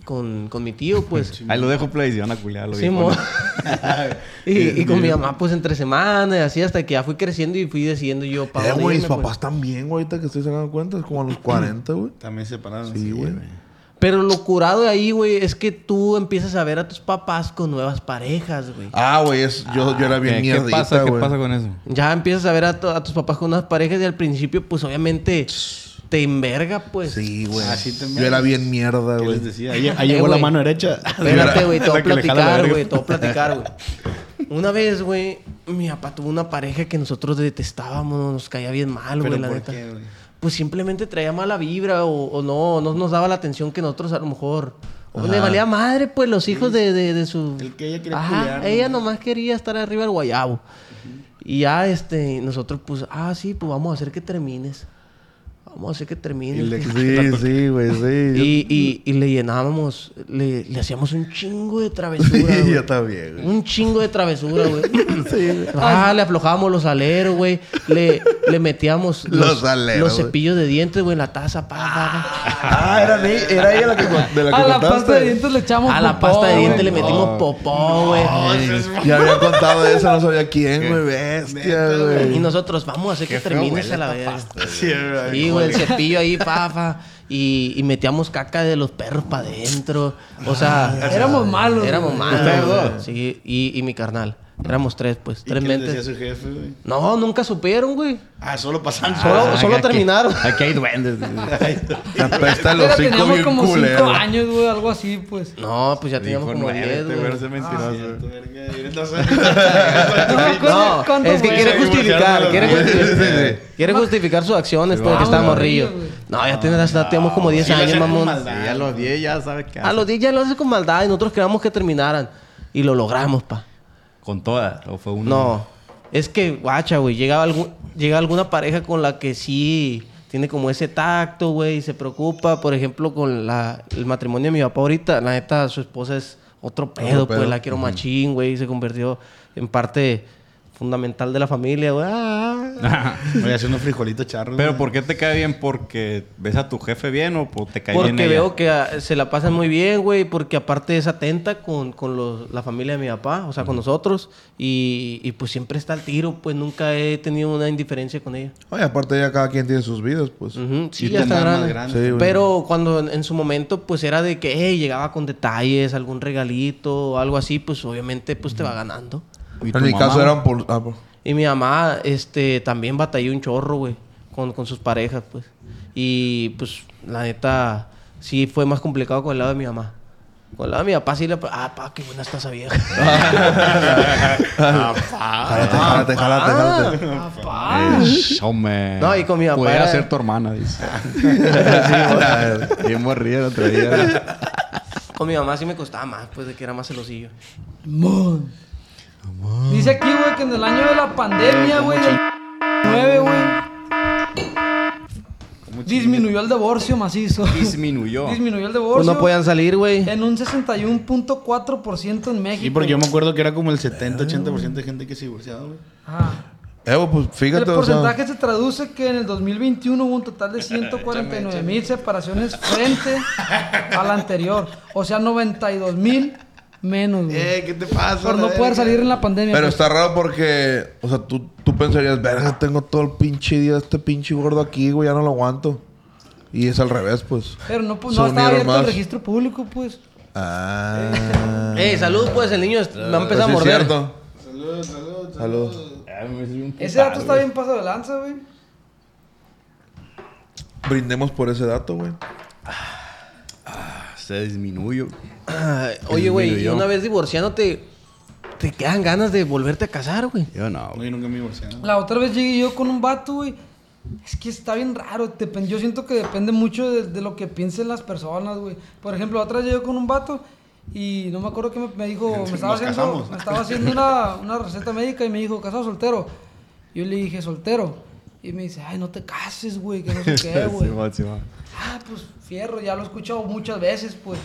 Speaker 6: con, con mi tío, pues.
Speaker 7: Ahí lo dejo play y van a culear los
Speaker 6: Sí, mo.
Speaker 7: viejones.
Speaker 3: Eh,
Speaker 6: y, y con mi mamá, pues entre semanas, así hasta que ya fui creciendo y fui decidiendo yo para
Speaker 3: Eh,
Speaker 6: dónde
Speaker 3: güey, mis
Speaker 6: irme, pues.
Speaker 3: papás también, güey, ahorita que estoy sacando cuentas, como a los 40, güey.
Speaker 5: También separaron.
Speaker 3: Sí, güey.
Speaker 6: Pero lo curado de ahí, güey, es que tú empiezas a ver a tus papás con nuevas parejas, güey.
Speaker 3: Ah, güey, es- yo, yo era bien
Speaker 7: ¿Qué,
Speaker 3: mierdita,
Speaker 7: ¿Qué pasa? ¿Qué
Speaker 3: güey.
Speaker 7: pasa con eso?
Speaker 6: Ya empiezas a ver a, tu- a tus papás con unas parejas y al principio, pues obviamente te enverga, pues.
Speaker 3: Sí, güey.
Speaker 5: Así te
Speaker 3: Yo era bien mierda,
Speaker 5: ¿Qué
Speaker 3: güey.
Speaker 5: les decía? Ahí, ahí
Speaker 6: Eh,
Speaker 5: llegó la
Speaker 6: güey.
Speaker 5: mano derecha.
Speaker 6: Espérate, güey, te voy a
Speaker 5: La que le jala la
Speaker 6: platicar,
Speaker 5: verga.
Speaker 6: güey, te voy a platicar, güey. Una vez, güey, mi papá tuvo una pareja que nosotros detestábamos, nos caía bien mal,
Speaker 5: Pero
Speaker 6: güey, la
Speaker 5: ¿por
Speaker 6: neta.
Speaker 5: qué, güey?
Speaker 6: Pues simplemente traía mala vibra o, o no, no nos daba la atención que nosotros a lo mejor. O le valía madre, pues, los hijos de, de- de su.
Speaker 5: El que ella quería
Speaker 6: Ajá,
Speaker 5: culiar,
Speaker 6: ella
Speaker 5: ¿no?
Speaker 6: nomás quería estar arriba del guayabo. Y ya, este, nosotros, pues, ah, sí, pues vamos a hacer que termines. Vamos a hacer que termines. que-
Speaker 3: Sí, sí, güey, sí.
Speaker 6: y, y- y le llenábamos, le, le hacíamos un chingo de
Speaker 3: Sí,
Speaker 6: travesura. güey.
Speaker 3: yo también, güey.
Speaker 6: un chingo de travesura, güey. Ah, le aflojábamos los aleros, güey. Le, le metíamos
Speaker 3: Los aleros,
Speaker 6: los
Speaker 3: güey.
Speaker 6: cepillos de dientes, güey, en la taza. pa, pa, pa.
Speaker 3: Ah, era, de- era ella la que, con- de la que
Speaker 4: A la pasta de
Speaker 3: contaste.
Speaker 4: dientes le echamos
Speaker 6: A la
Speaker 4: popó,
Speaker 6: pasta de dientes le
Speaker 4: güey.
Speaker 6: metimos popó, güey.
Speaker 3: Ya había contado eso, no sabía quién, güey. Bestia,
Speaker 6: Y
Speaker 3: güey.
Speaker 6: nosotros, vamos a hacer que termines a la verga.
Speaker 5: Sí, güey.
Speaker 6: Sí, güey, el cepillo ahí, pafa. Y, y metíamos caca de los perros para adentro. O sea,
Speaker 4: Ah, Éramos malos, güey.
Speaker 6: Éramos malos.
Speaker 4: ¿Ustedes
Speaker 6: güey. Sí, y, y mi carnal. Éramos tres, pues.
Speaker 5: ¿Y
Speaker 6: Tres
Speaker 5: qué les decía
Speaker 6: mentes.
Speaker 5: su jefe, güey?
Speaker 6: No, nunca supieron, güey.
Speaker 5: Ah, solo pasan.
Speaker 6: Solo,
Speaker 7: Ah,
Speaker 6: solo
Speaker 7: aquí-
Speaker 6: terminaron.
Speaker 7: Aquí hay duendes.
Speaker 3: La pesta de
Speaker 4: Pero
Speaker 3: los cinco
Speaker 4: teníamos
Speaker 3: bien
Speaker 4: como
Speaker 3: culero.
Speaker 4: cinco años, güey, algo así, pues.
Speaker 6: No, pues ya teníamos
Speaker 7: Dijo
Speaker 6: como
Speaker 7: nueve,
Speaker 6: diez,
Speaker 7: este
Speaker 6: güey. Ah,
Speaker 7: güey, se mentiroso.
Speaker 4: No me acuerdo
Speaker 6: No,
Speaker 4: cuánto
Speaker 6: es que
Speaker 4: fue,
Speaker 6: quiere
Speaker 4: güey.
Speaker 6: justificar, quiere
Speaker 5: Sí, sí,
Speaker 6: justificar, quiere justificar sus acciones porque
Speaker 4: Ah,
Speaker 6: está
Speaker 4: un
Speaker 6: morrillo.
Speaker 4: morrillo, güey.
Speaker 6: No, ya tenemos, ya tenemos como 10
Speaker 5: Sí, lo
Speaker 6: años,
Speaker 5: hacía con
Speaker 6: mamón.
Speaker 5: maldad.
Speaker 7: Y a los 10 ya sabes qué
Speaker 6: A los 10 ya lo haces con maldad y nosotros queríamos que terminaran. Y lo logramos, pa.
Speaker 7: Con todas. O fue uno.
Speaker 6: No. Es que, guacha, güey, llega, algún- llega alguna pareja con la que sí tiene como ese tacto, güey, y se preocupa. Por ejemplo, con la, el matrimonio de mi papá ahorita, la neta, su esposa es otro pedo, pues
Speaker 3: pedo.
Speaker 6: la quiero machín, güey, y se convirtió en parte fundamental de la familia, güey. Ah.
Speaker 5: Voy a hacer unos frijolitos charros.
Speaker 7: Pero
Speaker 5: güey.
Speaker 7: ¿por qué te cae bien? ¿Porque ves a tu jefe bien o por- te cae bien
Speaker 6: Porque
Speaker 7: ella?
Speaker 6: veo que ah, se la pasan muy bien, güey, porque aparte es atenta con, con los- la familia de mi papá, o sea, con nosotros, y, y pues siempre está al tiro, pues nunca he tenido una indiferencia con ella.
Speaker 3: Oye, aparte ya cada quien tiene sus vidas, pues.
Speaker 6: Ujú, Sí,
Speaker 5: Y
Speaker 6: ya
Speaker 5: tu
Speaker 6: está
Speaker 5: mamá
Speaker 6: grande.
Speaker 5: más grande.
Speaker 3: Sí, güey.
Speaker 6: Pero cuando en, en su momento, pues era de que hey, llegaba con detalles, algún regalito o algo así, pues obviamente pues te va ganando.
Speaker 7: ¿Y tu
Speaker 3: En mi
Speaker 7: mamá?
Speaker 3: caso eran por... ah, por-
Speaker 6: Y mi mamá, este, también batalló un chorro, güey, con, con sus parejas, pues. Y pues, la neta, sí fue más complicado con el lado de mi mamá. Con el lado de mi papá sí le... Ah, pa, qué buena está esa vieja.
Speaker 7: Ah,
Speaker 3: Jálate, jálate, jálate,
Speaker 6: Ah.
Speaker 3: jálate.
Speaker 7: Ey, pues, hombre.
Speaker 6: No, y con mi papá
Speaker 7: Pudiera
Speaker 6: era-
Speaker 7: ser tu hermana, dice. sí, güey. Bien morrida el otro día.
Speaker 6: con mi mamá sí me costaba más, pues, de que era más celosillo.
Speaker 4: Mon. Dice aquí, güey, que en el año de la pandemia, güey, del 9, güey, disminuyó el divorcio macizo.
Speaker 7: Disminuyó.
Speaker 4: disminuyó el divorcio.
Speaker 6: Pues no podían salir, güey.
Speaker 4: En un 61.4% en México.
Speaker 5: Sí, porque yo me acuerdo que era
Speaker 6: Ah.
Speaker 5: como el 70, 80% de gente que se divorciaba, güey.
Speaker 4: Ajá.
Speaker 3: Evo, pues
Speaker 4: El
Speaker 3: fíjate, o sea,
Speaker 4: porcentaje se traduce que en el 2021 hubo un total de 149 mil separaciones frente a la anterior. O sea, 92 mil menos, güey.
Speaker 6: Eh,
Speaker 5: ¿qué te pasa?
Speaker 4: Por no poder salir en la pandemia.
Speaker 3: Pero
Speaker 4: pues.
Speaker 3: está raro porque, o sea, tú, tú pensarías, verga, tengo todo el pinche día este pinche gordo aquí, güey, ya no lo aguanto. Y es al revés, pues.
Speaker 4: Pero no, pues,
Speaker 3: Se
Speaker 4: no está
Speaker 3: unieron
Speaker 4: abierto el
Speaker 3: más.
Speaker 4: registro público, pues.
Speaker 3: Ah.
Speaker 6: Ey, salud, pues, el niño est- me ha
Speaker 3: Pues sí
Speaker 6: empezado a
Speaker 3: es
Speaker 6: morder.
Speaker 3: cierto. Salud, salud, salud.
Speaker 7: Ah,
Speaker 4: Ese dato está bien pasado de lanza, güey.
Speaker 3: Brindemos por ese dato, güey.
Speaker 7: Se disminuyó.
Speaker 6: Ay, Ah, oye, güey, y
Speaker 7: Disminuyó.
Speaker 6: una vez divorciándote, te quedan ganas de volverte a casar, güey.
Speaker 7: Yo no, güey.
Speaker 5: Yo nunca me divorciaba.
Speaker 4: La otra vez llegué yo con un vato, güey. Es que está bien raro. depen- Yo siento que depende mucho de, de lo que piensen las personas, güey. Por ejemplo, la otra vez llegué yo con un vato y no me acuerdo que me, me dijo, me estaba
Speaker 5: Nos
Speaker 4: haciendo,
Speaker 5: casamos.
Speaker 4: me estaba haciendo una, una receta médica y me dijo, ¿casado o soltero? Yo le dije, soltero. Y me dice, ay, no te cases, güey, que no sé qué, güey.
Speaker 7: Simón, Simón.
Speaker 4: Ah, pues fierro, ya lo he escuchado muchas veces, pues.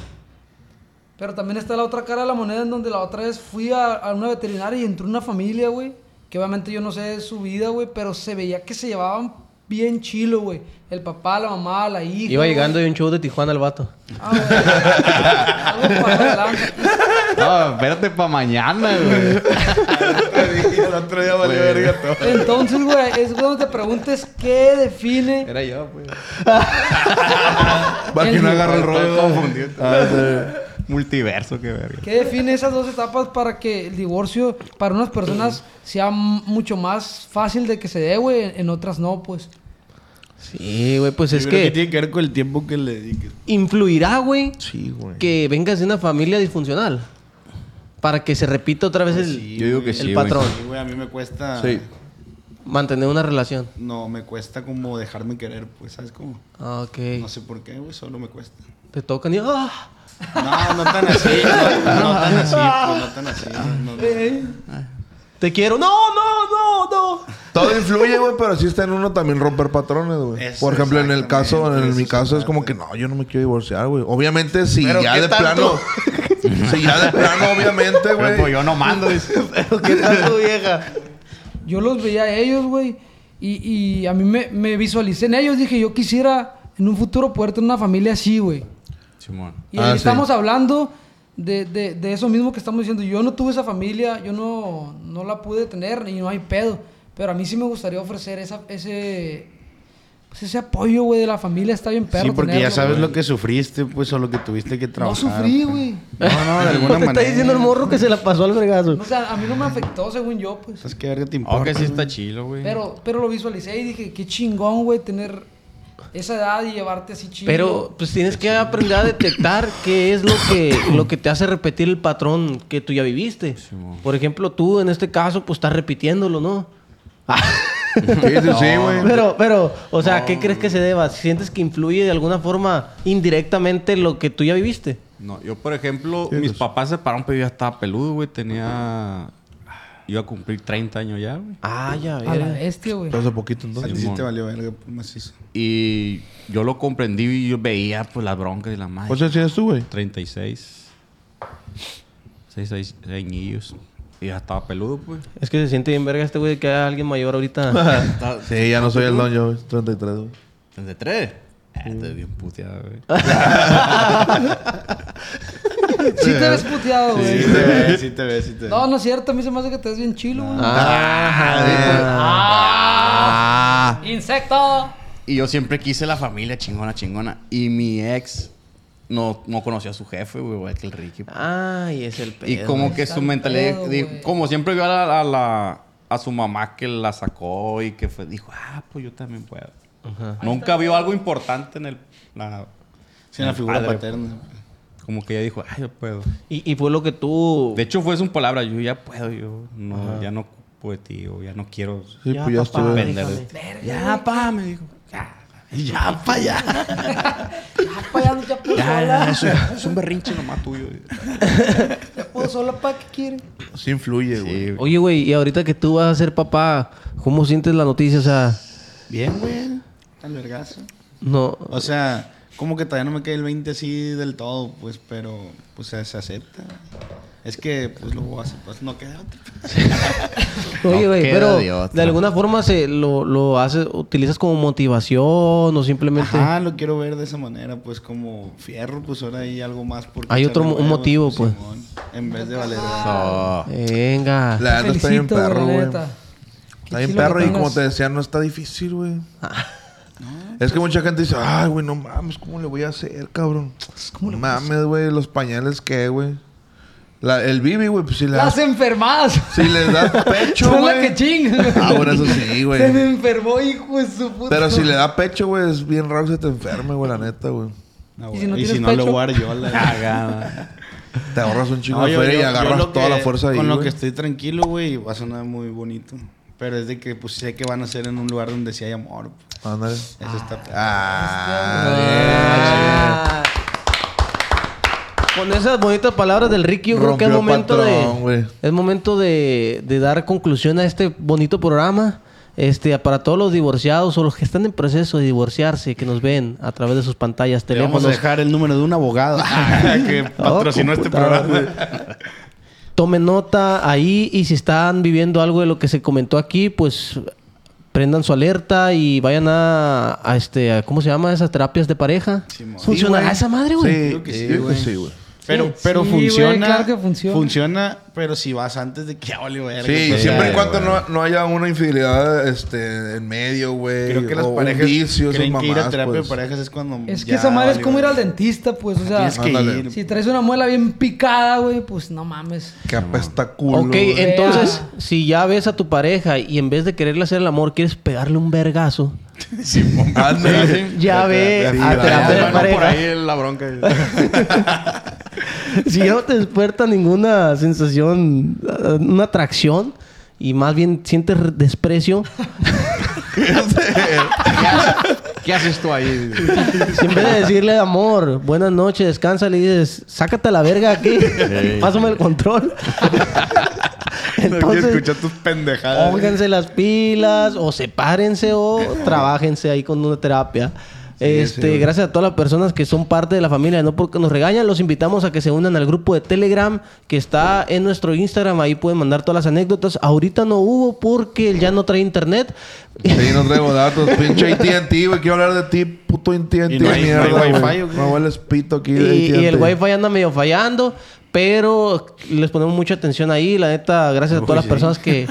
Speaker 4: Pero también está la otra cara de la moneda en donde la otra vez fui a, a una veterinaria y entró una familia, güey. Que obviamente yo no sé su vida, güey, pero se veía que se llevaban bien chilo, güey. El papá, la mamá, la hija.
Speaker 6: Iba
Speaker 4: güey.
Speaker 6: llegando de un show de Tijuana al vato.
Speaker 4: Ah, güey. Algo para adelante.
Speaker 7: No, espérate para mañana, güey.
Speaker 5: El otro día valió verga todo.
Speaker 4: Entonces, güey, es cuando te preguntes qué define
Speaker 7: Era yo, pues.
Speaker 3: Para que
Speaker 4: El-
Speaker 3: no agarre el rollo.
Speaker 7: confundido.
Speaker 3: Ah,
Speaker 7: Multiverso, qué verga.
Speaker 4: ¿Qué define esas dos etapas para que el divorcio para unas personas sea m- mucho más fácil de que se dé, güey? En- En otras no, pues.
Speaker 6: Sí, güey, pues es
Speaker 5: Yo creo
Speaker 6: que...
Speaker 5: tiene que ver con el tiempo que le dediques.
Speaker 6: influirá, güey,
Speaker 3: sí. Sí, güey.
Speaker 6: que vengas de una familia disfuncional. Para que se repita otra vez el,
Speaker 5: Pues Sí,
Speaker 7: Yo digo
Speaker 5: güey.
Speaker 7: que sí,
Speaker 6: el
Speaker 7: güey.
Speaker 6: patrón.
Speaker 5: Sí, güey, a mí me cuesta.
Speaker 3: Sí.
Speaker 6: Mantener una relación.
Speaker 5: No, me cuesta como dejarme querer, pues, ¿sabes cómo?
Speaker 6: Ah, Ok.
Speaker 5: No sé por qué, güey, solo me cuesta.
Speaker 6: Te tocan y... ¡Ah!
Speaker 5: No, no tan así, no, no tan así, pues, no tan así. no, no.
Speaker 6: Te quiero. ¡No, no, no, no!
Speaker 3: Todo influye, güey, pero sí está en uno también romper patrones, güey.
Speaker 5: Eso,
Speaker 3: Por ejemplo, en el caso, en
Speaker 5: exactamente,
Speaker 3: el- mi
Speaker 5: eso
Speaker 3: caso es
Speaker 5: se
Speaker 3: como
Speaker 5: trata.
Speaker 3: que no, yo no me quiero divorciar, güey. Obviamente, si
Speaker 5: ¿Pero
Speaker 3: ya
Speaker 5: qué
Speaker 3: de
Speaker 5: tanto?
Speaker 3: plano. si ya de plano, obviamente,
Speaker 7: Pero
Speaker 3: güey.
Speaker 7: pues yo no mando, dice.
Speaker 6: Este Pero qué tal tu vieja.
Speaker 4: Yo los veía a ellos, güey. Y, y a mí me, me visualicé en ellos. Dije, yo quisiera en un futuro poder tener una familia así, güey.
Speaker 7: Simón.
Speaker 4: Y
Speaker 3: Ah,
Speaker 4: ahí
Speaker 3: sí.
Speaker 4: estamos hablando de, de- de eso mismo que estamos diciendo. Yo no tuve esa familia, yo no, no la pude tener y no hay pedo. Pero a mí sí me gustaría ofrecer esa, ese, pues ese apoyo, güey, de la familia. Está bien perro
Speaker 5: Sí, porque ya
Speaker 4: tenerlo,
Speaker 5: sabes
Speaker 4: güey.
Speaker 5: lo que sufriste, pues, o lo que tuviste que
Speaker 4: No
Speaker 5: trabajar.
Speaker 4: sufrí, güey.
Speaker 5: No, no, de
Speaker 6: ¿No
Speaker 5: alguna
Speaker 6: te
Speaker 5: manera.
Speaker 6: está diciendo el morro que se la pasó al fregazo?
Speaker 4: O sea, a mí no me afectó, según yo, pues.
Speaker 5: ¿Sabes qué verga te importa?
Speaker 7: Oh, que sí está chilo, güey.
Speaker 4: Pero, pero lo visualicé y dije, qué chingón, güey, tener esa edad y llevarte así chido.
Speaker 6: Pero pues tienes que aprender a detectar qué es lo que, lo que te hace repetir el patrón que tú ya viviste.
Speaker 7: mo.
Speaker 6: Por ejemplo, tú en este caso pues estás repitiéndolo, ¿no?
Speaker 3: Sí, sí, sí, güey.
Speaker 6: Pero, pero, o sea, ¿qué crees que se deba? ¿Sientes que influye de alguna forma indirectamente lo que tú ya viviste?
Speaker 7: No, yo, por ejemplo, mis papás se pararon, pero yo ya estaba peludo, güey. Tenía. Iba a cumplir 30 años ya, güey.
Speaker 6: Ah, ya
Speaker 4: A la
Speaker 6: ves.
Speaker 4: bestia, güey.
Speaker 3: Pero hace poquito
Speaker 5: A
Speaker 3: entonces.
Speaker 5: ti sí
Speaker 7: Simón.
Speaker 5: te valió verga pues, macizo.
Speaker 7: Y yo lo comprendí y yo veía, pues, las broncas y la madre.
Speaker 3: ¿Cuántos años tienes tú, güey?
Speaker 7: 36. 6, 6 añillos. Y ya estaba peludo, pues.
Speaker 6: Es que se siente bien verga este güey de que haya alguien mayor ahorita.
Speaker 3: Sí, ya no soy el don yo, güey. 33, güey.
Speaker 7: 33. Ah, estoy bien puteado, güey.
Speaker 4: Sí te ves puteado, güey.
Speaker 5: Sí te ves, sí te ves, sí te ves.
Speaker 4: No, no es cierto. A mí se me hace que te ves bien chilo, güey.
Speaker 6: ah,
Speaker 7: Ah.
Speaker 4: ¡Insecto! Ah,
Speaker 7: Y yo siempre quise la familia chingona, chingona. Y mi ex no, no conocía a su jefe, güey, igual que el Ricky. pues.
Speaker 6: ay, es el pedo.
Speaker 7: y como que
Speaker 4: está
Speaker 7: su
Speaker 4: el
Speaker 7: mentalidad,
Speaker 4: pedo,
Speaker 7: dijo-
Speaker 4: güey.
Speaker 7: como siempre vio a, la- a la- a su mamá que la sacó y que fue, dijo, ah, pues yo también puedo. Nunca vio algo importante en el... la-
Speaker 5: Sí, una figura
Speaker 7: Padre.
Speaker 5: paterna.
Speaker 7: como que ella dijo, ah, yo puedo.
Speaker 6: Y, y fue lo que tú...
Speaker 7: De hecho, fue su palabra, yo ya puedo, yo no, ya no ocupo de ti, o ya no quiero
Speaker 3: Sí, pues ya
Speaker 6: papá,
Speaker 3: estuve.
Speaker 7: depender de
Speaker 6: déjame.
Speaker 7: ti. Ya, pa, me dijo. Ya, ya, pa, ya.
Speaker 4: Papá, pues, ya, ya pudo
Speaker 7: Ya,
Speaker 4: sola.
Speaker 7: ya, es un, es un berrinche nomás tuyo.
Speaker 4: Ya pudo sola, pa, ¿qué quiere?
Speaker 3: Sí influye, güey.
Speaker 7: Sí,
Speaker 6: Oye, güey, y ahorita que tú vas a ser papá, ¿cómo sientes la noticia? O sea,
Speaker 5: Bien, güey. Al vergazo.
Speaker 6: no...
Speaker 5: O sea, como que todavía no me cae el 20 así del todo, pues, pero pues se, se acepta. Es que, pues, lo voy a hacer, pues, no queda otra.
Speaker 6: Oye,
Speaker 7: No
Speaker 6: güey,
Speaker 7: queda
Speaker 6: pero
Speaker 7: de otra.
Speaker 6: de alguna forma se lo, lo haces, utilizas como motivación o simplemente
Speaker 5: Ajá, lo quiero ver de esa manera, pues, como fierro, pues, ahora hay algo más por
Speaker 6: Hay otro
Speaker 5: echarle
Speaker 6: mo- un
Speaker 5: huevos,
Speaker 6: motivo, pues.
Speaker 5: Simón, en vez de valer.
Speaker 6: "Ah, venga.
Speaker 3: La neta está bien
Speaker 4: Felicito,
Speaker 3: perro,
Speaker 4: la
Speaker 3: güey.
Speaker 4: neta.
Speaker 3: Está
Speaker 4: Qué
Speaker 3: bien
Speaker 4: chilo que
Speaker 3: perro y como
Speaker 4: tengas. Ah.
Speaker 3: te decía, no está difícil, güey. Es que mucha gente dice, ay, güey, no mames, ¿cómo le voy a hacer, cabrón?
Speaker 4: Pues,
Speaker 3: No mames, güey, los pañales, ¿qué, güey? La- el bibi, güey, pues si le
Speaker 4: Las
Speaker 3: das,
Speaker 4: enfermadas.
Speaker 3: si le das pecho,
Speaker 4: Son las que
Speaker 3: güey.
Speaker 4: chingan.
Speaker 3: Ah, bueno, eso sí,
Speaker 4: Se me
Speaker 3: güey.
Speaker 4: enfermó, hijo de su puta.
Speaker 3: Pero si le da pecho, güey, es bien raro que se te enferme, güey, la neta, güey.
Speaker 5: Ah, y
Speaker 4: si
Speaker 5: si
Speaker 4: no
Speaker 5: no,
Speaker 4: tienes
Speaker 5: lo
Speaker 4: pecho?
Speaker 5: voy a dar yo a la
Speaker 3: Te ahorras un chingo
Speaker 5: No,
Speaker 3: de
Speaker 5: yo-
Speaker 3: feria
Speaker 5: yo-
Speaker 3: y
Speaker 5: yo
Speaker 3: agarras
Speaker 5: lo que-
Speaker 3: toda la fuerza ahí,
Speaker 5: Con lo
Speaker 3: güey.
Speaker 5: que estoy tranquilo, güey, y va a sonar muy bonito. Pero es de que, pues, sé que van a ser en un lugar donde sí hay amor. pues.
Speaker 3: Ándale.
Speaker 5: Eso está...
Speaker 3: Ah,
Speaker 6: Con esas bonitas palabras del Ricky, yo creo que es
Speaker 3: Rompió
Speaker 6: momento
Speaker 3: patrón,
Speaker 6: de
Speaker 3: güey.
Speaker 6: es momento de, de dar conclusión a este bonito programa. Este, para todos los divorciados o los que están en proceso de divorciarse, que nos ven a través de sus pantallas,
Speaker 5: Te vamos
Speaker 6: teléfonos,
Speaker 3: Pues,
Speaker 5: a dejar el número de un abogado
Speaker 7: Ah,
Speaker 5: Ah, que patrocinó este programa.
Speaker 6: tomen nota ahí y si están viviendo algo de lo que se comentó aquí, pues prendan su alerta y vayan a, a este, a- ¿cómo se llama? Esas terapias de pareja.
Speaker 5: Simón.
Speaker 6: ¿Funcionará esa madre, güey?
Speaker 3: Sí,
Speaker 5: Creo que sí,
Speaker 3: yo creo que
Speaker 5: güey.
Speaker 3: sí, güey.
Speaker 5: Pero, pero
Speaker 4: sí, güey,
Speaker 5: funciona,
Speaker 4: claro que funciona.
Speaker 5: pero si vas antes de que ya vale verga.
Speaker 3: Sí,
Speaker 5: pues,
Speaker 3: siempre y
Speaker 5: ya,
Speaker 3: cuando
Speaker 5: güey.
Speaker 3: no, no haya una infidelidad este, en medio, güey.
Speaker 5: Creo que las
Speaker 3: o un
Speaker 5: parejas
Speaker 3: vicio, esas
Speaker 5: creen que ir a
Speaker 3: mamadas,
Speaker 5: terapia
Speaker 3: pues.
Speaker 5: de parejas es cuando
Speaker 4: Es que
Speaker 5: ya
Speaker 4: esa madre es
Speaker 5: vale
Speaker 4: como ir al
Speaker 5: verga.
Speaker 4: dentista, pues, o sea.
Speaker 5: Tienes que
Speaker 3: Ándale.
Speaker 5: ir.
Speaker 4: Si traes una muela bien picada, güey, pues no mames.
Speaker 3: Que apesta culo.
Speaker 6: Ok,
Speaker 3: güey.
Speaker 5: eh,
Speaker 6: entonces,
Speaker 4: Vea.
Speaker 6: si ya ves a tu pareja y en vez de quererle hacer el amor, quieres pegarle un vergazo,
Speaker 7: Ah,
Speaker 3: Ándale.
Speaker 6: ya ve
Speaker 3: sí,
Speaker 6: a
Speaker 3: la
Speaker 6: terapia de
Speaker 3: verdad,
Speaker 7: por
Speaker 6: pareja.
Speaker 7: ahí la bronca.
Speaker 6: Si ya no te despierta ninguna sensación, eh, una atracción, y más bien sientes re- desprecio,
Speaker 7: ¿Qué haces tú ahí?
Speaker 6: Si en vez de decirle amor, buenas noches, descansa, le dices, sácate a la verga aquí, pásame el control. Entonces,
Speaker 5: escuchar tus pendejadas.
Speaker 6: pónganse las pilas, o sepárense, o trabajense ahí con una terapia. Este, gracias a todas las personas que son parte de la familia, no porque nos regañan, los invitamos a que se unan al grupo de Telegram que está en nuestro Instagram, ahí pueden mandar todas las anécdotas. Ahorita no hubo porque él ya no trae internet.
Speaker 3: Sí, no traigo datos. Pinche AT&T, güey. Quiero hablar de ti, puto
Speaker 5: Y
Speaker 3: AT&T.
Speaker 5: no hay- no hay
Speaker 3: mierda, güey.
Speaker 5: wifi, ¿o qué?
Speaker 3: Me hueles pito aquí de
Speaker 6: Y, y
Speaker 3: AT&T.
Speaker 6: el wifi anda medio fallando, pero les ponemos mucha atención ahí. La neta, gracias a todas las personas que,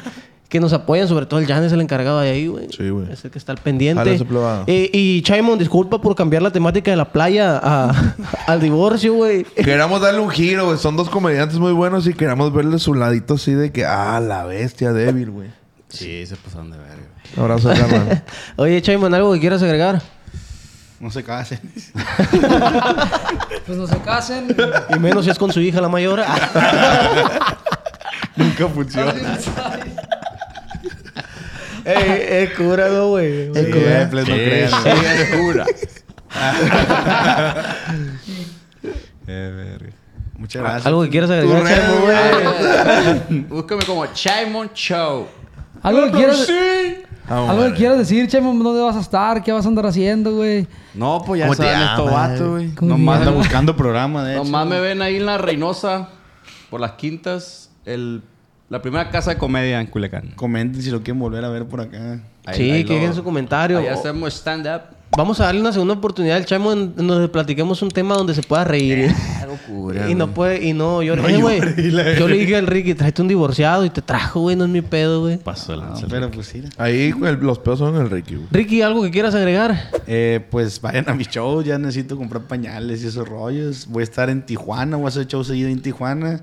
Speaker 6: que nos apoyan, sobre todo el Jan es el encargado de ahí, güey.
Speaker 3: Sí, güey.
Speaker 6: Es el que está al
Speaker 3: Jala
Speaker 6: pendiente.
Speaker 3: ese plebado.
Speaker 6: Eh, y Chaimon, disculpa por cambiar la temática de la playa a- al divorcio, güey.
Speaker 3: Queramos darle un giro, güey. Son dos comediantes muy buenos y queramos verle su ladito así de que... Ah, la bestia débil, güey.
Speaker 7: Sí, se pasaron de verga.
Speaker 3: Abrazo, carnal.
Speaker 6: Oye, Chaimon, ¿algo que quieras agregar?
Speaker 5: No se casen.
Speaker 4: Pues no se casen.
Speaker 6: Y menos si es con su hija, la mayor.
Speaker 5: Nunca funciona.
Speaker 7: Eh,
Speaker 6: Ey, es cura, no, güey.
Speaker 5: Sí, eh, pues, no crean, güey.
Speaker 7: cura.
Speaker 4: Ah,
Speaker 5: Muchas gracias.
Speaker 6: Algo que quieras agregar, Ah,
Speaker 5: Tus
Speaker 6: Chaimo, güey.
Speaker 7: Búscame como Chaimon Show.
Speaker 4: Algo que quieras,
Speaker 3: Vamos,
Speaker 4: algo que
Speaker 3: madre.
Speaker 4: quieras decir, Chemo, ¿dónde vas a estar? ¿Qué vas a andar haciendo, güey?
Speaker 7: No, pues ya
Speaker 8: ¿Cómo te
Speaker 7: saben estos
Speaker 8: llamas?
Speaker 7: vatos, güey.
Speaker 4: ¿Cómo te
Speaker 7: Nomás,
Speaker 5: Anda buscando programa, de hecho.
Speaker 7: nomás me ven ahí en la Reynosa, por las quintas, el, la primera casa de comedia en Culiacán.
Speaker 5: Comenten si lo quieren volver a ver por acá.
Speaker 7: Ahí-
Speaker 6: Sí,
Speaker 7: ahí
Speaker 6: que dejen
Speaker 7: lo-
Speaker 6: su comentario.
Speaker 7: Ahí hacemos stand-up.
Speaker 6: Vamos a darle una segunda oportunidad al Chaimo en en donde platiquemos un tema donde se pueda
Speaker 7: Eh,
Speaker 6: reír. y no puede, y no llore. Eh, güey, yo le dije al Ricky, tráete un divorciado y te trajo, güey, no es mi pedo, güey.
Speaker 8: Paso de
Speaker 5: Ah,
Speaker 8: lanza.
Speaker 5: pero pues sí.
Speaker 3: Ahí güey, los pedos son en el Ricky, güey.
Speaker 6: Ricky, ¿algo que quieras agregar?
Speaker 5: Eh, pues vayan a mi show, ya necesito comprar pañales y esos rollos. Voy a estar en Tijuana, voy a hacer show seguido en Tijuana.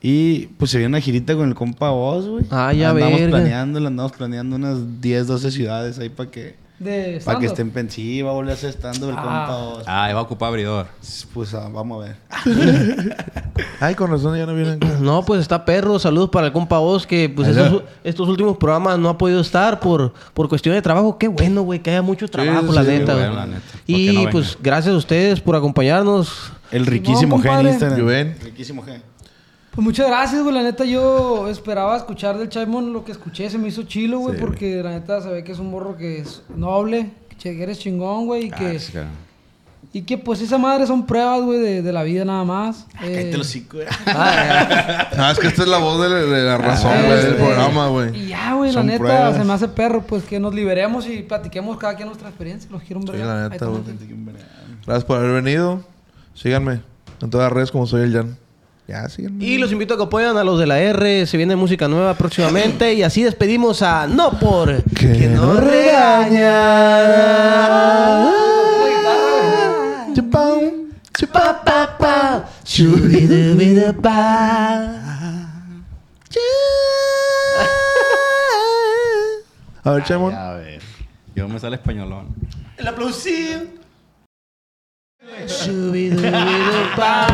Speaker 5: Y pues se viene una girita con el compa Oz, güey.
Speaker 6: Ah, ya,
Speaker 5: Andamos
Speaker 6: verga.
Speaker 5: planeando, andamos planeando unas 10, 12 ciudades ahí para que,
Speaker 4: De
Speaker 5: para
Speaker 4: stand-up.
Speaker 5: que estén pensiva, volver a hacer estando el
Speaker 4: Ah.
Speaker 5: compa Oz.
Speaker 7: Ah, ahí va a ocupar abridor.
Speaker 5: Pues ah, vamos a ver.
Speaker 3: Ay, con razón ya no vienen.
Speaker 6: No, pues está perro. Saludos para el compa Oz, que pues estos, estos últimos programas no ha podido estar por, por cuestión de trabajo. Qué bueno, güey, que haya mucho trabajo,
Speaker 3: sí,
Speaker 6: la,
Speaker 3: sí,
Speaker 6: neta,
Speaker 7: güey,
Speaker 6: güey.
Speaker 7: la neta. ¿Por qué
Speaker 6: Y
Speaker 7: no venga?
Speaker 6: pues gracias a ustedes por acompañarnos.
Speaker 5: El riquísimo G en
Speaker 4: compadre.
Speaker 5: Instagram.
Speaker 3: Juven.
Speaker 5: Riquísimo G.
Speaker 4: Pues muchas gracias, güey. La neta, yo esperaba escuchar del Chaimon lo que escuché. Se me hizo chilo, güey, porque la neta se ve que es un morro que es noble, que che- que eres chingón, güey, y que, y que pues esa madre son pruebas, güey, de, de la vida nada más. Eh,
Speaker 5: Cállate los cinco.
Speaker 3: Ah, es que esta es la voz de la, de la razón,
Speaker 4: eh,
Speaker 3: Ah, güey, del
Speaker 4: eh,
Speaker 3: programa, güey.
Speaker 4: Y ya, güey, la
Speaker 5: Son
Speaker 4: neta,
Speaker 5: pruebas.
Speaker 4: se me hace perro, pues que nos liberemos y platiquemos cada quien nuestra experiencia. Los quiero un
Speaker 3: Sí,
Speaker 4: vergal.
Speaker 3: la
Speaker 4: Ahí
Speaker 3: neta,
Speaker 4: está,
Speaker 3: güey.
Speaker 4: gente.
Speaker 3: Gracias por haber venido. Síganme en todas las redes como soy el Jan. Ya, síganme.
Speaker 6: Y los invito a que apoyen a los de la R. Se viene música nueva próximamente. Y así despedimos a No Por.
Speaker 3: Que no
Speaker 6: regaña.
Speaker 2: Chupam, chupapapa, shubidubidupa.
Speaker 3: A ver, Chamon.
Speaker 7: A ver. Yo me sale españolón.
Speaker 2: Chubidubidupa,